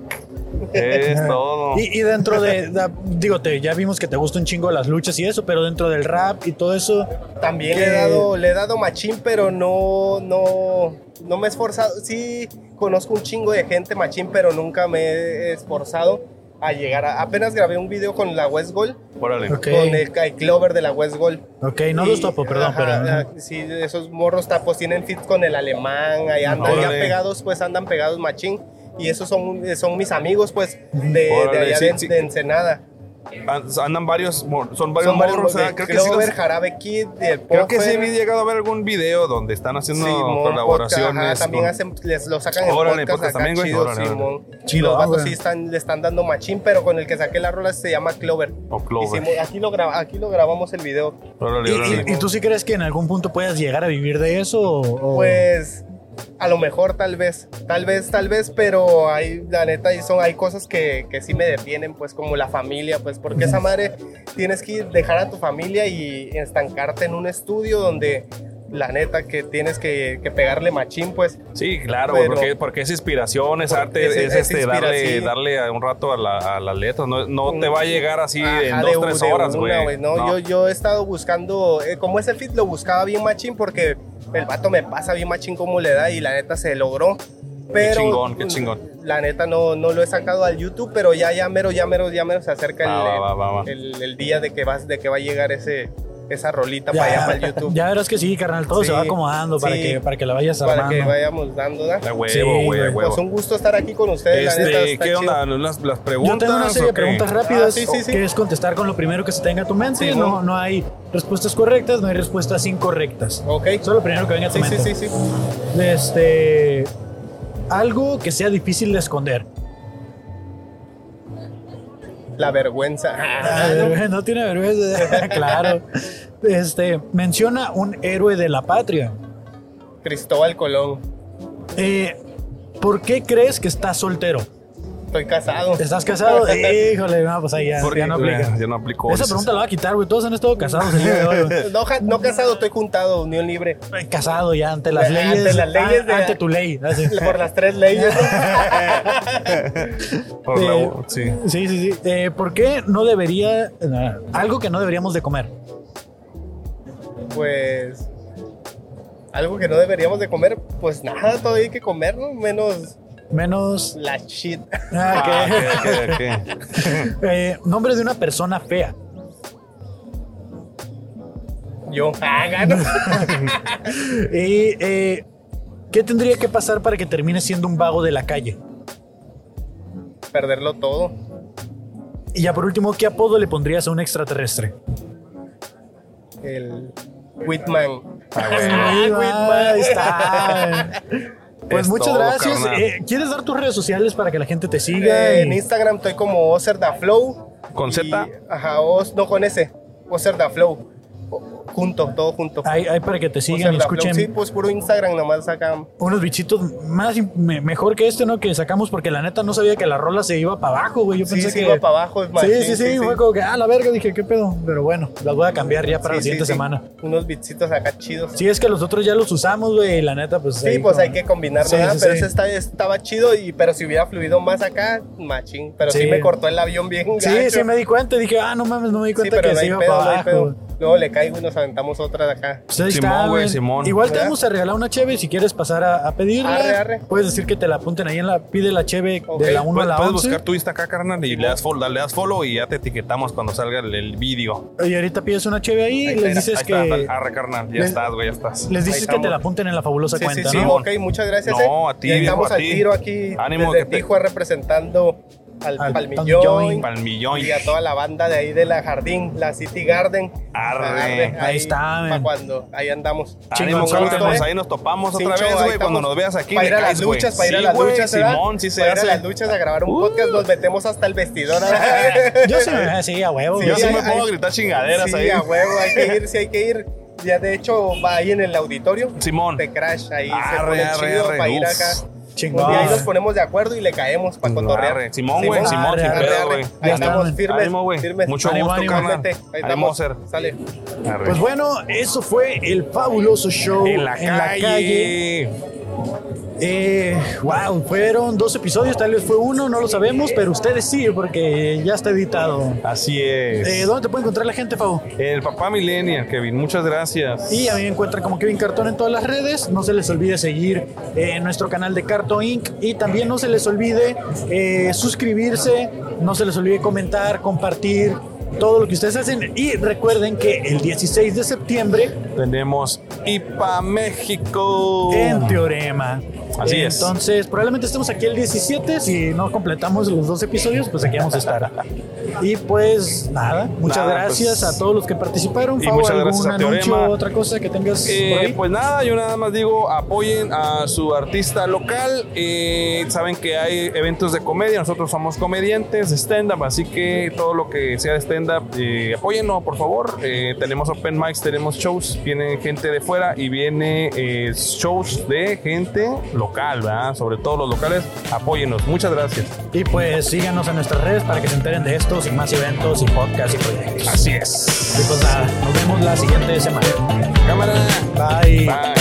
Speaker 2: es todo.
Speaker 1: Y, y dentro de, da- digo, te, ya vimos que te gusta un chingo las luchas y eso, pero dentro del rap y todo eso,
Speaker 9: También
Speaker 1: Que-
Speaker 9: le he dado, le he dado machín, pero no, no, no me he esforzado. Sí, conozco un chingo de gente machín, pero nunca me he esforzado a llegar a. Apenas grabé un video con la West Gold,
Speaker 2: Órale.
Speaker 1: ok,
Speaker 9: con el, el Clover de la West Gold.
Speaker 1: ok, no los
Speaker 9: Y-
Speaker 1: topo, perdón,
Speaker 9: ajá,
Speaker 1: pero...
Speaker 9: ah, Sí, esos morros tapos tienen fit con el alemán, ahí andan ya
Speaker 2: Órale.
Speaker 9: pegados, pues andan pegados machín. Y esos son, son mis amigos, pues, de, de
Speaker 2: Órale,
Speaker 9: allá
Speaker 2: sí,
Speaker 9: de,
Speaker 2: sí.
Speaker 9: de Ensenada.
Speaker 2: An- Andan varios, mor- son varios
Speaker 9: Son varios
Speaker 2: morros. o sea,
Speaker 9: de
Speaker 2: creo que sí
Speaker 9: Clover,
Speaker 2: los-
Speaker 9: Jarabe Kid, del
Speaker 2: Creo que sí
Speaker 9: Puffer.
Speaker 2: he llegado a ver algún video donde están haciendo
Speaker 9: Simón,
Speaker 2: Este, colaboraciones.
Speaker 9: podcast, ajá, también
Speaker 2: con-
Speaker 9: hacen, les lo sacan en
Speaker 2: Órale,
Speaker 9: podcast,
Speaker 2: podcast
Speaker 9: acá,
Speaker 2: también, güey.
Speaker 9: chido,
Speaker 2: Órale, ah, órale.
Speaker 9: Simón. Y
Speaker 1: Chido,
Speaker 9: los vatos
Speaker 1: güey.
Speaker 9: sí están, le están dando machín, pero con el que saqué la rola se llama Clover.
Speaker 2: O Clover.
Speaker 9: Hicimos- aquí, lo graba- aquí lo grabamos el video.
Speaker 2: Órale,
Speaker 1: ¿Y,
Speaker 2: órale.
Speaker 1: y- y tú sí crees que en algún punto puedas llegar a vivir de eso? O, o-
Speaker 2: Oh.
Speaker 9: Pues a lo mejor tal vez, tal vez, tal vez, pero hay, la neta, y son, hay cosas que, que sí me detienen, pues como la familia, pues
Speaker 2: *laughs*
Speaker 9: porque esa madre tienes que dejar a tu familia y estancarte en un estudio donde la neta que tienes que, que pegarle machín, pues
Speaker 2: Sí, claro,
Speaker 9: Pero-
Speaker 2: porque, porque es inspiración, es
Speaker 9: Porque
Speaker 2: arte, es,
Speaker 9: es- es
Speaker 2: este,
Speaker 9: inspira-
Speaker 2: darle,
Speaker 9: sí.
Speaker 2: darle a un rato a la, a la letra. No, no
Speaker 9: Un-
Speaker 2: te va a llegar así en
Speaker 9: Ajá,
Speaker 2: dos,
Speaker 9: de u-
Speaker 2: tres
Speaker 9: de
Speaker 2: horas,
Speaker 9: una,
Speaker 2: güey.
Speaker 9: No,
Speaker 2: No.
Speaker 9: Yo, yo he estado buscando, eh, como ese fit lo buscaba bien machín porque el vato me pasa bien machín como le da y la neta se logró. Pero,
Speaker 2: chingón, qué chingón.
Speaker 9: La neta no, no lo he sacado al YouTube, pero ya, ya mero, ya mero, ya mero se acerca el,
Speaker 2: Va, va, va, va, va.
Speaker 9: el- el día de que, vas, de que va a llegar ese, esa rolita
Speaker 1: Ya.
Speaker 9: para allá, para el YouTube.
Speaker 1: Ya verás que sí, carnal, todo
Speaker 9: Sí,
Speaker 1: se va acomodando para,
Speaker 9: sí.
Speaker 1: que, para que la vayas
Speaker 9: para
Speaker 1: armando.
Speaker 9: que vayamos dando, ¿da?
Speaker 2: De
Speaker 1: Sí,
Speaker 2: huevo, güey, de
Speaker 1: güey,
Speaker 2: huevo.
Speaker 9: Pues un gusto estar aquí con ustedes, la neta.
Speaker 2: Este,
Speaker 9: está
Speaker 2: ¿qué
Speaker 9: chido.
Speaker 2: onda? ¿Las, las
Speaker 1: Yo
Speaker 2: preguntas?
Speaker 1: tengo una serie de
Speaker 2: o qué?
Speaker 1: preguntas rápidas.
Speaker 9: Ah, sí, sí, sí.
Speaker 1: que es contestar con lo primero que se tenga a tu mente.
Speaker 9: Sí,
Speaker 1: no,
Speaker 9: ¿no?
Speaker 1: no hay respuestas correctas, no hay respuestas incorrectas.
Speaker 9: Ok.
Speaker 1: Solo lo primero que venga a tu
Speaker 9: Sí, sí,
Speaker 1: mente.
Speaker 9: sí, sí.
Speaker 1: Este, algo que sea difícil de esconder.
Speaker 9: La vergüenza.
Speaker 1: Ah, vergüenza, *laughs* no tiene vergüenza. *laughs* claro. Este, menciona un héroe de la patria.
Speaker 9: Cristóbal Colón.
Speaker 1: Eh, ¿Por qué crees que estás soltero?
Speaker 9: Estoy casado.
Speaker 1: ¿Estás
Speaker 9: *laughs*
Speaker 1: casado? Híjole, no, pues ahí ya,
Speaker 2: Porque,
Speaker 1: ya no aplica.
Speaker 2: Ya no aplico.
Speaker 1: Esa pregunta la va a quitar, güey. Todos han estado casados el día de hoy,
Speaker 9: *laughs*
Speaker 1: güey.
Speaker 9: No, ja- no casado, estoy juntado, unión libre.
Speaker 1: Casado ya ante las
Speaker 9: Ante
Speaker 1: leyes.
Speaker 9: las leyes de-
Speaker 1: Ante tu ley. así.
Speaker 9: Por las
Speaker 1: *laughs*
Speaker 9: tres leyes.
Speaker 2: Por la-
Speaker 1: Eh,
Speaker 2: sí.
Speaker 1: Sí, sí, sí. Eh, ¿Por qué no debería... nah, algo que no deberíamos de comer?
Speaker 9: Pues. Algo que no deberíamos de comer, pues nada, todavía hay que comer, ¿no? Menos
Speaker 1: Menos...
Speaker 9: la shit.
Speaker 1: Ah,
Speaker 2: Ah,
Speaker 9: *laughs*
Speaker 1: que-
Speaker 2: ok, ok, ok.
Speaker 1: eh, nombre de una persona fea.
Speaker 9: Yo. Ah, gano.
Speaker 1: Y... eh, ¿Qué tendría que pasar para que termine siendo un vago de la calle?
Speaker 9: Perderlo todo.
Speaker 1: Y ya por último, ¿qué apodo le pondrías a un extraterrestre?
Speaker 9: El. Whitman.
Speaker 2: Ah, bueno.
Speaker 1: Ahí va,
Speaker 9: Whitman.
Speaker 1: ahí está. Pues
Speaker 2: Es
Speaker 1: muchas
Speaker 2: todo,
Speaker 1: gracias.
Speaker 2: carnal.
Speaker 1: Eh, ¿Quieres dar tus redes sociales para que la gente te siga?
Speaker 9: Eh,
Speaker 1: y-
Speaker 9: en Instagram estoy como Ozer Da Flow.
Speaker 2: ¿Con
Speaker 9: Y-
Speaker 2: Z?
Speaker 9: Ajá, Oz, no con S. Ozer Da Flow. O- junto, todo junto.
Speaker 1: Ahí, ahí para que te
Speaker 9: O
Speaker 1: sigan
Speaker 9: sea,
Speaker 1: y
Speaker 9: la Flow,
Speaker 1: escuchen
Speaker 9: Sí, pues puro Instagram nomás acá.
Speaker 1: unos bichitos más y me- mejor que este, ¿no? Que sacamos porque la neta no sabía que la rola se iba para abajo, güey. Yo
Speaker 9: Sí,
Speaker 1: pensé
Speaker 9: sí,
Speaker 1: que
Speaker 9: iba para abajo. es más,
Speaker 1: Sí, sí, sí, fue como que, ah, la verga, dije, ¿qué pedo? Pero bueno, las voy a cambiar ya para
Speaker 9: Sí,
Speaker 1: la siguiente
Speaker 9: sí, sí.
Speaker 1: semana.
Speaker 9: Unos bitsitos acá chidos.
Speaker 1: Sí, es que los otros ya los usamos, güey, y la neta, pues.
Speaker 9: Sí,
Speaker 1: ahí
Speaker 9: pues
Speaker 1: como-
Speaker 9: hay que combinarlo,
Speaker 1: Sí,
Speaker 9: ¿verdad?
Speaker 1: sí,
Speaker 9: pero
Speaker 1: sí.
Speaker 9: ese está- estaba chido, y, pero si hubiera fluido más acá, machín. Pero sí,
Speaker 1: Sí.
Speaker 9: me cortó el avión bien
Speaker 1: Sí,
Speaker 9: gacho.
Speaker 1: sí, me di cuenta, dije, ah, no mames, no me di
Speaker 9: Sí,
Speaker 1: cuenta
Speaker 9: pero
Speaker 1: que
Speaker 9: no
Speaker 1: se
Speaker 9: hay
Speaker 1: iba
Speaker 9: pedo, no
Speaker 1: para
Speaker 9: hay
Speaker 1: abajo.
Speaker 9: pedo.
Speaker 1: güey.
Speaker 9: Luego le caigo y nos aventamos otra de acá.
Speaker 1: Pues ahí
Speaker 2: Simón,
Speaker 1: está,
Speaker 2: güey, Simón.
Speaker 1: Igual te
Speaker 9: ¿Verdad?
Speaker 1: vamos a regalar una cheve si quieres pasar a, a pedirla.
Speaker 9: Arre, arre.
Speaker 1: Puedes decir que te la apunten ahí en la. Pide la cheve
Speaker 9: Ok,
Speaker 1: de la 1 a
Speaker 2: Puedes,
Speaker 1: la
Speaker 2: puedes
Speaker 1: 11.
Speaker 2: buscar tu Insta acá, carnal, y le das, follow, le das follow y ya te etiquetamos cuando salga el, el vídeo.
Speaker 1: Y ahorita pides una cheve ahí,
Speaker 9: Ahí
Speaker 1: y
Speaker 9: está,
Speaker 1: les
Speaker 2: Ahí
Speaker 1: dices
Speaker 2: está, dale,
Speaker 1: que.
Speaker 2: arre, carnal, ya
Speaker 1: les-
Speaker 2: estás, güey, ya
Speaker 1: Les
Speaker 2: estás.
Speaker 9: Ahí
Speaker 1: dices que
Speaker 9: estamos.
Speaker 1: te la apunten en la fabulosa
Speaker 9: Sí, sí,
Speaker 1: cuenta,
Speaker 9: sí, *laughs*
Speaker 1: ¿no?
Speaker 9: ok, muchas gracias.
Speaker 2: No,
Speaker 9: eh.
Speaker 2: a ti,
Speaker 9: Y ahí
Speaker 2: viejo,
Speaker 9: estamos
Speaker 2: a
Speaker 9: al
Speaker 2: ti.
Speaker 9: tiro aquí
Speaker 2: Ánimo
Speaker 9: desde
Speaker 2: que te-
Speaker 9: Tijuana representando al,
Speaker 1: Al
Speaker 9: Palmillón,
Speaker 1: Palmillón.
Speaker 2: Palmillón.
Speaker 9: y a toda la banda de ahí de la Jardín, la City Garden.
Speaker 2: Arre. Ahí
Speaker 1: está,
Speaker 9: Para
Speaker 1: men.
Speaker 9: cuando, ahí andamos.
Speaker 2: Ánimo,
Speaker 1: Chingón,
Speaker 2: carnal,
Speaker 1: gusto,
Speaker 2: pues
Speaker 1: eh.
Speaker 2: ahí nos topamos
Speaker 9: Sí,
Speaker 2: otra
Speaker 9: chavo,
Speaker 2: vez,
Speaker 9: ahí
Speaker 2: güey. Cuando nos
Speaker 9: estamos.
Speaker 2: veas aquí,
Speaker 9: Para ir
Speaker 2: le
Speaker 9: a las
Speaker 2: caes, güey.
Speaker 9: luchas, para ir a
Speaker 2: Sí,
Speaker 9: las
Speaker 2: güey,
Speaker 9: luchas, ¿verdad?
Speaker 2: Simón, sí se
Speaker 9: Para ir
Speaker 2: hace. Uh.
Speaker 9: a las luchas a grabar un podcast, nos metemos hasta el
Speaker 2: *laughs*
Speaker 9: vestidor. ¿verdad?
Speaker 1: Yo
Speaker 9: *laughs*
Speaker 1: sí, me- sí, a huevo.
Speaker 9: Sí,
Speaker 1: güey.
Speaker 2: Yo sí
Speaker 9: ahí-
Speaker 2: me puedo
Speaker 9: ahí-
Speaker 2: gritar chingaderas
Speaker 9: sí, ah,
Speaker 2: ahí.
Speaker 9: a huevo, hay que ir, sí hay que ir. Ya de hecho, va ahí en el auditorio
Speaker 2: Simón.
Speaker 9: de Crash, ahí se
Speaker 2: Arre,
Speaker 9: pone
Speaker 2: arre,
Speaker 9: chido
Speaker 2: arre,
Speaker 9: para ir
Speaker 2: uf.
Speaker 9: acá.
Speaker 1: Chingón.
Speaker 9: Un día ahí nos ponemos de acuerdo y le caemos para
Speaker 2: Arre,
Speaker 9: cotorrear.
Speaker 2: Simón, güey, Simón,
Speaker 1: Arre,
Speaker 2: sin
Speaker 1: arre,
Speaker 2: pedo,
Speaker 1: arre.
Speaker 2: güey.
Speaker 9: Ahí
Speaker 1: Ya
Speaker 9: estamos
Speaker 1: está.
Speaker 9: firmes,
Speaker 2: Ánimo, güey.
Speaker 9: firmes.
Speaker 2: Mucho
Speaker 1: Ánimo,
Speaker 2: gusto,
Speaker 1: ánimo.
Speaker 2: carnal.
Speaker 9: Ánimate, Ahí
Speaker 2: Ánimo,
Speaker 9: estamos.
Speaker 2: ser.
Speaker 9: Sale.
Speaker 2: Arre.
Speaker 1: Pues bueno, eso fue el fabuloso show
Speaker 9: Uh,
Speaker 2: en la
Speaker 1: calle.
Speaker 2: calle.
Speaker 1: Eh, wow, fueron dos episodios, tal vez fue uno, no lo sabemos, pero ustedes sí, porque ya está editado.
Speaker 2: Así es.
Speaker 1: Eh, ¿Dónde te puede encontrar la gente, Fabo?
Speaker 2: El papá Millennial, Kevin, muchas gracias.
Speaker 1: Y a mí me encuentran como Kevin Cartón en todas las redes. No se les olvide seguir eh, nuestro canal de Cartón Inc. Y también no se les olvide eh, suscribirse, no se les olvide comentar, compartir todo lo que ustedes hacen. Y recuerden que el 16 de septiembre
Speaker 2: Tenemos IPA México.
Speaker 1: en Teorema.
Speaker 2: Oh. Así es.
Speaker 1: Entonces, probablemente estemos aquí el 17. Si no completamos los dos episodios, pues aquí vamos a estar. Y pues nada, muchas
Speaker 2: Nada,
Speaker 1: gracias
Speaker 2: pues.
Speaker 1: a todos los que participaron.
Speaker 2: Y
Speaker 1: Favo,
Speaker 2: muchas
Speaker 1: ¿algún
Speaker 2: gracias a
Speaker 1: anuncio
Speaker 2: Teorema.
Speaker 1: otra cosa que tengas
Speaker 2: Eh,
Speaker 1: por ahí?
Speaker 2: pues nada, yo nada más digo, apoyen a su artista local. eh, saben que hay eventos de comedia, nosotros somos comediantes de stand-up, así que todo lo que sea de stand-up, eh, apóyennos, por favor. Eh, tenemos open mics, tenemos shows, viene gente de fuera y viene eh, shows de gente local, ¿verdad? Sobre todo los locales, apóyennos. Muchas gracias.
Speaker 1: Y pues síganos en nuestras redes para que se enteren de estos y más eventos y podcasts y proyectos.
Speaker 2: Así es.
Speaker 1: Y pues nada, nos vemos la siguiente semana.
Speaker 2: Cámara.
Speaker 1: Bye.
Speaker 2: Bye.